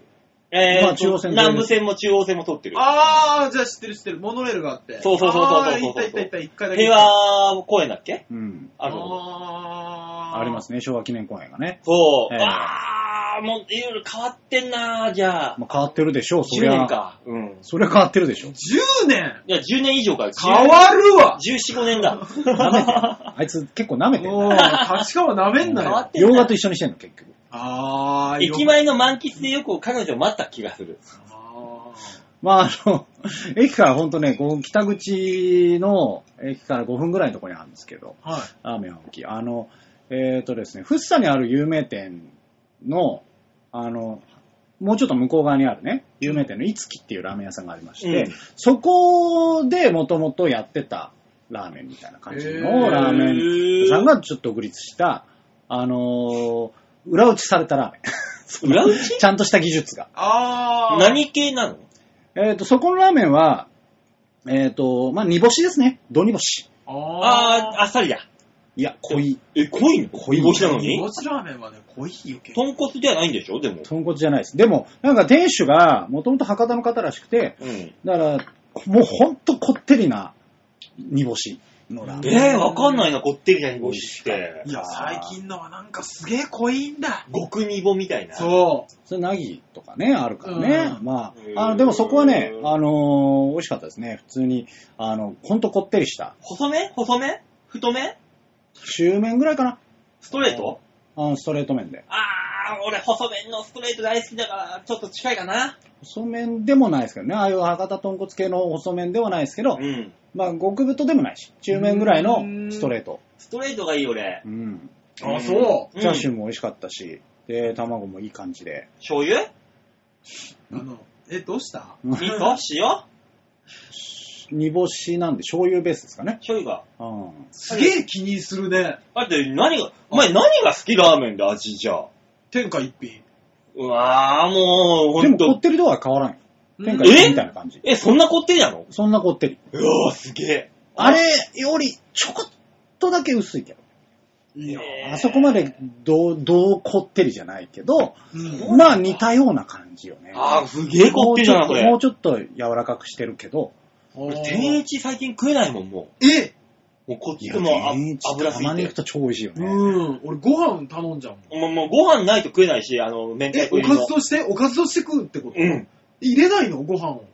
S2: えー、
S4: まあ中央線
S2: 南部線も中央線も通ってる。
S3: あー、じゃあ知ってる知ってる。モノレールがあって。
S2: そうそうそうそうそう
S3: あー行った行った行った、一回だけ。
S2: 平和公園だっけ
S4: うん。
S2: あるの
S3: あー
S4: ありますね、昭和記念公園がね。
S2: そう。
S4: ええ
S2: あー、もういろいろ変わってんなー、じゃあ。
S4: まあ、変わってるでしょう、そり
S2: 10
S4: ゃ。
S2: 年か。うん。
S4: そりゃ変わってるで しょ。
S3: 10年
S2: いや、10年以上か。
S3: 変わるわ
S2: 14、5年だ。
S4: あいつ結構舐めてる
S3: もう、立川舐めんな
S2: 変わ っ
S3: よ。
S2: てんな
S4: 洋画と一緒にしてんの、結局。
S3: あー、よ
S2: 駅前の満喫でよく彼女を待った気がする。
S3: あ
S4: まあ、あの、 駅からほんとね、こう北口の駅から5分ぐらいのところにあるんですけど、
S3: ーはい。
S4: ラーメンは大きい。あの、えっ、とですね、福生にある有名店の、あの、もうちょっと向こう側にあるね、有名店のいつきっていうラーメン屋さんがありまして、
S2: うん
S4: そこでもともとやってたラーメンみたいな感じ
S3: へ
S4: の
S3: ー
S4: ラーメン
S2: ン
S4: さんがちょっと独立した、あのー裏打ちされたラーメン。その
S2: 裏打ち
S4: ちゃんとした技術が。
S3: あー。
S2: 何系なの
S4: えっ、と、そこのラーメンは、えっ、と、まあ、煮干しですね。ど煮干し。
S2: あー、あ
S3: あー。
S2: っさりだ。
S4: いや、濃い。
S2: え、濃いの濃い。煮干しなの
S3: 煮
S2: に
S3: 干しラーメンはね、濃いよ、結構。
S2: 豚骨ではないんでしょでも。
S4: 豚骨じゃないです。でも、なんか店主が、もともと博多の方らしくて、
S2: うん。
S4: だから、もうほんとこってりな煮干しのラーメン。
S2: えー、わかんないな、こってりな煮干しっ
S3: い
S2: て。
S3: や、最近のはなんかすげえ濃いんだ。
S2: 極煮ぼみたいな。う。
S3: そ
S4: それ、なぎとかね、あるからね。
S3: うん
S4: ま
S2: うん
S4: あ、あの、でもそこはね、あのー美味しかったですね。普通に、あの、ほんとこってりした。
S2: 細め細め太め
S4: 中麺ぐらいかな。
S2: ストレート
S4: あの、ストレート麺で。
S2: あー、俺細麺のストレート大好きだから、ちょっと近いかな。
S4: 細麺でもないですけどね。ああいう博多豚骨系の細麺ではないですけど、
S2: うん。
S4: まあ、極太でもないし、中麺ぐらいのストレート。
S2: ストレートがいい俺。
S4: うん。
S3: う。あ、そ
S2: うん
S4: チャーシューも美味しかったし、で、卵もいい感じで。
S2: 醤油
S3: う。あの、え、どうした
S2: 味噌塩
S4: 煮干しなんで醤油ベースですかね。
S2: 醤油が。
S4: うん。
S3: すげえ気にするね。
S2: だって何が、お前何が好きラーメンで味じゃ。
S3: 天下一品。
S2: うわー、もう、ほ
S4: で
S2: ん
S4: も、こっ
S2: と。
S4: てりとは変わらんよ。天下
S2: え
S4: 一品みたいな感じ。
S2: え、そんなこってりなの
S4: そんなこってり。
S2: うわー、すげえ。
S4: あれより、ちょこっとだけ薄いけど。
S3: いや、
S2: えー
S4: あそこまで、どう、どうこってりじゃないけど、
S3: うん
S4: まあ似たような感じよね。
S2: あー、すげえこってりだな、こ
S4: も
S2: れ
S4: う。ちょっともうちょっと柔らかくしてるけど、
S2: 俺、天一最近食えないもん、も
S3: え
S2: う。もうこっ
S4: い
S2: ち
S4: や、
S2: もあ
S4: 天一
S2: 油す
S4: たま
S2: ぎ
S4: に行
S2: て。
S4: くと超美味しいよね。
S3: うん。俺ご飯頼んじゃうもん。
S2: もう、もうご飯ないと食えないし、あの、明
S3: え
S2: 太、子
S3: お
S2: 入り
S3: かず
S2: の。
S3: としておかずとして食うってこと
S2: うん。
S3: 入れないのご飯を。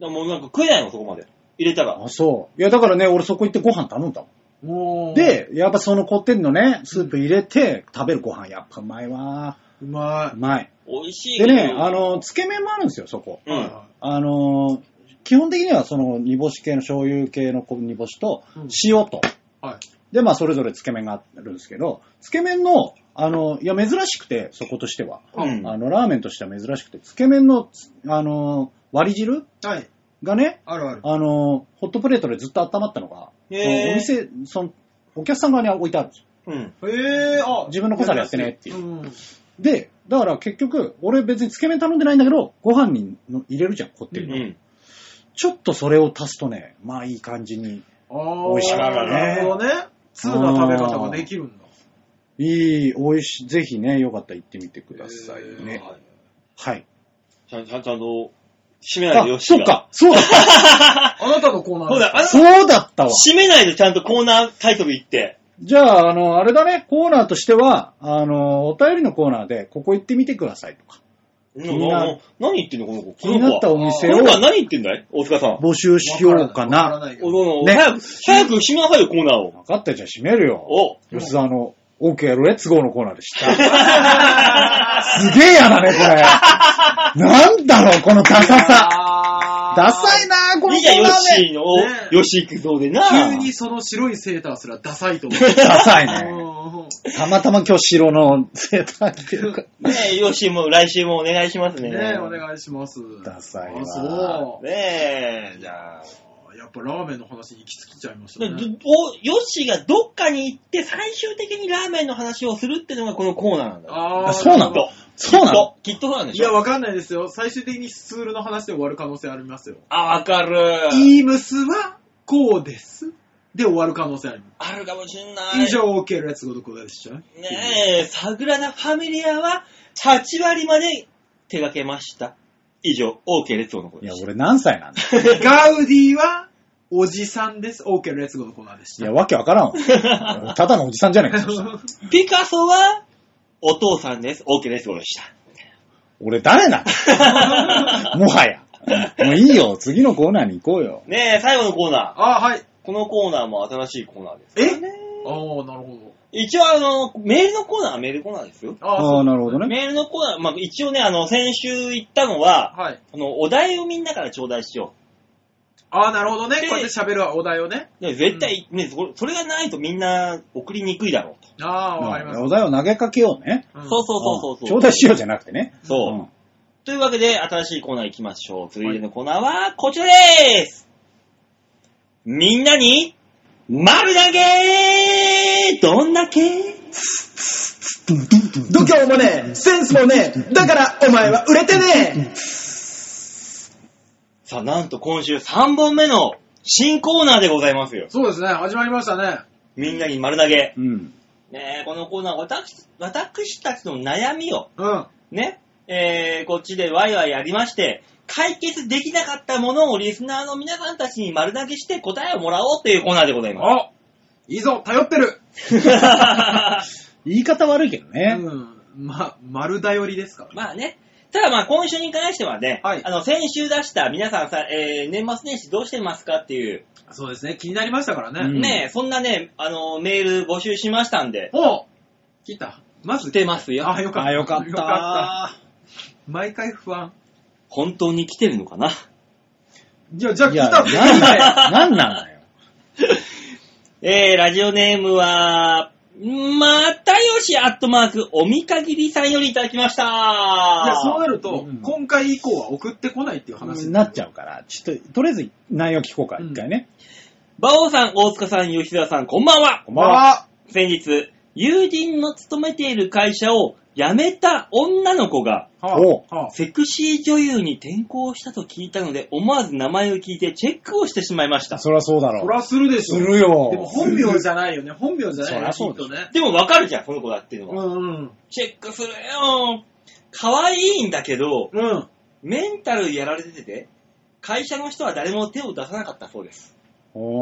S2: でももうなんか食えないの、そこまで。入れたら。
S4: あ、そう。いや、だからね、俺そこ行ってご飯頼んだもん。
S3: もう、
S4: で、やっぱそのこってりのね、スープ入れて食べるご飯、やっぱうまいわ
S3: うま
S4: うまい。
S2: 美味しいけ
S4: で
S2: ど。
S4: ね、あ、の、つけ麺もあるんですよ、そこ。
S3: い。
S2: うん。
S3: は
S4: あの、基本的にはその煮干し系の醤油系の煮干しと
S3: うん
S4: 塩と。
S3: いはい。
S4: で、まあそれぞれつけ麺があるんですけど、つけ麺の、あの、いや、珍しくて、そことしては。
S2: うん。
S4: あの、ラーメンとしては珍しくて、つけ麺の、つあの、割り汁
S3: はい。はい。
S4: がね、
S3: あるある。
S4: あの、ホットプレートでずっと温まったのが、
S2: へー
S4: お店、その、お客さん側に置いてあるんですよ。
S2: うん。
S3: へえ、あ、
S4: 自分のことはやってねっていう
S3: うん。
S4: で、だから結局、俺別につけ麺頼んでないんだけど、ご飯にの入れるじゃん、こって
S2: う
S4: りの、
S2: ん。
S4: ちょっとそれを足すとね、まあいい感じに、
S3: あ
S4: 美味しかった
S2: ね
S3: なるほどね。通な食べ方ができるんだ。
S4: いい、美味しい、ぜひね、よかったら行ってみてください
S3: へ
S4: ね
S3: ー。
S4: はい。
S2: ちゃん、ちゃんとあの、締めない
S4: あ
S2: でよ、、
S4: そっか、そうだ った、
S3: あなたのコーナー
S2: そうだ、あの、
S4: そうだったわ。
S2: 締めないでちゃんとコーナータイトル言って。
S4: じゃあ、あの、あれだね、コーナーとしては、あの、お便りのコーナーで、ここ行ってみてくださいとか、
S2: な
S4: になる
S2: な何言ってんの、この子。
S4: 気になったお
S2: こ
S4: 店
S2: の
S4: を
S2: 子は何言ってんだい大塚さん。
S4: 募集しようか
S3: わ
S4: な
S3: ら。いけど
S2: おどの
S4: ね
S2: 早く、早く締めなさいよ、コーナーを。
S4: 分かった、じゃあ閉めるよ。
S2: お
S4: 吉沢の OKR レッツゴーのコーナー でした。すげえやだね、これ。なんだろう、このダサさ。
S3: あー
S4: ダサいなこ
S2: い
S4: の
S2: い
S4: コ
S2: じゃん、
S4: ー
S2: ヨ
S4: ナ
S2: ッ
S4: ーね。
S2: シーの
S3: ね、
S2: ヨッシー行くぞでな。
S3: 急にその白いセーターすらダサい と思う。
S4: ダサいね。
S3: うん
S4: たまたま今日白のセーター着てるから。
S2: ねヨッシーも来週もお願いしますね。
S3: ねえ、お願いします。
S4: ダサいわ
S3: あ、そう。
S2: ねえ、じゃあ。
S3: やっぱラーメンの話に行き着きちゃいました
S2: で
S3: ね。
S2: どおヨッシーがどっかに行って最終的にラーメンの話をするってのがこのコーナーなんだよ。
S3: あー
S4: そうなんだ
S3: るほど
S4: そうなの
S2: きっときっとそうなんで
S3: い
S2: しょ
S3: や、わかんないですよ。最終的にスツールの話で終わる可能性ありますよ。
S2: あ、わかる。
S3: イームスはこうです。で終わる可能性ある。
S2: あるかもしんない。
S3: 以上、OK、レッツゴーとこでしょ
S2: ねえ、サグラダ・ファミリアは8割まで手掛けました。以上、OK 列王の声
S4: い
S2: で
S4: や、
S2: した。
S4: 俺何歳なんだ
S3: ガウディは、おじさんです。OK、レッツゴーのコーナーでし
S4: い
S3: た。
S4: や、わけわからんわ。ただのおじさんじゃねえかそしたら。
S2: ピカソはお父さんです。OK 列王でした。
S4: 俺誰なのもはや。もういいよ、次のコーナーに行こうよ。
S2: ねえ、最後のコーナー。
S3: あ、はい。
S2: このコーナーも新しいコーナーです。
S3: えああ、なるほど。
S2: 一応、あの、メールのコーナーはメールコーナーですよ。
S3: ああ、
S4: あ
S3: そ
S4: あ、
S3: う。
S4: なるほどね。
S2: メールのコーナー、まあ、一応ね、あの、先週言ったのは、
S3: はい。
S2: あの、お題をみんなから頂戴しよ
S3: ああ、なるほどね。
S2: で
S3: こうやって喋るお題をね。
S2: う。で絶対、ね、それそれがないとみんな送りにくいだろうと。
S3: ああ、わかりま
S4: お題を投げかけようね。
S3: す。
S2: そう
S3: そ
S2: そうそうそう。
S4: 頂戴しようじゃなくてね。
S2: そう。
S4: うん
S2: というわけで、新しいコーナー行きましょう。続いてのコーナーは、こちらでーす、みんなに、丸投げーどんだけ
S1: 度胸もねえ、センスもねえ、だからお前は売れてね
S2: さあ、なんと今週3本目の新コーナーでございますよ。
S3: そうですね。始まりましたね。
S2: みんなに丸投げ。
S4: うん。
S2: ねえ、このコーナー、私、私たちの悩みを、
S3: うん。
S2: ね、えー、こっちでワイワイやりまして、解決できなかったものをリスナーの皆さんたちに丸投げして答えをもらおうというコーナーでございま
S3: あいいぞ頼ってる
S2: す。
S4: 言い方悪いけど
S3: う
S4: ね。
S3: ん。ま、丸頼りですから。
S2: まあね。ただまあ今週に関してはね、
S3: はい
S2: あの先週出した皆さんさ、えー、年末年始どうしてますかっていう、
S3: そうですね。気になりましたから
S4: う
S3: ね。
S4: ん
S2: ねえ、そんなね、あの、メール募集しましたんで、
S3: おう来た。まず
S2: 来てますよ。
S3: あ、よかった。
S4: あ、よかった。
S3: よかった毎回不安。
S2: 本当に来てるのかない
S3: や、じゃあ
S4: い
S3: 来
S4: や、
S3: た
S4: な
S3: っ
S4: ん
S3: て
S4: なん
S3: 言
S4: だ
S3: え
S4: よ。なんなんだよ。
S2: えー、ラジオネームは、またよしアットマーク、おみかぎりさんよりいただきました。
S3: いや、そうなると、
S4: うん
S3: 今回以降は送ってこないっていう話
S4: なっちゃうから、ちょっと、とりあえず内容聞こうか、
S3: うん
S4: 一回ね。
S2: バオさん、大塚さん、吉田さん、こんばんは。
S4: こんばんは。
S3: まあ、
S2: 先日、友人の勤めている会社を辞めた女の子が、
S3: はあ
S4: おう
S3: はあ
S2: セクシー女優に転校したと聞いたので、思わず名前を聞いてチェックをしてしまいました。
S4: そりゃそうだろ。
S3: そうらするでしょ。
S4: するよ
S3: でも本名じゃないよね。本名じゃないよね。
S4: そりゃそうでしょ
S3: きっとね。
S2: でもわかるじゃん、この子だっていうの
S3: う
S2: は。
S3: んうん。
S2: チェックするよ可愛いんだけど、
S3: うん。
S2: メンタルやられてて、会社の人は誰も手を出さなかったそうです。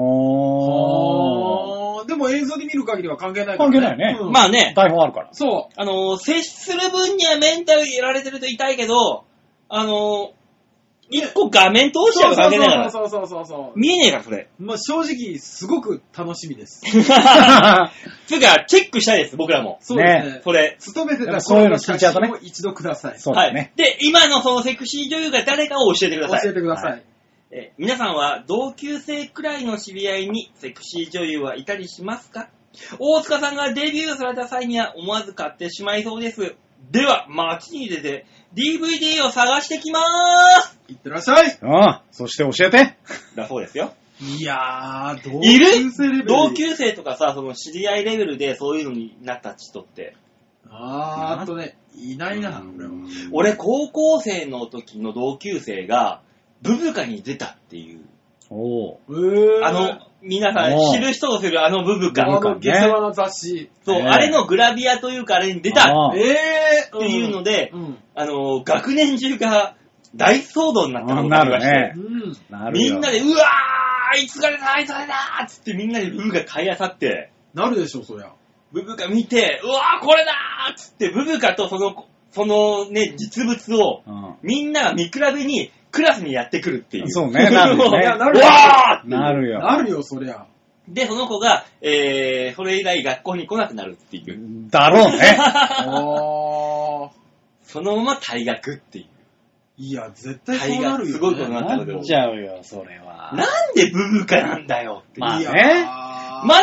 S4: おー。
S3: あーでも映像で見る限りは関係ない
S4: 関係ないね
S3: うん
S2: まあね、
S4: 台本あるから。
S3: そ
S2: あの、接する分にはメンタルやられてると痛いけど、あの、一個画面通
S3: う。
S2: しちゃ
S3: そうう
S2: だけだから。
S3: そうそうそうそ
S2: 見えねえから、それ。
S3: う。まあ正直、すごく楽しみです。
S2: つうか、チェックしたいです、僕らも。
S3: そうですね。
S2: それ。
S3: 勤めて
S4: やったぱそういうの
S3: 写
S4: 聞いちゃうとね
S3: 真を一度ください。
S4: そうだね。
S2: はい。で、今のそのセクシー女優が誰かを教えてください。
S3: 教えてくださ。
S4: はい
S2: えー皆さんは同級生くらいの知り合いにセクシー女優はいたりしますか大塚さんがデビューされた際には思わず買ってしまいそうです。では、街に出て DVD を探してきまーす
S3: いってらっしゃい。
S4: うん。そして教えて。
S2: だそうですよ。
S3: いやー、同
S2: い
S3: 級
S2: る
S3: 生レベル。
S2: 同級生とかさ、その知り合いレベルでそういうのになった人って。
S3: あー、あとね、いないな、俺は。
S2: 俺、高校生の時の同級生が、ブブカに出たっていう。
S4: おー。
S3: えー
S2: あの、皆さん
S4: おう
S2: 知る人をするあのブブカ。
S3: あ
S4: ブブカ
S3: の、
S4: ね
S3: 下世話の雑誌。
S2: そう、
S4: ええ
S2: あれのグラビアというかあれに出た
S4: ああ
S3: えー
S2: っていうので、
S3: うん。
S2: あの、学年中が大騒動になったことがありまし
S4: あな
S2: て
S4: る、
S3: うん。
S4: なる
S2: み
S4: よ
S2: んなで、うわー、あいつが出た、あいつが出たーっつってみんなでブブカ買いあさって、
S3: なるでしょ、そりゃ。
S2: ブブカ見て、うわー、これだーっつってブブカとその、そのね、実物を
S4: う
S2: みんなが見比べにクラスにやってくるっていう。
S4: ん。そうね、なるよ
S2: い
S3: や
S4: ね。
S3: なる
S2: うわーって
S4: なるよ。
S3: なるよ、そりゃ。
S2: で、その子が、えー、それ以来学校に来なくなるっていう。
S4: だろうね。
S3: あー。
S2: そのまま退学っていう。
S3: いや、絶対そ
S2: 退
S3: うなる
S2: 学
S3: よ、ね。
S2: すごいことに
S3: な
S2: なったけど
S4: なっ。ちゃうよ、それは。
S2: なんでブブカなんだよっていう。
S4: まあね
S3: ま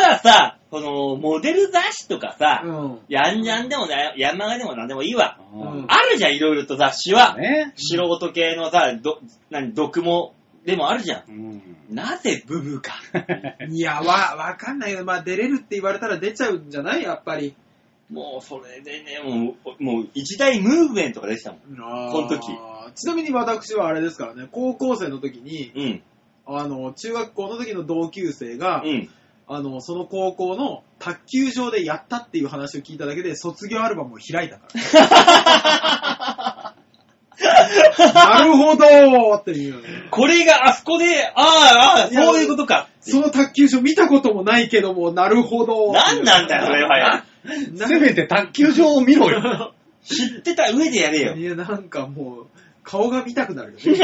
S2: まださ、この、モデル雑誌とかさ、
S3: うん。
S2: やんじゃんでもな、やんまがでもなんでもいいわ。
S4: うん
S2: あるじゃん、いろいろと雑誌は。
S4: ね。
S2: 素人系のさ、ど、何、毒も、でもあるじゃん。
S4: うん。
S2: なぜブブカ
S3: いや、わ、わかんないよ。まあ、出れるって言われたら出ちゃうんじゃないやっぱり。
S2: もう、それでね、もう、もう、一大ムーブメントができたもん。
S3: こ
S2: の
S3: の
S2: 時。
S3: ちなみに私はあれですからね、高校生の時に、
S2: うん、
S3: あの、中学校の時の同級生が、
S2: うん。
S3: あの、その高校の卓球場でやったっていう話を聞いただけで、卒業アルバムを開い たから。なるほどーっていう。
S2: これがあそこで、ああ、ああ、そういうことか。
S3: その卓球場見たこともないけども、なるほどーって
S2: 何
S3: いう
S2: なんだよ、それは よ。
S4: せめて卓球場を見ろよ。
S2: 知ってた上でやれよ。
S3: いや、なんかもう、顔が見たくなるよ ね。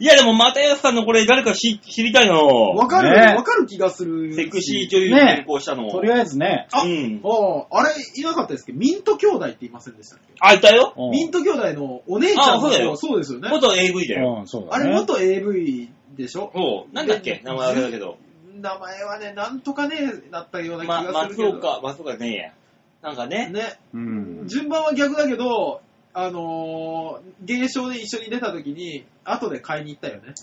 S2: いや、でも、又吉さんのこれ、誰か知知りたいな
S3: わかる、
S4: ね
S3: わかる気がする。
S2: セクシー
S3: ー。
S2: 女優に転校したの。
S4: とりあえずね。
S3: あ、
S2: うん
S3: あああれ、いなかったですけど、ミント兄弟って言いませんでしたっけ
S2: あ、いたよ。
S4: うん
S3: ミント兄弟のお姉ちゃんの
S2: あそうだよ
S3: そうですよね。
S2: 元 AV だよ。
S4: うん、そう
S3: あ
S4: だね。
S3: れ元 AV でしょ
S2: おうなんだっけ名前あれだけど。
S3: 名前はね、なんとかね、だったような気
S2: ま、
S3: がするけ
S2: 松
S3: ど。
S2: 岡、松岡ねえや。なんかね。
S3: ね。
S4: うん。
S3: 順番は逆だけど、あのー、芸賞で一緒に出た時に、後で買いに行ったよ ね。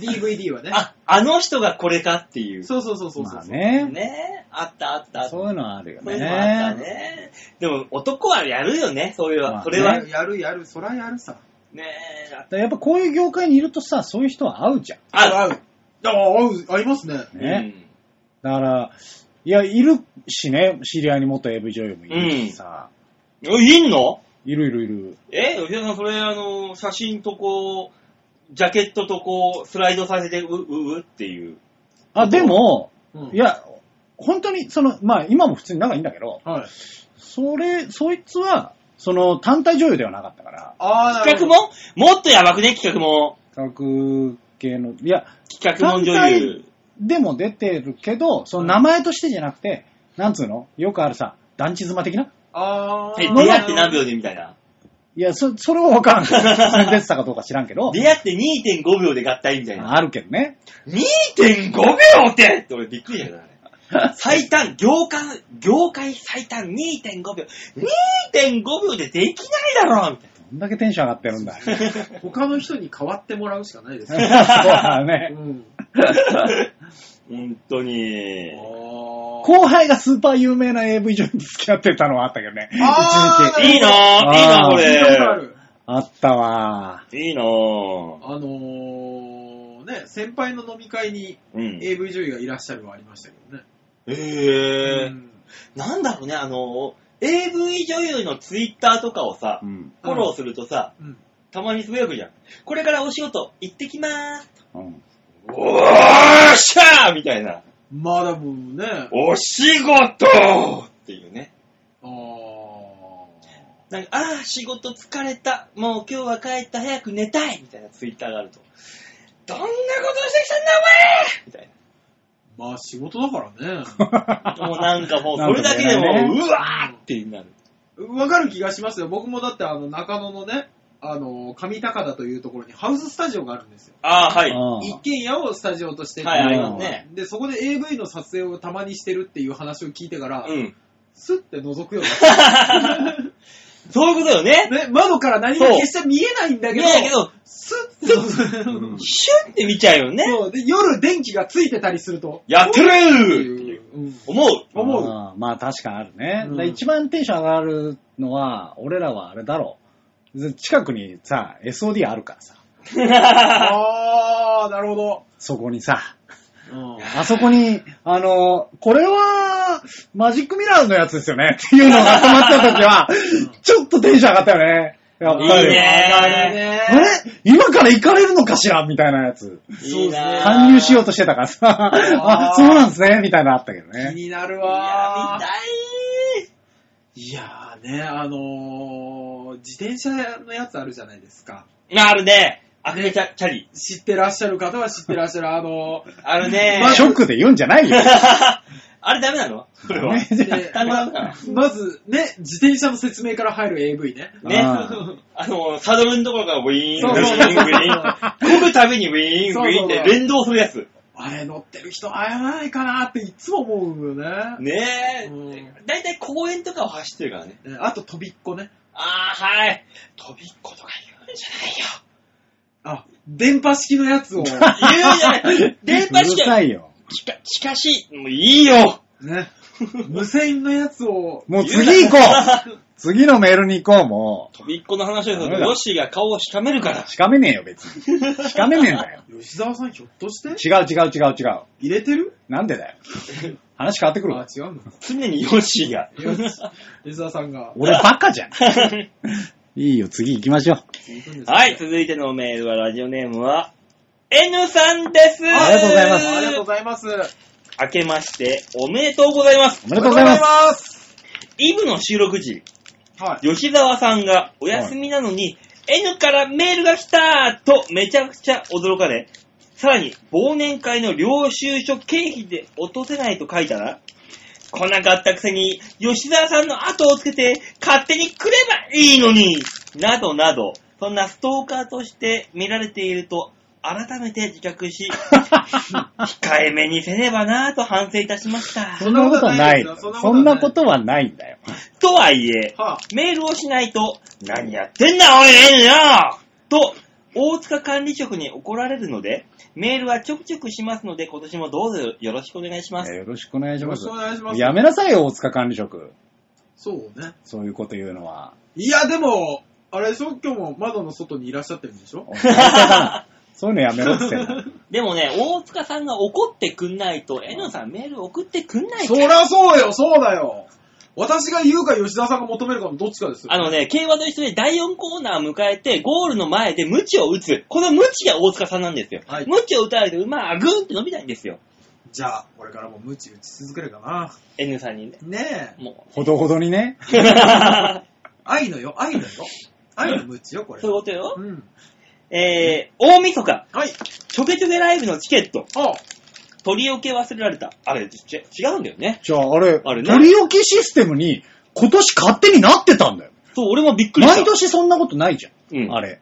S3: DVD はね。
S2: あ、あの人がこれかっていう。
S3: そうそうそうそうそう。
S4: まあね。
S2: ねえ、あったあった。
S4: そういうのはあるよ
S2: そういうのもあった
S4: ね。
S2: ね。でも、男はやるよね、そういう
S4: ま
S2: は。
S4: あ
S2: そ
S3: や
S2: れ
S3: る
S2: は。
S3: やるやる、そらやるさ。
S2: ねえ、
S4: だからやっぱこういう業界にいるとさ、そういう人は合うじゃん。
S2: あ、
S3: う。あ合う、合いますね。
S2: う
S4: ね。
S2: ん
S4: だから、いや、いるしね、知り合いに元 AV 女優もいるしさ、
S2: えいんの
S4: いるいるいる。
S2: え吉田さん、それ、あの、写真とこう、ジャケットとこう、スライドさせて、う、う、うっていう。
S4: あ、でも、
S3: うん
S4: いや、本当に、その、まあ今も普通に仲いいんだけど、
S3: はい。
S4: それ、そいつは、その単体女優ではなかったから、
S3: ああ、なる
S2: 企
S3: ほ
S2: 画
S3: ど。
S2: ももっとやばくね、企画も。
S4: 企画系の、いや、
S2: 企画も女優。
S4: でも出てるけど、その名前としてじゃなくて、なんつうのよくあるさ、団地妻的な
S3: ああ。
S2: え出会って何秒でみたいな。
S4: いや、そ、それは わからん。それ出てたかどうか知らんけど、
S2: 出会って2.5秒で合体みたいな。
S4: あるけどね。
S2: 2.5秒ってって俺びっくりだよ、あれ。最短、業界、業界最短2.5秒。2.5秒でできないだろみたい
S4: どんだけテンション上がっ てるんだ。そう
S3: 他の人に代わってもらうしかないです よ。
S4: だ
S3: う
S4: ね。
S3: ん。
S2: な。本当に。
S3: あ
S4: 後輩がスーパー有名な AV 女優に付き合ってたのはあったけどね。一
S3: あー
S4: 時期。
S2: いいなぁ、いいなぁ、
S4: あー
S2: こ
S3: あ
S2: れ。
S3: る。
S4: あったわ。
S2: いいなぁ。
S3: あのー、ね、先輩の飲み会に
S2: うん。
S3: AV 女優がいらっしゃるはありましたけどね。
S2: へえ、
S3: うん
S2: なんだろうね、あの、AV 女優のツイッターとかをさ
S4: う、ん。
S2: フォローするとさ、
S3: うん
S2: たまにつぶやくじゃん。これからお仕事、行ってきまーす。
S4: うん
S2: おーっしゃーみたいな。
S3: まだもうね、
S2: お仕事っていうね。
S3: あー
S2: なんか、ああ、仕事疲れた。もう今日は帰った。早く寝たいみたいなツイッターがあると。どんなことしてきたんだお前みたい
S3: まあ仕事だからね。
S2: な。もうなんかもう、
S4: な
S2: そ
S4: ん
S2: れ
S4: と
S2: だ
S4: か
S2: け
S4: ね
S2: でも、うわーってなる。
S3: わかる気がしますよ。僕もだってあの中野のね、あの、上高田というところにハウススタジオがあるんですよ。
S2: ああ、はい。
S4: うん
S3: 一軒家をスタジオとしてて
S2: はい、
S4: あり
S3: うん
S4: ます
S2: ね
S3: で、そこで AV の撮影をたまにしてるっていう話を聞いてから、
S2: うん。
S3: スッて覗くようになっ
S2: そういうことよ ね。
S3: た。ね、窓から何も決して見えないんだけど、
S2: ねえけど、
S3: スッて覗く。
S4: うん
S2: シュンって見ちゃうよね。
S3: そうで夜電気がついてたりすると。
S2: やってる
S3: って
S2: ーって
S3: い
S2: いう
S3: う。うん
S2: 思う。
S3: 思う
S4: あーまあ確かにあるね。
S3: うん
S4: だから一番テンション上がるのは、俺らはあれだろう。ず近くにさ、SOD あるからさ、
S3: あー、なるほど。
S4: そこにさ、
S3: うん
S4: あそこに、あの、これは、マジックミラーのやつですよねっていうのがまった時は、ちょっとテンション上がったよね。やっぱり。
S2: いいね
S3: 上がるね
S4: あれ今から行かれるのかしらみたいなやつ。
S2: いいなー
S4: 搬入しようとしてたからさ、あ
S3: あー
S4: そうなんですね、みたいなのあったけど
S3: 気
S4: ね。
S3: になる
S2: いや
S3: わ
S2: 見たい
S3: いやーね、あのー、自転車のやつあるじゃないですか。
S2: あるね。アクネチャチャリ。
S3: 知ってらっしゃる方は知ってらっしゃる、あのー、
S2: あるね。
S4: ショックで言うんじゃないよ。
S2: あれダメなのそれは。
S4: ねじゃあ
S3: で
S2: 単なる
S3: ま まずね、自転車の説明から入る AV ね。
S2: ね
S4: あ。
S2: あの、サドルのところからウィーン、ウ
S3: そう
S2: ィ
S3: そう
S2: ーン、ウィーン。漕ぐたびにウィーン、ウィーンって連動するやつ。
S3: あれ乗ってる人会えないかなっていつも思うよね。
S2: ね
S3: う
S2: え。だいたい公園とかを走ってるからね。
S3: ねあと飛びっこね。
S2: ああ、はい。飛びっことか言うんじ
S3: あ、電波式のやつを。
S2: ゃないよ。言うんじゃない。電波
S4: うる
S2: 式
S4: さ
S2: はい
S4: よ。
S2: 近、近しい。もういいよ。
S3: ね。無線のやつを、
S4: もう次行こう次のメールに行こう、も
S2: 飛びっこの話をすると、ヨッシーが顔をしかめるから
S4: う。。しかめねえよ、別に。しかめねえんだよ。
S3: 吉沢さんひょっとして
S4: 違う違う違う違う。
S3: 入れてる
S4: なんでだよ。話変わってくる
S3: あ
S4: わ、。
S3: 違うのか。
S2: 常にヨッシー が。
S3: 吉沢さんが。
S4: 俺バカじゃん。いいよ、次行きましょう。
S2: はい、続いてのメールは、ラジオネームは、N さんです。
S4: ありがとうございます
S3: ありがとうございます。あり
S2: 明けまして、おめでとうございます
S4: お。めでとうございます。
S3: ます。
S2: イブの収録時、
S3: はい。
S2: 吉沢さんがお休みなのに、N からメールが来たとめちゃくちゃ驚かれ、さらに忘年会の領収書経費で落とせないと書いたら、来なかったくせに吉沢さんの後をつけて勝手に来ればいいのになどなど、そんなストーカーとして見られていると改めて自覚 し、控えめにせねばなぁと反省いたしました。
S4: そんなことはない。そ
S3: そ
S4: ん
S3: ん
S4: な
S3: な
S4: こ
S3: こと
S4: はないんだよ。
S2: とはいえ、
S3: は
S2: メールをしないと、何やってんだおい、N よと、大塚管理職に怒られるので、メールはちょくちょくしますので、今年もどうぞよろしくお願いします。
S4: よろしくお願いし
S3: よ
S4: ま
S3: ろし
S4: す
S3: くお。願いします。
S4: やめなさいよ、大塚管理職。
S3: そうね。
S4: そういうこと言うのは。
S3: いや、でも、あれでしょ今日も窓の外にいらっしゃってるんでしょ
S4: お前だなそういうのやめろって言ってんだ。
S2: でもね、大塚さんが怒ってくんないと、N さんメール送ってくんない
S3: そ
S2: から
S3: りゃそうよ、そうだよ。私が言うか吉沢さんが求めるかのどっちかですよ。
S2: あのね、競馬と一緒で第4コーナー迎えて、ゴールの前で無知を打つ。この無知が大塚さんなんですよ。
S3: はい
S2: 無知を打たれて馬はグーンって伸びないんですよ。
S3: じゃあ、これからもムチ打ち続けるかな。
S2: N さんにね。
S3: ねえ。
S2: も
S4: ほどほどにね。
S2: う。そういう
S3: 愛のよ、愛のよ。愛のムチよ、これ。
S2: ことよ。
S3: うん。
S2: えー、大晦日、
S3: はい。
S2: ちょけちょけライブのチケット、
S3: あ、
S2: 取り置き忘れられた。あれ、ち違うんだよね。
S4: じゃあ、あれ、
S2: あれね
S4: 取り置きシステムに今年勝手になってたんだよ。
S2: そう、俺もびっくりした。
S4: 毎年そんなことないじゃん。
S2: うん
S4: あれ。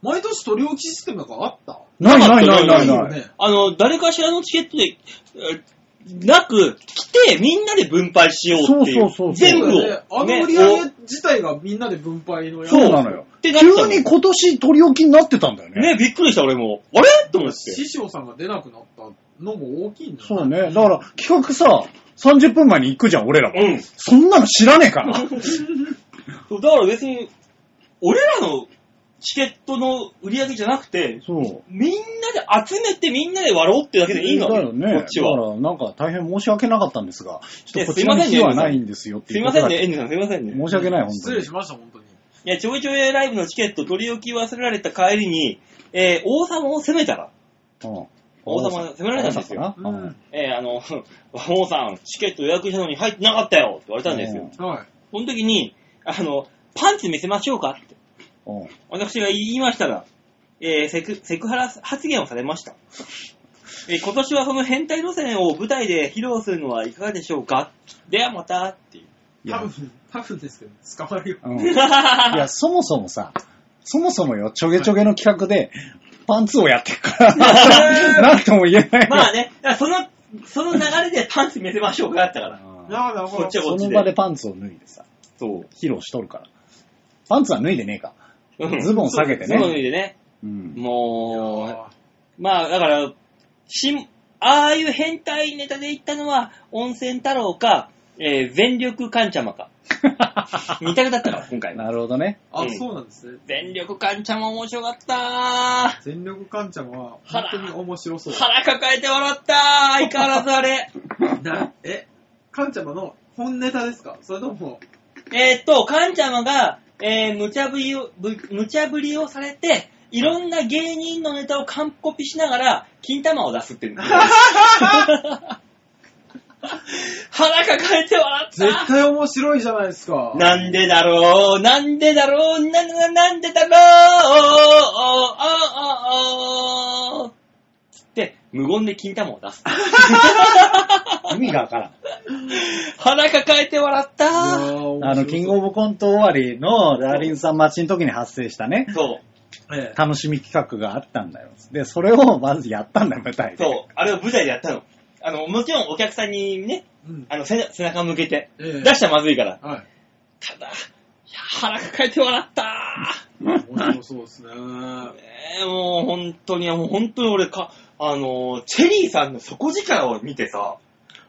S3: 毎年取り置きシステムがあった
S4: ないないない
S2: なか
S4: な
S2: った
S4: い
S3: よ
S4: ない。
S3: ね。
S2: あの、誰かしらのチケットで、えーなく、来て、みんなで分配しようっていう。
S4: そうそうそうそう
S2: 全部
S3: そうだよねあ
S2: を。ね
S3: の売り上げ自体がみんなで分配のや
S4: そうなのよ
S2: っ。てなったの
S4: 急に今年取り置きになってたんだよ
S2: お
S4: ね。
S2: ね、びっくりした、俺も。あれと思って。
S3: 師匠さんが出なくなったのも大きいんだ
S4: そうだね。だから企画さ、30分前に行くじゃん、俺らも。
S2: うん
S4: そんなの知らね えから。
S2: そうだから別に、俺らのチケットの売り上げじゃなくて、
S4: そう。
S2: みんなで集めてみんなで笑おうってだけでいいの
S4: だよね。
S2: こっち
S4: だか
S2: は。
S4: ら、なんか大変申し訳なかったんですが、ちょっと
S2: いやす
S4: こ
S2: い
S4: ち
S2: ま
S4: ら
S2: せ
S4: に
S2: んね
S4: 非はないんですよって
S2: す
S4: い
S2: いうま
S4: こ
S2: せ
S4: と
S2: ん
S4: だ
S2: ね、
S4: け
S2: エンジさん、すいませんね。
S4: 申し訳ない、本当
S3: 失礼
S4: に。
S3: しました、本当に。
S2: いや、ちょいちょいライブのチケット取り置き忘れられた帰りに、えー王様を責めたら、
S4: うん
S2: 王様責められたんですよ
S4: 王様かな
S3: うん
S4: うん
S2: えーあの、 王さん、チケット予約したのに入ってなかったよって言われたんですよ。
S3: はい。
S2: その時に、あの、パンツ見せましょうかって、
S4: うん
S2: 私が言いましたが、えーセクセクハラ発言をされました。えー今年はその変態路線を舞台で披露するのはいかがでしょうかではまたっていう。
S4: い
S3: 多
S4: や
S3: 分、多分ですけど、捕まるよ。
S4: うんいや、そもそもさ、そもそもよ、ちょげちょげの企画で、パンツをやってる から、なんとも言えないよ。
S2: まあね、だからその、その流れでパンツ見せましょうかだったから。
S4: うん
S3: なあ、なあ、
S2: こっちは
S4: そ
S2: こっち
S4: の
S2: で。
S4: 場でパンツを脱いでさ、
S2: そう。
S4: 披露しとるから。パンツは脱いでねえか。ズボン下げて
S2: ズボン脱
S4: ね。
S2: いでね。
S4: うん
S2: もう、まあ、だから、し、ああいう変態ネタで言ったのは、温泉太郎か、えー全力カンチャ マか。二択だったから、今回は。
S4: なるほどね。
S3: あ
S2: う、ん
S3: そうなんですね。
S2: 全力カンチャマ面白かったー。
S3: 全力カンちゃんは、本当に面白そう。
S2: 腹抱えて笑ったー。相変わらずあれ。
S3: な、え、カンちゃんの本ネタですかそれとも、
S2: えーっと、カンチャマが、えー、無茶ぶりを、ぶ無茶ぶりをされて、いろんな芸人のネタを完コピしながら、金玉を出すっていう。腹抱えて笑った
S3: 絶対面白いじゃないですか。
S2: なんでだろう、なんでだろう、な、な、なんでだろう、おーおーおーおーつって、無言で金玉を出す。
S4: 意味がわからん。
S2: 腹抱えて笑った
S3: いやー面白そう
S4: あの、キングオブコント終わりのダーリンさん待ちの時に発生したね、
S2: そう、
S3: ええ
S4: 楽しみ企画があったんだよ。で、それをまずやったんだよ、舞台で。
S2: そう、あれを舞台でやったの。あの、もちろんお客さんにね、
S3: うん。
S2: あの、背背中向けて、
S3: ええ
S2: 出したらまずいから。
S3: はい。
S2: ただ、いや腹抱えて笑った
S3: 面白そうですね。
S2: ねえもう本当に、もう本当に俺か、あの、チェリーさんの底力を見てさ、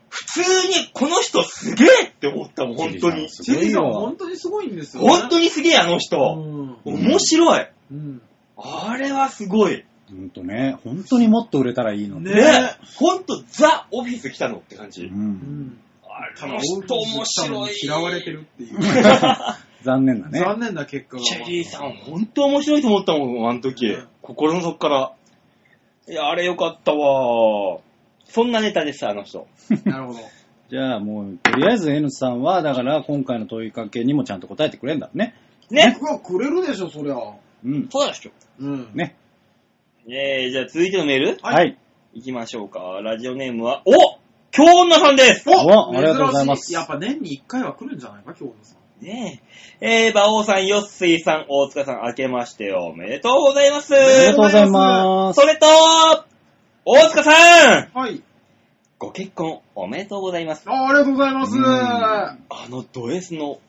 S2: 普通にこの人すげえって思ったもん、本当に。
S4: す
S3: チ
S4: ご
S3: ェ
S4: い
S3: リさん
S4: よ
S3: 本当にすごいんですよ、ね。
S2: 本当にすげえ、あの人。
S3: う
S2: 面白い。
S3: ん。
S2: あれはすごい。
S4: ほんとね、本当にもっと売れたらいいの
S3: うん。
S4: に。
S3: ね
S2: ねえ、ほんとザ・オフィス来たのって感
S4: う
S2: じ。
S4: ん、
S2: あの人面白い。
S3: 嫌われて。るっ ていう。
S4: 残念だね。
S3: 残念な結果が。
S2: チェリーさん、ほんと面白いと思ったもん、あの時。
S3: うん
S2: 心の底から。いや、あれよかったわ。そんなネタです、あの人。
S3: なるほど。
S4: じゃあもう、とりあえず N さんは、だから今回の問いかけにもちゃんと答えてくれんだね。
S2: ね。
S3: 僕はくれるでしょ、そりゃ。
S4: うん。
S2: そうでしょ。
S3: うん。
S4: ね。
S2: えー、じゃあ続いてのメール
S4: はい。
S3: はい
S2: 行きましょうか。ラジオネームは、お京女さんです
S4: おありがとうございま
S3: 珍
S4: す
S3: しやっぱ年に1回は来るんじゃないか、今日のさん。
S2: ねえ。えー、馬王さん、よっすいさん、大塚さん、明けましておめでとうございます。
S4: ありがとうございます。
S2: それと、大塚さん
S3: はい。
S2: ご結婚おめでとうございます。
S3: あありがとうございます。
S4: うん
S2: あのド S の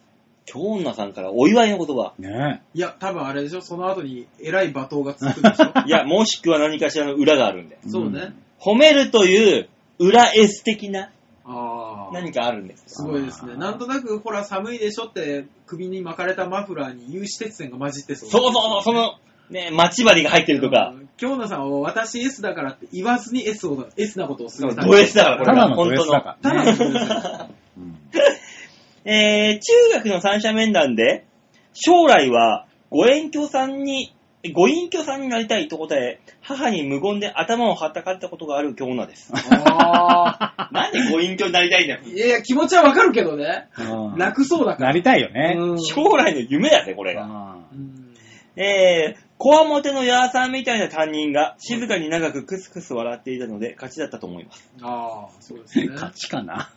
S2: 京女さんからお祝いの言葉。
S4: ね
S3: いや、多分あれでしょ、その後に偉い罵倒がつくでしょ。
S2: いや、もしくは何かしらの裏があるんで。
S4: え。
S3: そうね。
S2: 褒めるという裏 S 的な
S3: ああ。
S2: 何かあるんです。
S3: すごいですね。
S4: あー
S3: なんとなく、ほら、寒いでしょって、首に巻かれたマフラーに有刺鉄線が混じってそ
S2: そうそう
S3: う。
S2: そう、その、ね、待ち針が入ってるとか
S3: う、ん。京奈さんは私 S だからって言わずに S を、S なことをす
S2: そ
S3: る
S2: の。ド S だから、
S4: う
S2: こ
S4: ん。
S2: れが本
S4: ただのド S
S2: 当
S4: だ
S2: の。
S4: か
S3: ただ
S4: ら、ね。
S3: のド S だから。
S4: うん
S2: えー、中学の三者面談で、将来はご隠居さんに、ご隠居さんになりたいと答え、母に無言で頭をはたかったことがある京女 です。
S3: あ
S2: なんでご隠居になりたいんだよ
S3: ー。いやいや、気持ちはわかるけどね。
S4: うん
S3: 楽そうだか
S4: なりたいよ
S3: ら。
S4: ね。
S3: うん
S2: 将来の夢だぜ、これが。
S4: う
S3: うん
S2: えー、こわもてのヤーさんみたいな担任が静かに長くクスクス笑っていたので勝ちだったと思います。
S3: ああ、そうですね
S4: ん。 勝ちかな。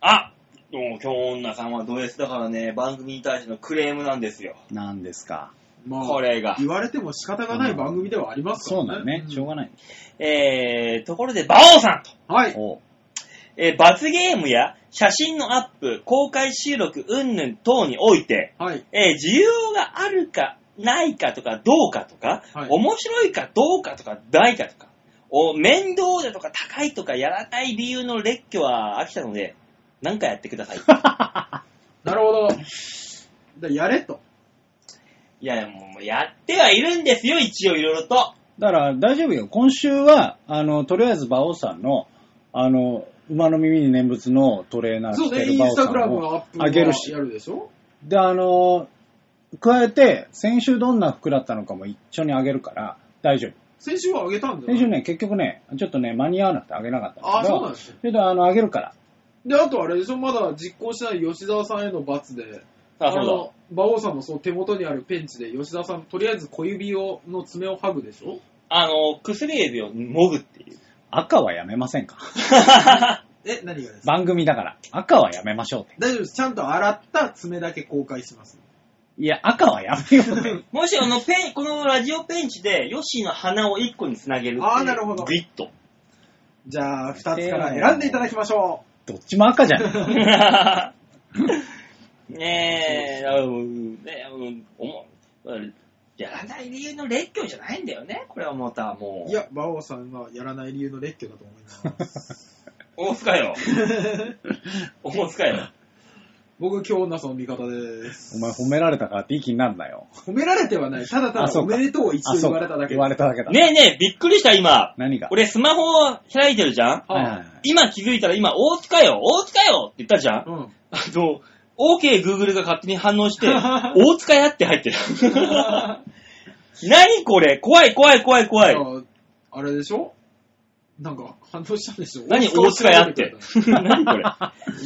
S2: あもう今日女さんはド S だからね、番組に対してのクレームなんですよ。
S4: なんですか。
S3: まあ、
S2: これが。
S3: 言われても仕方がない番組ではありますか
S4: そ
S3: ら
S4: うだね。しょうがない。
S2: えー、ところで、バオさんと、
S3: はい。
S4: お
S2: えー罰ゲームや写真のアップ、公開収録、うんぬん等において、
S3: はい。
S2: えー需要があるかないかとかどうかとか、
S3: はい
S2: 面白いかどうかとかないかとか、お面倒だとか高いとかやらない理由の列挙は飽きたので、何かやってく ださい。
S3: なるほど。だやれと。
S2: いや、もうやってはいるんですよ、一応いろいろと。
S4: だから大丈夫よ。今週は、あの、とりあえず馬王さんの、あの、馬の耳に念仏のトレーナー
S3: そう
S4: 着て
S3: ね、
S4: る
S3: イ
S4: 馬
S3: ン
S4: 王
S3: ス
S4: さ
S3: タグラ
S4: ん
S3: ムのアッ
S4: を
S3: プ
S4: あげるし
S3: や。るでしょ
S4: で、あの、加えて、先週どんな服だったのかも一緒にあげるから、大丈夫。
S3: 先週はあげたんじゃない
S4: 先週ね、結局ね、ちょっとね、間に合わなくてあげなかったんだ
S3: あ、
S4: け
S3: そう
S4: ど、
S3: なんですね。
S4: けど、あの、あげるから。
S3: で、あとあれでしょ、まだ実行しない吉沢さんへの罰で、
S2: あ、そうだ。
S3: の、馬王さんのそう手元にあるペンチで、吉沢さん、とりあえず小指をの爪を剥ぐでしょ
S2: あの、薬指をもぐっていう。
S4: 赤はやめませんか
S3: え、何がですか
S4: 番組だから、赤はやめましょうって。
S3: 大丈夫です。ちゃんと洗った爪だけ公開します。
S4: いや、赤はやめようって。
S2: もし、あの、ペン、このラジオペンチで、ヨッシーの鼻を一個につなげるっていう。
S3: あーなるほど
S2: グイッと。
S3: じゃあ、二つから選んでいただきましょ
S4: どっちも赤じゃん。
S2: ねえ、あのねうん思うやらない理由の列挙じゃないんだよね、これはまたも
S3: う。
S2: う。
S3: い、や、馬王さんはやらない理由の列挙だと思い ます。
S2: 大塚よ。 大塚よ。
S3: 僕、今日なその味方です。
S4: お前褒められたからっていい気になんなよ。
S3: 褒められてはない。ただた
S4: あ
S3: だ
S4: そう
S3: お
S4: か
S3: めでとうを一
S4: あ
S3: 度
S4: そ
S3: 言われ
S4: うか
S3: ただけ
S4: 言。われただけだ。
S2: ねえねえ、びっくりした今。
S4: 何が
S2: 俺スマホを開いてるじゃん
S4: はいはいはい
S2: 今気づいたら今、大塚よ大塚よって言ったじゃん
S3: うん。
S2: あの、OK Google が勝手に反応 して、大塚やって入ってる。 何これ怖い怖い怖い怖 い。
S3: いやあれでしょなんか反応したんでしょ
S2: 何大塚屋って。何これ。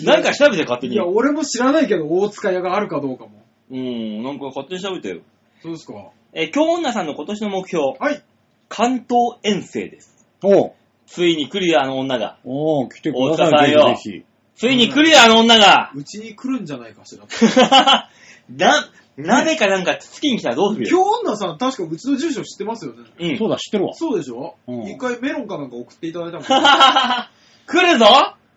S2: 何か調べて勝手
S3: い
S2: に。
S3: や、
S2: う
S3: 俺も知らないけど、大塚屋があるかどうかも。
S2: ん、なんか勝手に調べてよ。
S3: そうですか。
S2: え、京女さんの今年の目標、
S3: はい。
S2: 関東遠征です。
S4: おう
S2: ついに来るよ、あの女が。
S4: おう来てくださ
S2: 大
S4: い、
S2: 塚さん
S4: ぜ
S2: よ
S4: ひぜ
S2: ついに来るよ、あの女が。
S3: うちに来るんじゃないかしら。
S2: な、鍋かなんかつつきに来たらどうする
S3: 今
S2: よ。
S3: 日女さん、確かうちの住所知ってますよね。
S2: う
S4: ひ。
S2: ん
S4: そ。うだ、知ってるわ。
S3: そうでしょ
S4: うん
S3: 一回メロンかなんか送っていただいたもん。
S2: 来るぞ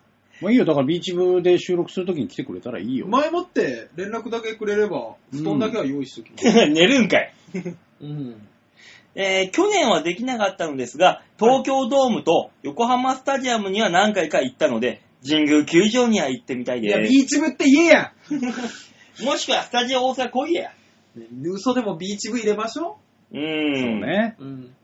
S4: もういいよ、だからビーチ部で収録するときに来てくれたらいいよ。
S3: 前もって連絡だけくれれば、布団だけは用意しときます。
S2: 寝るんかい。
S3: うん。
S2: えー去年はできなかったのですが、東京ドームと横浜スタジアムには何回か行ったので、神宮球場には行ってみたい
S3: いや、
S2: で
S3: ビーチ部って言えや
S2: す。もしくはスタジオ大阪来いや。
S3: 嘘でもビーチ部入れましょ
S2: うーん。
S4: そう。ね。
S3: う。うん。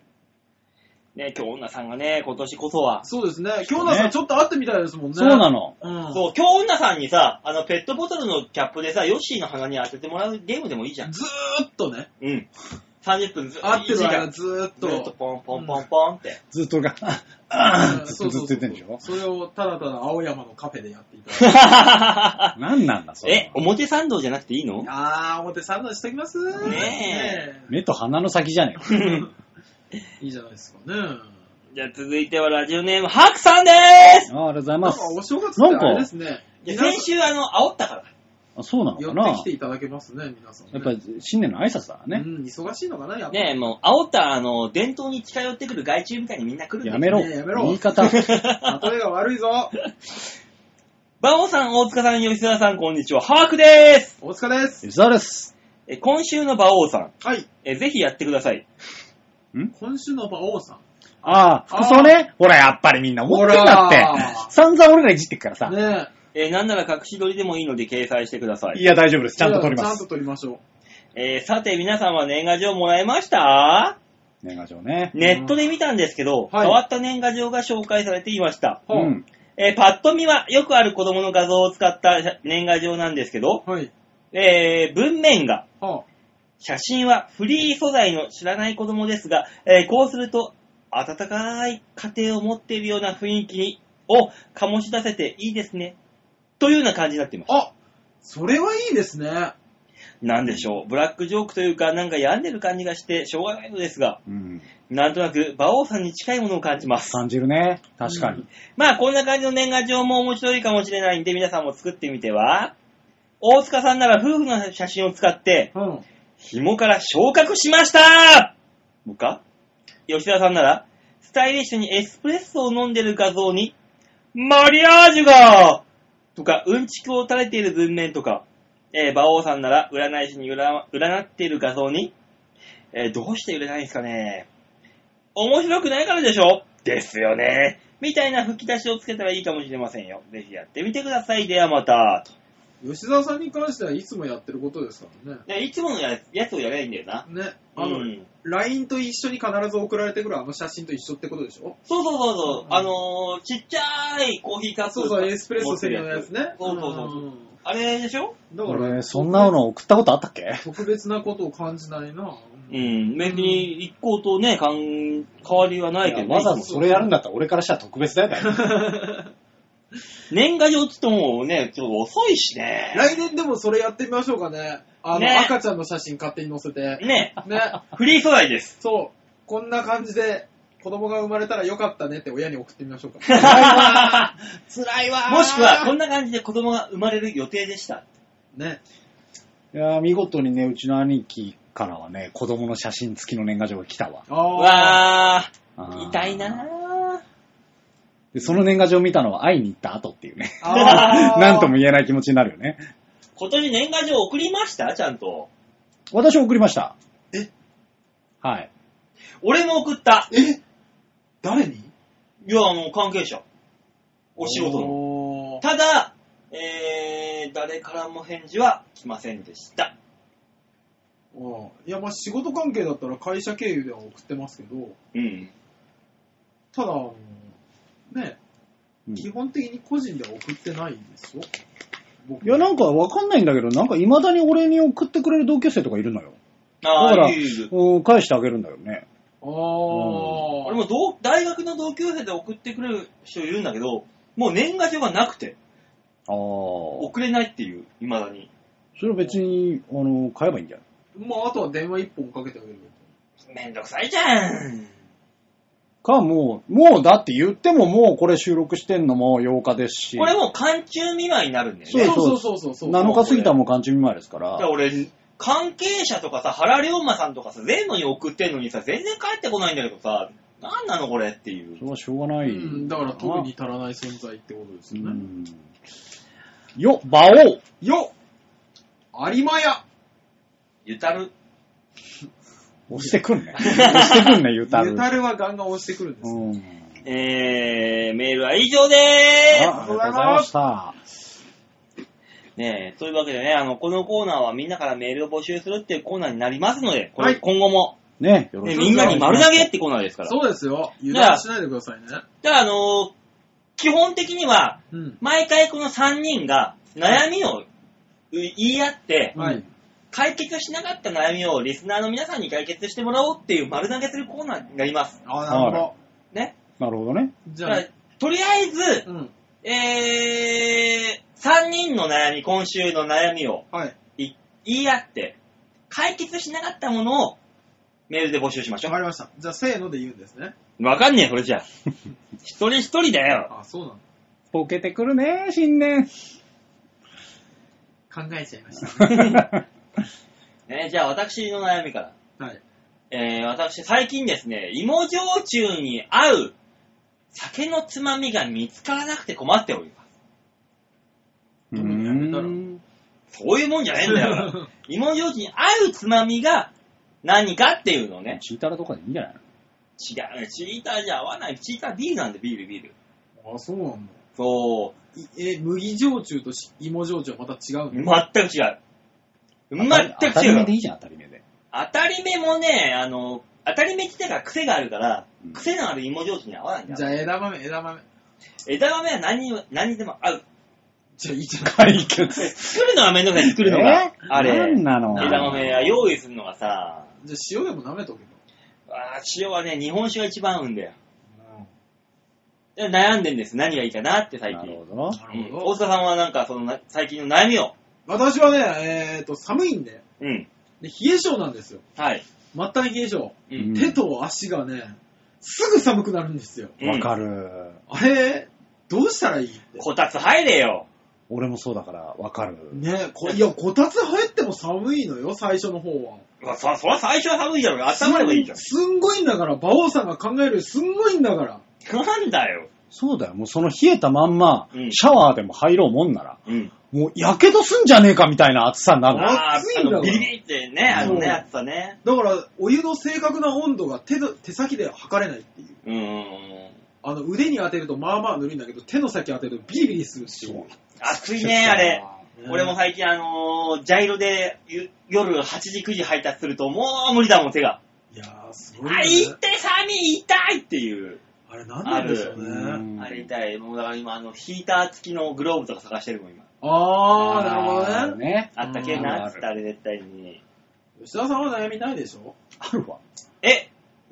S2: ね、京女さんがね、今年こそは。
S3: そうですね。京奈さんちょっと会ってみたいですもんね。
S4: そうなの。
S3: のうん。
S2: そう、京女さんにさ、あの、ペットボトルのキャップでさ、ヨッシーの鼻に当ててもらうゲームでもいいじゃん。
S3: ずーっとね、
S2: うん。30分ずっと
S3: 会ってる間
S2: ず
S3: ずーっと。
S2: っとポンポンポンポンって。
S4: ずっとが、ああず
S3: そ
S4: っ
S3: う
S4: とず
S3: そうそ
S4: っと言ってんでし
S3: う。
S4: ょ
S3: それをただただ青山のカフェでやっていただいて。
S4: なんなんだ、そ
S2: え
S4: れ、。
S2: 表参道じゃなくていいの
S3: あー、表参道してきます
S2: え
S4: 目と鼻の先じゃねえか。
S3: えいいじゃないですかね。
S2: じゃあ続いてはラジオネーム、ハクさんでーす
S4: ああありがとうござい
S3: な
S4: ま
S3: ん
S4: す
S3: か。お正月ってあれですね。
S2: いや
S3: 皆
S2: 先週あの、煽ったから。
S4: あそうなの
S3: 寄
S4: か
S3: っ
S4: な
S3: てきていただけますね、皆さんね、
S4: やっぱ新年の挨拶だからね。
S3: うん、忙しいのかな、やっぱ。
S2: ねえ、もう、煽ったあの、伝統に近寄ってくる外注みたいにみんな来るんだよ
S4: やめろ。
S3: ねやめろ
S4: 言い 方。
S3: 例えが悪いぞ。
S2: バオさん、大塚さん、吉沢さん、こんにちは。ハークでーす
S3: 大塚です。
S4: 吉沢です。
S2: え今週のバオさん、
S3: はい。
S2: えぜひやってください。
S3: 今週の馬王さん。
S4: ああ、服装ね。ほら、やっぱりみんな思ってんだって
S3: ほら。
S4: 散々俺らいじってっからさ。
S3: ね
S2: えなんなら隠し撮りでもいいので掲載してくださ
S4: い
S2: い。
S4: や、大丈夫
S3: え
S4: です。ちゃんと撮りま
S3: ちゃんと
S4: す。
S3: 撮りましょ
S2: えーさて、皆さんは年賀状もらいました
S4: 年賀状ね。
S2: ネットで見たんですけど、
S3: はい
S2: 変わった年賀状が紹介されていました。
S3: う。は
S4: うん。
S2: えーパッと見はよくある子供の画像を使った年賀状なんですけど、
S3: あ。はい。
S2: えー文面が、
S3: は
S2: 写真はフリー素材の知らない子供ですが、えーこうすると、温かい家庭を持っているような雰囲気にを醸し出せていいですね。というような感じになっています。
S3: あ。あ、それはいいですね。
S2: なんでしょう。ブラックジョークというか、なんか病んでる感じがして、しょうがないのですが、
S4: うん。
S2: なんとなく、馬王さんに近いものを感じます。
S4: 感じるね。確かに。
S2: まあ、こんな感じの年賀状も面白いかもしれないんで、皆さんも作ってみては大塚さんなら夫婦の写真を使って、
S3: うん。
S2: 紐から昇格しました僕か吉田さんなら、スタイリッシュにエスプレッソを飲んでる画像に、マリアージュがとか、うんちくを垂れている文面とか、えー、馬王さんなら、占い師に占占っている画像に、えーどうして売れないんですかね面白くないからでしょですよね。みたいな吹き出しをつけたらいいかもしれませんよ。ぜひやってみてください。ではまた。と
S3: 吉沢さんに関してはいつもやってることですからね。
S2: ねいつものややつをやればいいんだよな。
S3: ね。あの、
S2: うん
S3: LINE と一緒に必ず送られてくるあの写真と一緒ってことでしょ
S2: そうそうそうそう、
S3: うん
S2: あのー、ちっちゃいコーヒーカップ。
S3: そうそう、エスプレッソ専用のやつね。
S2: そうそうそうそうあれでしょ
S3: うんだから、
S4: 俺、そんなの送ったことあったっけ
S3: 特別なことを感じないな。
S2: うん、別に一向とね、かん変わりはないけど、ね、
S4: わざわざそれやるんだったら俺からしたら特別だよだよ。
S2: 年賀状っつってもね、ちょっと遅いしね。
S3: 来年でもそれやってみましょうかね。あの、
S2: ね
S3: 赤ちゃんの写真勝手に載せて。
S2: ね、
S3: ね。
S2: フリー素材 です。
S3: そう。こんな感じで、子供が生まれたらよかったねって親に送ってみましょうか。
S2: 辛いわ
S3: 辛いわー
S2: もしくは、こんな感じで子供が生まれる予定でした。
S3: ね。
S4: いやー、見事にね、うちの兄貴からはね、子供の写真付きの年賀状が来たわ。
S3: ああ。
S2: わ
S4: あー
S2: ー、痛いなー。
S4: で、その年賀状を見たのは会いに行った後っていうね。
S3: あー
S4: なんとも言えない気持ちになるよね。
S2: 今年年賀状送りましたちゃんと。
S4: 私送りました。
S3: え
S4: はい。
S2: 俺も送った。
S3: え誰に
S2: いや、あの、関係者。お仕事の。
S3: の。
S2: ただ、えー、誰からも返事は来ませんでした。
S3: ああいや、まあ仕事関係だったら会社経由では送ってますけど、
S2: うん。
S3: ただ、あのね、
S4: うん
S3: 基本的に個人では送ってないんですよ。僕
S4: いや、なんかわかんないんだけど、なんか未だに俺に送ってくれる同級生とかいるのよ。だ
S2: あ
S4: から
S2: あ、いいいいいい
S4: うん返してあげるんだよね。
S3: ああ、
S2: 俺も同大学の同級生で送ってくれる人いるんだけど、もう年賀状がなくて、
S4: ああ。
S2: 送れないっていう、未だに。
S4: それは別に、あの、買えばいいんじゃない
S3: まあ、あとは電話一本かけてあげる。
S2: めんどくさいじゃん。
S4: か、もう、もうだって言ってももうこれ収録してんのも8日ですし。
S2: これもう寒中見舞いになるんだよ
S4: そう
S2: ね。
S4: そう
S3: そうそうそう。
S4: 7日過ぎたらもう完中見舞いですか
S2: だ
S4: ら
S2: か。ら俺、関係者とかさ、原龍馬さんとかさ、全部に送ってんのにさ、全然帰ってこないんだけどさ、なんなのこれっていう
S4: そ。れはしょうがない。
S3: うん、だから特に足らない存在ってことです
S4: う
S3: よね。
S4: ん。よ、馬王
S3: よっ有馬屋
S2: ゆたる。
S4: 押してくんね。押してくんね、ゆた
S3: ゆ
S4: る。
S3: たるはガンガン押してくるんです。
S4: うん。
S2: えー、メールは以上で
S4: あありがとうございました。
S2: す。ねえ、というわけでね、あの、このコーナーはみんなからメールを募集するっていうコーナーになりますので、これ
S3: はい
S2: 今後も、
S4: ね、よろ
S2: ね、
S4: しく。
S2: みんなに丸投げってコーナーですから。
S3: そうですよ。油断しないでくださいね。
S2: じゃあ、あのー基本的には、
S3: うん。
S2: 毎回この3人が悩みを言い合って、
S3: はい
S4: うん
S2: 解決しなかった悩みをリスナーの皆さんに解決してもらおうっていう丸投げするコーナーになります。
S3: あ、なるほど。
S2: ね。
S4: なるほどね。
S3: じ
S2: じ
S3: ゃ
S2: ゃ
S3: あ
S2: あ、とりあえず
S3: う、ん。
S2: えー、3人の悩み、今週の悩みを
S3: はい。
S2: い言い合って、解決しなかったものをメールで募集しましょ
S3: わかりました。じゃあ、せーので言うんですね。
S2: う。わかんねえ、それじゃあ。 一人一人だよ。
S3: あ、そうなの。
S4: ボケてくるね、新年。
S3: 考えちゃいまし
S2: ね、じゃあ私の悩みから。
S3: た。 はい。
S2: えー、私、最近ですね、芋焼酎に合う酒のつまみが見つからなくて困っております。
S4: う
S3: やめたら
S4: ん。
S2: そういうもんじゃねえんだ よ。芋焼酎に合うつまみが何かっていうのをね。
S4: チータラとかでいいんじゃないの
S2: 違う、チーターじゃ合わない。チータービールなんで、ビール、ビール。
S3: あ、そうなんだ。
S2: そう。
S3: いえ、麦焼酎とし芋焼酎はまた違うの
S2: 全く違う。全
S4: 当た
S2: く
S4: り
S2: 違。
S4: 前でいういじゃん、当たり前で。
S2: 当たり目もね、あの、当たり目自体が癖があるから
S4: う、ん
S2: 癖のある芋上手に合わないん
S3: じ
S2: だ
S3: ゃ
S2: よ。
S3: あ、枝豆、枝豆。
S2: 枝豆は何にも何にでも合う。
S3: じゃあ、いい じゃん。
S4: 解決。
S2: 作るのはめんどくさい、作るのが
S4: え。
S2: あれ。
S4: なんなの
S2: 枝豆は用意するのがさ、
S3: じゃあ、塩でも舐めとけば。
S2: あー塩はね、日本酒が一番合うんだよ。で悩んでんです。何がいいかなって最
S4: なる
S2: 近。
S4: ほどな。
S3: な
S2: う
S3: る
S2: ん、
S3: ほ
S2: 大
S3: ど。
S2: 塚さんはなんかそのな最近の悩みを。
S3: 私はね、えっと、寒いんで、
S2: うん。
S3: で冷え性なんですよ。
S2: はい。
S3: 末端冷え性。
S2: う
S4: うん
S2: ん。
S3: 手と足がね、すぐ寒くなるんですよ。
S4: わか
S2: る。
S4: る。
S3: あれ、どうしたらいいって。
S2: こたつ入れよ。
S4: 俺もそうだから、わかる。
S3: ねこいや、こたつ入っても寒いのよ、最初の方は。
S2: うわそ、そら最初は寒いだろうが。温まればいいじゃん。
S3: すんごいんだから、馬王さんが考えるよりすんごいんだから。
S2: なんだよ。
S4: そうだよ、もうその冷えたまんま、
S2: うん
S4: シャワーでも入ろうもんなら、
S2: うん。
S4: もうやけどすんじゃねえかみたいな暑さになるの。
S2: ああ
S3: 暑い
S2: あ
S3: んだ
S2: の
S3: わ
S2: ビリビリってね、あのね、
S3: そう
S2: やつだね。
S3: だから、お湯の正確な温度が手の手先で測れないっていう。
S2: うんうんうん。
S3: あの、腕に当てるとまあまあぬるいんだけど、手の先当てるとビリビリするっていう。
S2: 暑いね、あれ。
S3: うん
S2: 俺も最近、あのー、ジャイロでゆ夜8時、9時配達すると、もう無理だもん、手が。
S3: いやー、すごい、
S2: あ、
S3: ね
S2: 痛。い、寒い、痛いっていう。
S3: あれ、なんなんでしょう
S4: う
S3: ね。
S4: ん
S2: あれ痛い。もうだから今、あの、ヒーター付きのグローブとか探してるもん、今。
S3: あー、なるほどね。
S4: ね。
S2: あったけえ
S4: うん
S2: な、つってあれ絶対に。
S3: 吉田さんは悩みないでしょ
S4: あるわ。
S2: え、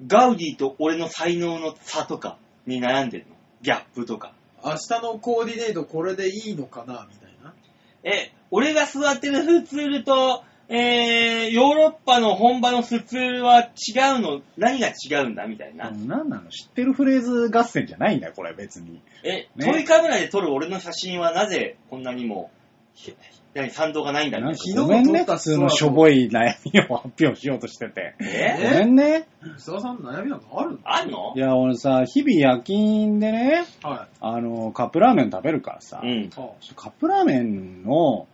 S2: ガウディと俺の才能の差とかに悩んでるのギャップとか。
S3: 明日のコーディネートこれでいいのかなみたいな。
S2: え、俺が座ってるスツールと、えー、ヨーロッパの本場のスツールは違うの、何が違うんだみたいな。
S4: うんなんなの知ってるフレーズ合戦じゃないんだよ、これ別に。
S2: え、
S4: ね
S2: トイカメラで撮る俺の写真はなぜこんなにも、ひ何、賛同がないんだみた
S4: ない
S2: な
S4: んか。
S3: 昨日
S4: ごめんね、
S3: 撮った
S4: 普通のしょぼい悩みを発表しようとしてて。ご
S2: え
S3: え
S4: めんね。
S3: 吉田さん悩みなんかあるの
S2: あんの
S4: いや、俺さ、日々夜勤でね、
S3: は
S4: あの、カップラーメン食べるからさ、
S2: うん
S3: い。。は
S4: カップラーメンの、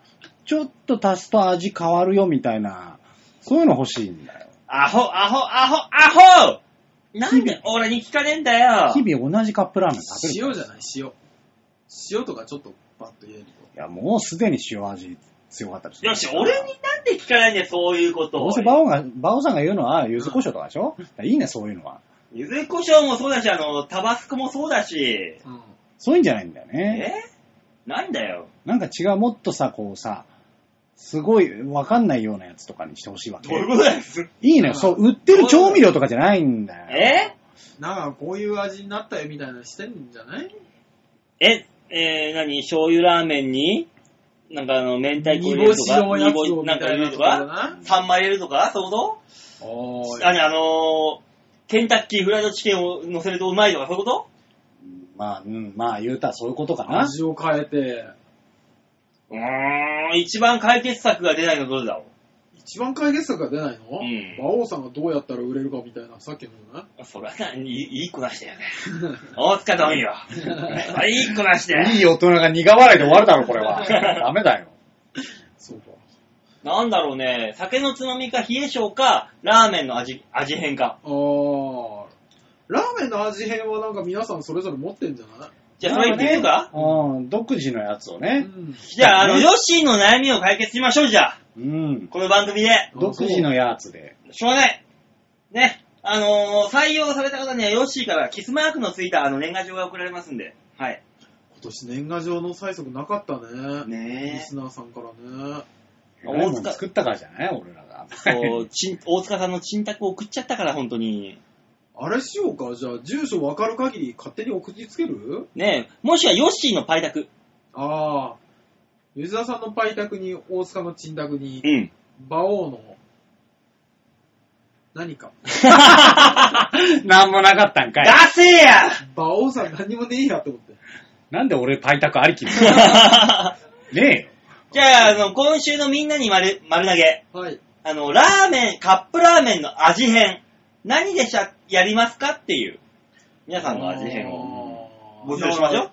S4: ちょっと足すと味変わるよみたいな、そういうの欲しいんだよ。
S2: アホ、アホ、アホ、アホなんで俺に聞かねえんだよ
S4: 日々同じカップラーメン食べるから
S3: 塩じゃない塩。塩とかちょっとパッと入れると。
S4: いや、もうすでに塩味強かったですね
S2: よし、俺になんで聞かないんだよ、そういうこと
S4: ど
S2: を
S4: うせ。バオが、バオさんが言うのは、柚子胡椒とかでしょいいね、そういうのは。
S2: ゆずこしょうもそうだし、あの、タバスコもそうだし。
S3: うん。
S4: そういうんじゃないんだよね。
S2: えなんだよ。
S4: なんか違う、もっとさ、こうさ、すごいわかんないようなやつとかにしてほしいわ
S2: どういう
S4: け。
S2: ことだよ。す
S4: いいね、そう、売ってる調味料とかじゃないんだよ。
S2: え
S3: なんかこういう味になったよみたいなしてんじゃない
S2: え、えー、何醤油ラーメンに、なんかあの、明太子入
S3: 煮
S2: れる
S3: 干
S2: と
S3: し
S2: か、
S3: のやつを
S2: 煮干
S3: み
S2: しな
S3: た
S2: んか入れ
S3: いな
S2: る
S3: と
S2: と
S3: ころ
S2: か、
S3: だな。
S2: サンマ入れるとか、そういうこ
S3: お
S2: と
S3: ー
S2: あの、あのーケンタッキーフライドチキンを乗せるとうまいとか、そういうこと
S4: まあ、うん、まあ、言うたらそういうことかな。
S3: 味を変えて、
S2: うーん、一番解決策が出ないのどれだろ
S3: 一番解決策が出ないの、
S2: うん。
S3: 馬王さんがどうやったら売れるかみたいな、さっきのじゃないう
S2: そりゃな、いいいい子なし だよね。大塚どんよ。 いい子なしだよ。
S4: いい大人が苦笑いで終わるだろ、これは。ダメだよ。
S3: そうか。
S2: なんだろうね、酒のつまみか冷え性か、ラーメンの味、味変か。
S3: あー。ラーメンの味変はなんか皆さんそれぞれ持ってんじゃない
S2: じゃあ、それ言ってみるか
S4: うん、独自のやつを
S3: う
S4: ね。
S3: ん。
S2: じゃあ、あの、
S4: ね
S2: ヨッシーの悩みを解決しましょう、じゃあ。
S4: うん。
S2: この番組で。
S3: そう
S4: 独自のやつで。
S2: しょうがない。ね。あのー、採用された方にはヨッシーからキスマークのついたあの年賀状が送られますんで。はい。
S3: 今年年賀状の催促なかったね。リ
S2: ね
S3: スナーさんからね。
S2: 大塚
S4: 偉いもん作ったからじゃない俺らが。
S2: え。そう、ちん、大塚さんの沈託を送っちゃったから、本当に。
S3: あれしようかじゃあ、住所わかる限り勝手に送りつける
S2: ねえ、もしくはヨッシーのパイタク。
S3: ああ。吉田さんのパイタクに、大塚のチンタクに、
S2: ん。
S3: 馬王の、何か。
S4: なんもなかったんか
S2: 出
S4: い。
S2: せや
S3: 馬王さん何もねえやと思って。
S4: なんで俺パイタクあり きなのねえよ。
S2: じゃあ、あの、今週のみんなに丸、丸投げ。
S3: はい。
S2: あの、ラーメン、カップラーメンの味変。何でしゃ、やりますかっていう。皆さんの味変を
S3: を
S2: 募集しましょう。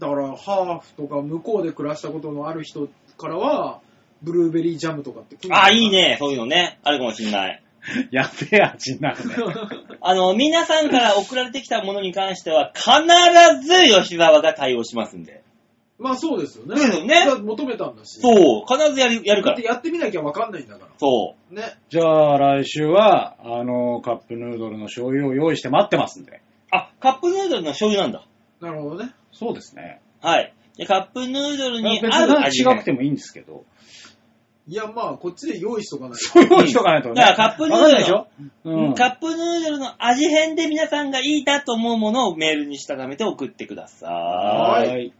S3: だから、ハーフとか向こうで暮らしたことのある人からは、ブルーベリージャムとかって来る
S2: あ、いい。ね。そういうのね。あるかもしんない。
S4: やべえ味にな るね。
S2: あの、皆さんから送られてきたものに関しては、必ず吉沢が対応しますんで。
S3: まあそうですよね。
S2: ですよね
S3: だって求めたんだし。う。
S2: そう、必ずやる、やるから。
S3: やってみなきゃわかんないんだか
S2: そ
S3: ら。ね。
S4: じゃあ来週は、あの、カップヌードルの醤油を用意して待ってますんで。
S2: う。あ、カップヌードルの醤油なんだ。
S3: なるほどね。
S4: そうですね。
S2: はい。でカップヌードル
S4: 別
S2: に
S4: に
S2: 合う味変
S4: 違くてもいいんですけど。
S3: いや、まあ、こっちで用意しとかないと。
S4: そう用意しとかないとね。
S2: だからカップヌードル
S4: わかんないでしょ
S2: う
S4: うんん。
S2: カップヌードルの味変で皆さんがいいなと思うものをメールにしたためて送ってくださ
S4: は
S3: は
S4: ーい。
S2: い。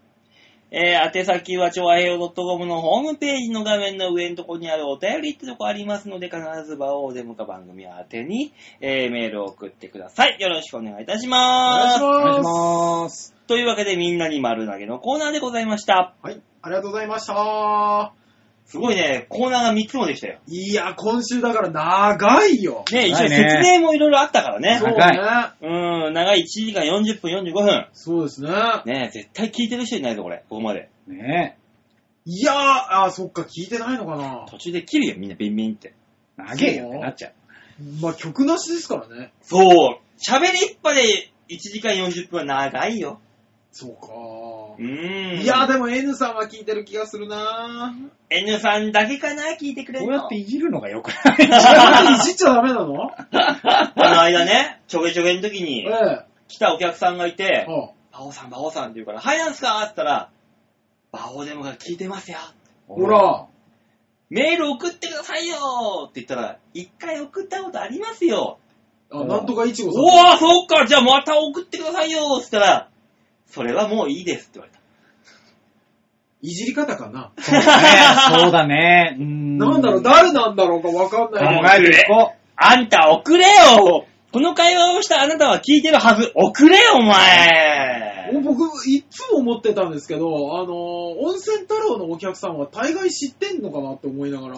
S2: えー、宛先は、超愛用 .com のホームページの画面の上のところにあるお便りってとこありますので、必ず場をデモか番組宛てに、えー、メールを送ってください。よろしくお願いいたし
S3: お願
S2: ま
S3: いし
S2: す。
S4: お願いし
S3: ます。
S4: ます。
S2: というわけで、みんなに丸投げのコーナーでございました。
S3: はい。ありがとうございました。
S2: すごいね、コーナーが3つもできたよ。
S3: いや、今週だから長いよ。
S2: ね、一
S4: 長
S2: 応
S4: いね
S2: 説明もいろいろあったからね
S3: そ。う
S4: 長
S3: ね。
S2: うーん、長い1時間40分45分。
S3: そうですね。
S2: ね絶対聞いてる人いないぞ、これ。ここまで。
S4: ね
S3: いやー、あ、そっか、聞いてないのかな。
S2: 途中で切るよ、みんなビンビンって。
S4: え。長えよってなっちゃう。
S3: まあ、曲なしですからね。
S2: そう。喋りっぱで1時間40分は長いよ。
S3: そうか
S2: うーん。
S3: いやー、でも N さんは聞いてる気がするな
S2: N さんだけかな、聞いてくれる
S4: こ
S2: の
S4: うやっていじるのが良くない
S3: いやいじっちゃダメなの
S2: あの間ね、ちょげちょげの時
S3: え
S2: に
S3: え。、は
S2: 来たお客さんがいて、
S3: あ
S2: バオさん、バオさんって言うから、はい、なんすかって言ったら、バオデモが聞いてますよ。
S3: ほら。
S2: メール送ってくださいよって言ったら、一回送ったことありますよ。
S3: あ、なんとかいちごさん。
S2: おー、そっか、じゃあまた送ってくださいよって言ったら、それはもういいですって言われた。
S3: いじり方かな。
S4: そうだね。そうだね。うーん。
S3: なんだろう、誰なんだろうかわかん
S4: 考
S3: ないけど。
S4: えていこう。
S2: あんた送れよこの会話をしたあなたは聞いてるはず。送れよ、お前
S3: 僕、いつも思ってたんですけど、あのー温泉太郎のお客さんは大概知ってんのかなって思いながら。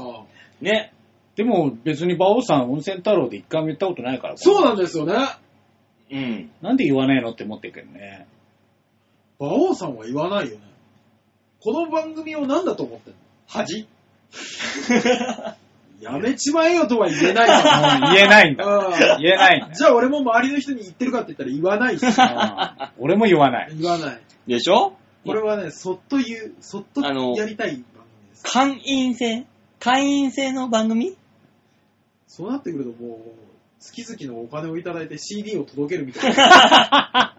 S2: ね。
S4: でも別に馬王さん温泉太郎で一回も言ったことないから。
S3: そうなんですよね。
S2: うん。
S4: なんで言わないのって思ってるけど ね。
S3: 馬王さんは言わないよね。この番組を何だと思ってんの
S2: 恥
S3: やめちまえよとは言えないか
S4: もう言えないん だ。
S3: ら。うん
S4: 言えないん だ
S3: じゃあ俺も周りの人に言ってるかって言ったら言わないし。
S4: うん俺も言わない。
S3: 言わない。
S2: でしょ
S3: これはね、そっと言う、そっと
S2: あの
S3: やりたい番組です。
S2: 会員制会員制の番 組
S3: そうなってくるともう、月々のお金をいただいて CD を届けるみたいな。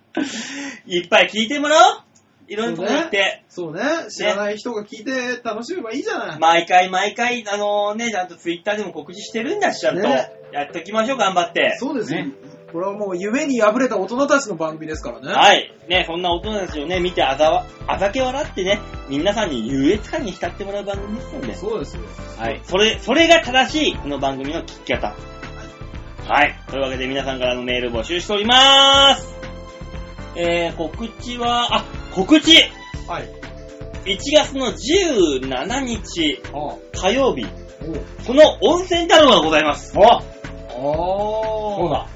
S2: いっぱい聞いてもらおういろんなとこ行って、
S3: そうね、知らない人が聞いて楽しめばいいじゃ ない。
S2: 毎回毎回、あのね、ちゃんとツイッターでも告知してるんだし、ちゃんと。
S3: ね
S2: やっときましょう、頑張って。
S3: そうですね
S4: ね。
S3: これはもう夢に破れた大人たちの番組ですからね。
S2: はい。ね、そんな大人たちをね、見てあざわ、あざけ笑ってね、皆さんに優越感に浸ってもらう番組ですので。
S3: そうですよ。
S2: はい。それ、それが正しい、この番組の聞き方。はい。というわけで皆さんからのメール募集しております。えー、告知は、あ、告知 !1
S3: はい。
S2: 月の17日
S3: ああ。
S2: 火曜日、この温泉太郎がございます。
S4: お
S3: お
S4: そう。だ。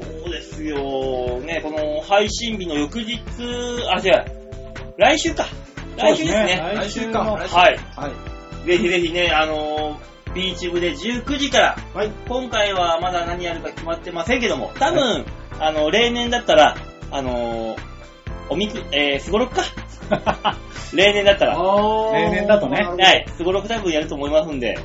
S2: そうですよ。ね、この配信日の翌日、あ、違う。来週か。来週ですね。
S4: そうです
S3: 来
S4: ね来週
S3: 週か
S4: の
S3: 来週
S2: はい。
S3: はい。
S2: ぜひぜひね、あのービーチ部で19時から、
S3: はい。
S2: 今回はまだ何やるか決まってませんけども、多分、あの、例年だったら、あのーおみく、えー、すごろく か。例年だったら。
S3: あ
S4: 例年だとね
S2: はい、すごろく多分やると思いますんで、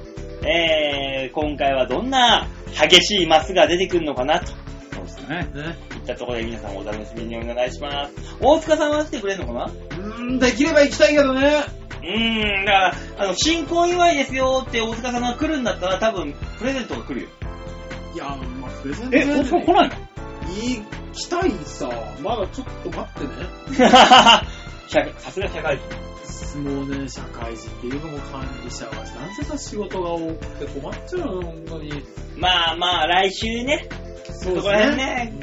S2: えー、今回はどんな激しいマスが出てくるのかなと
S4: そうですね。
S3: ね。
S2: いったところで皆さんお楽しみにお願いします。大塚さんは来てくれるのかなう
S3: うーん、できれば行きたいけどね。
S2: ーん、だから、あの、新婚祝いですよって大塚さんが来るんだったら多分プレゼントが来るよ。
S3: いや、まあ、プレゼント
S4: え、大塚来ない の
S3: 行きたいさ。まだちょっと待ってね。
S2: さすが社会人。
S3: もうね、社会人っていうのも管理者は、なんせさ、仕事が多くて困っちゃうの、本当に。
S2: まあまあ、来週ね。
S3: そ
S2: そこら辺ね。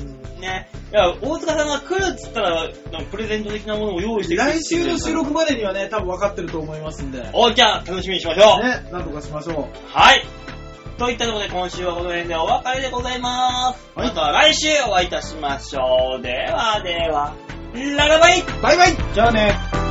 S2: ね。いや、大塚さんが来るっつったら、なんかプレゼント的なものを用意してくれ
S3: 来週の収。録までにはね、多分分かってると思いますんで。ね、
S2: おじゃあ、楽しみにしましょう。
S3: なんとかしましょ
S2: はい。といったところで今週はこの辺でお別れでございます。
S3: はい
S2: また来週お会いいたしましょう。ではでは、ララバイ
S3: う。バイバイ
S4: じゃあ
S3: バイ
S4: ね。
S3: バイ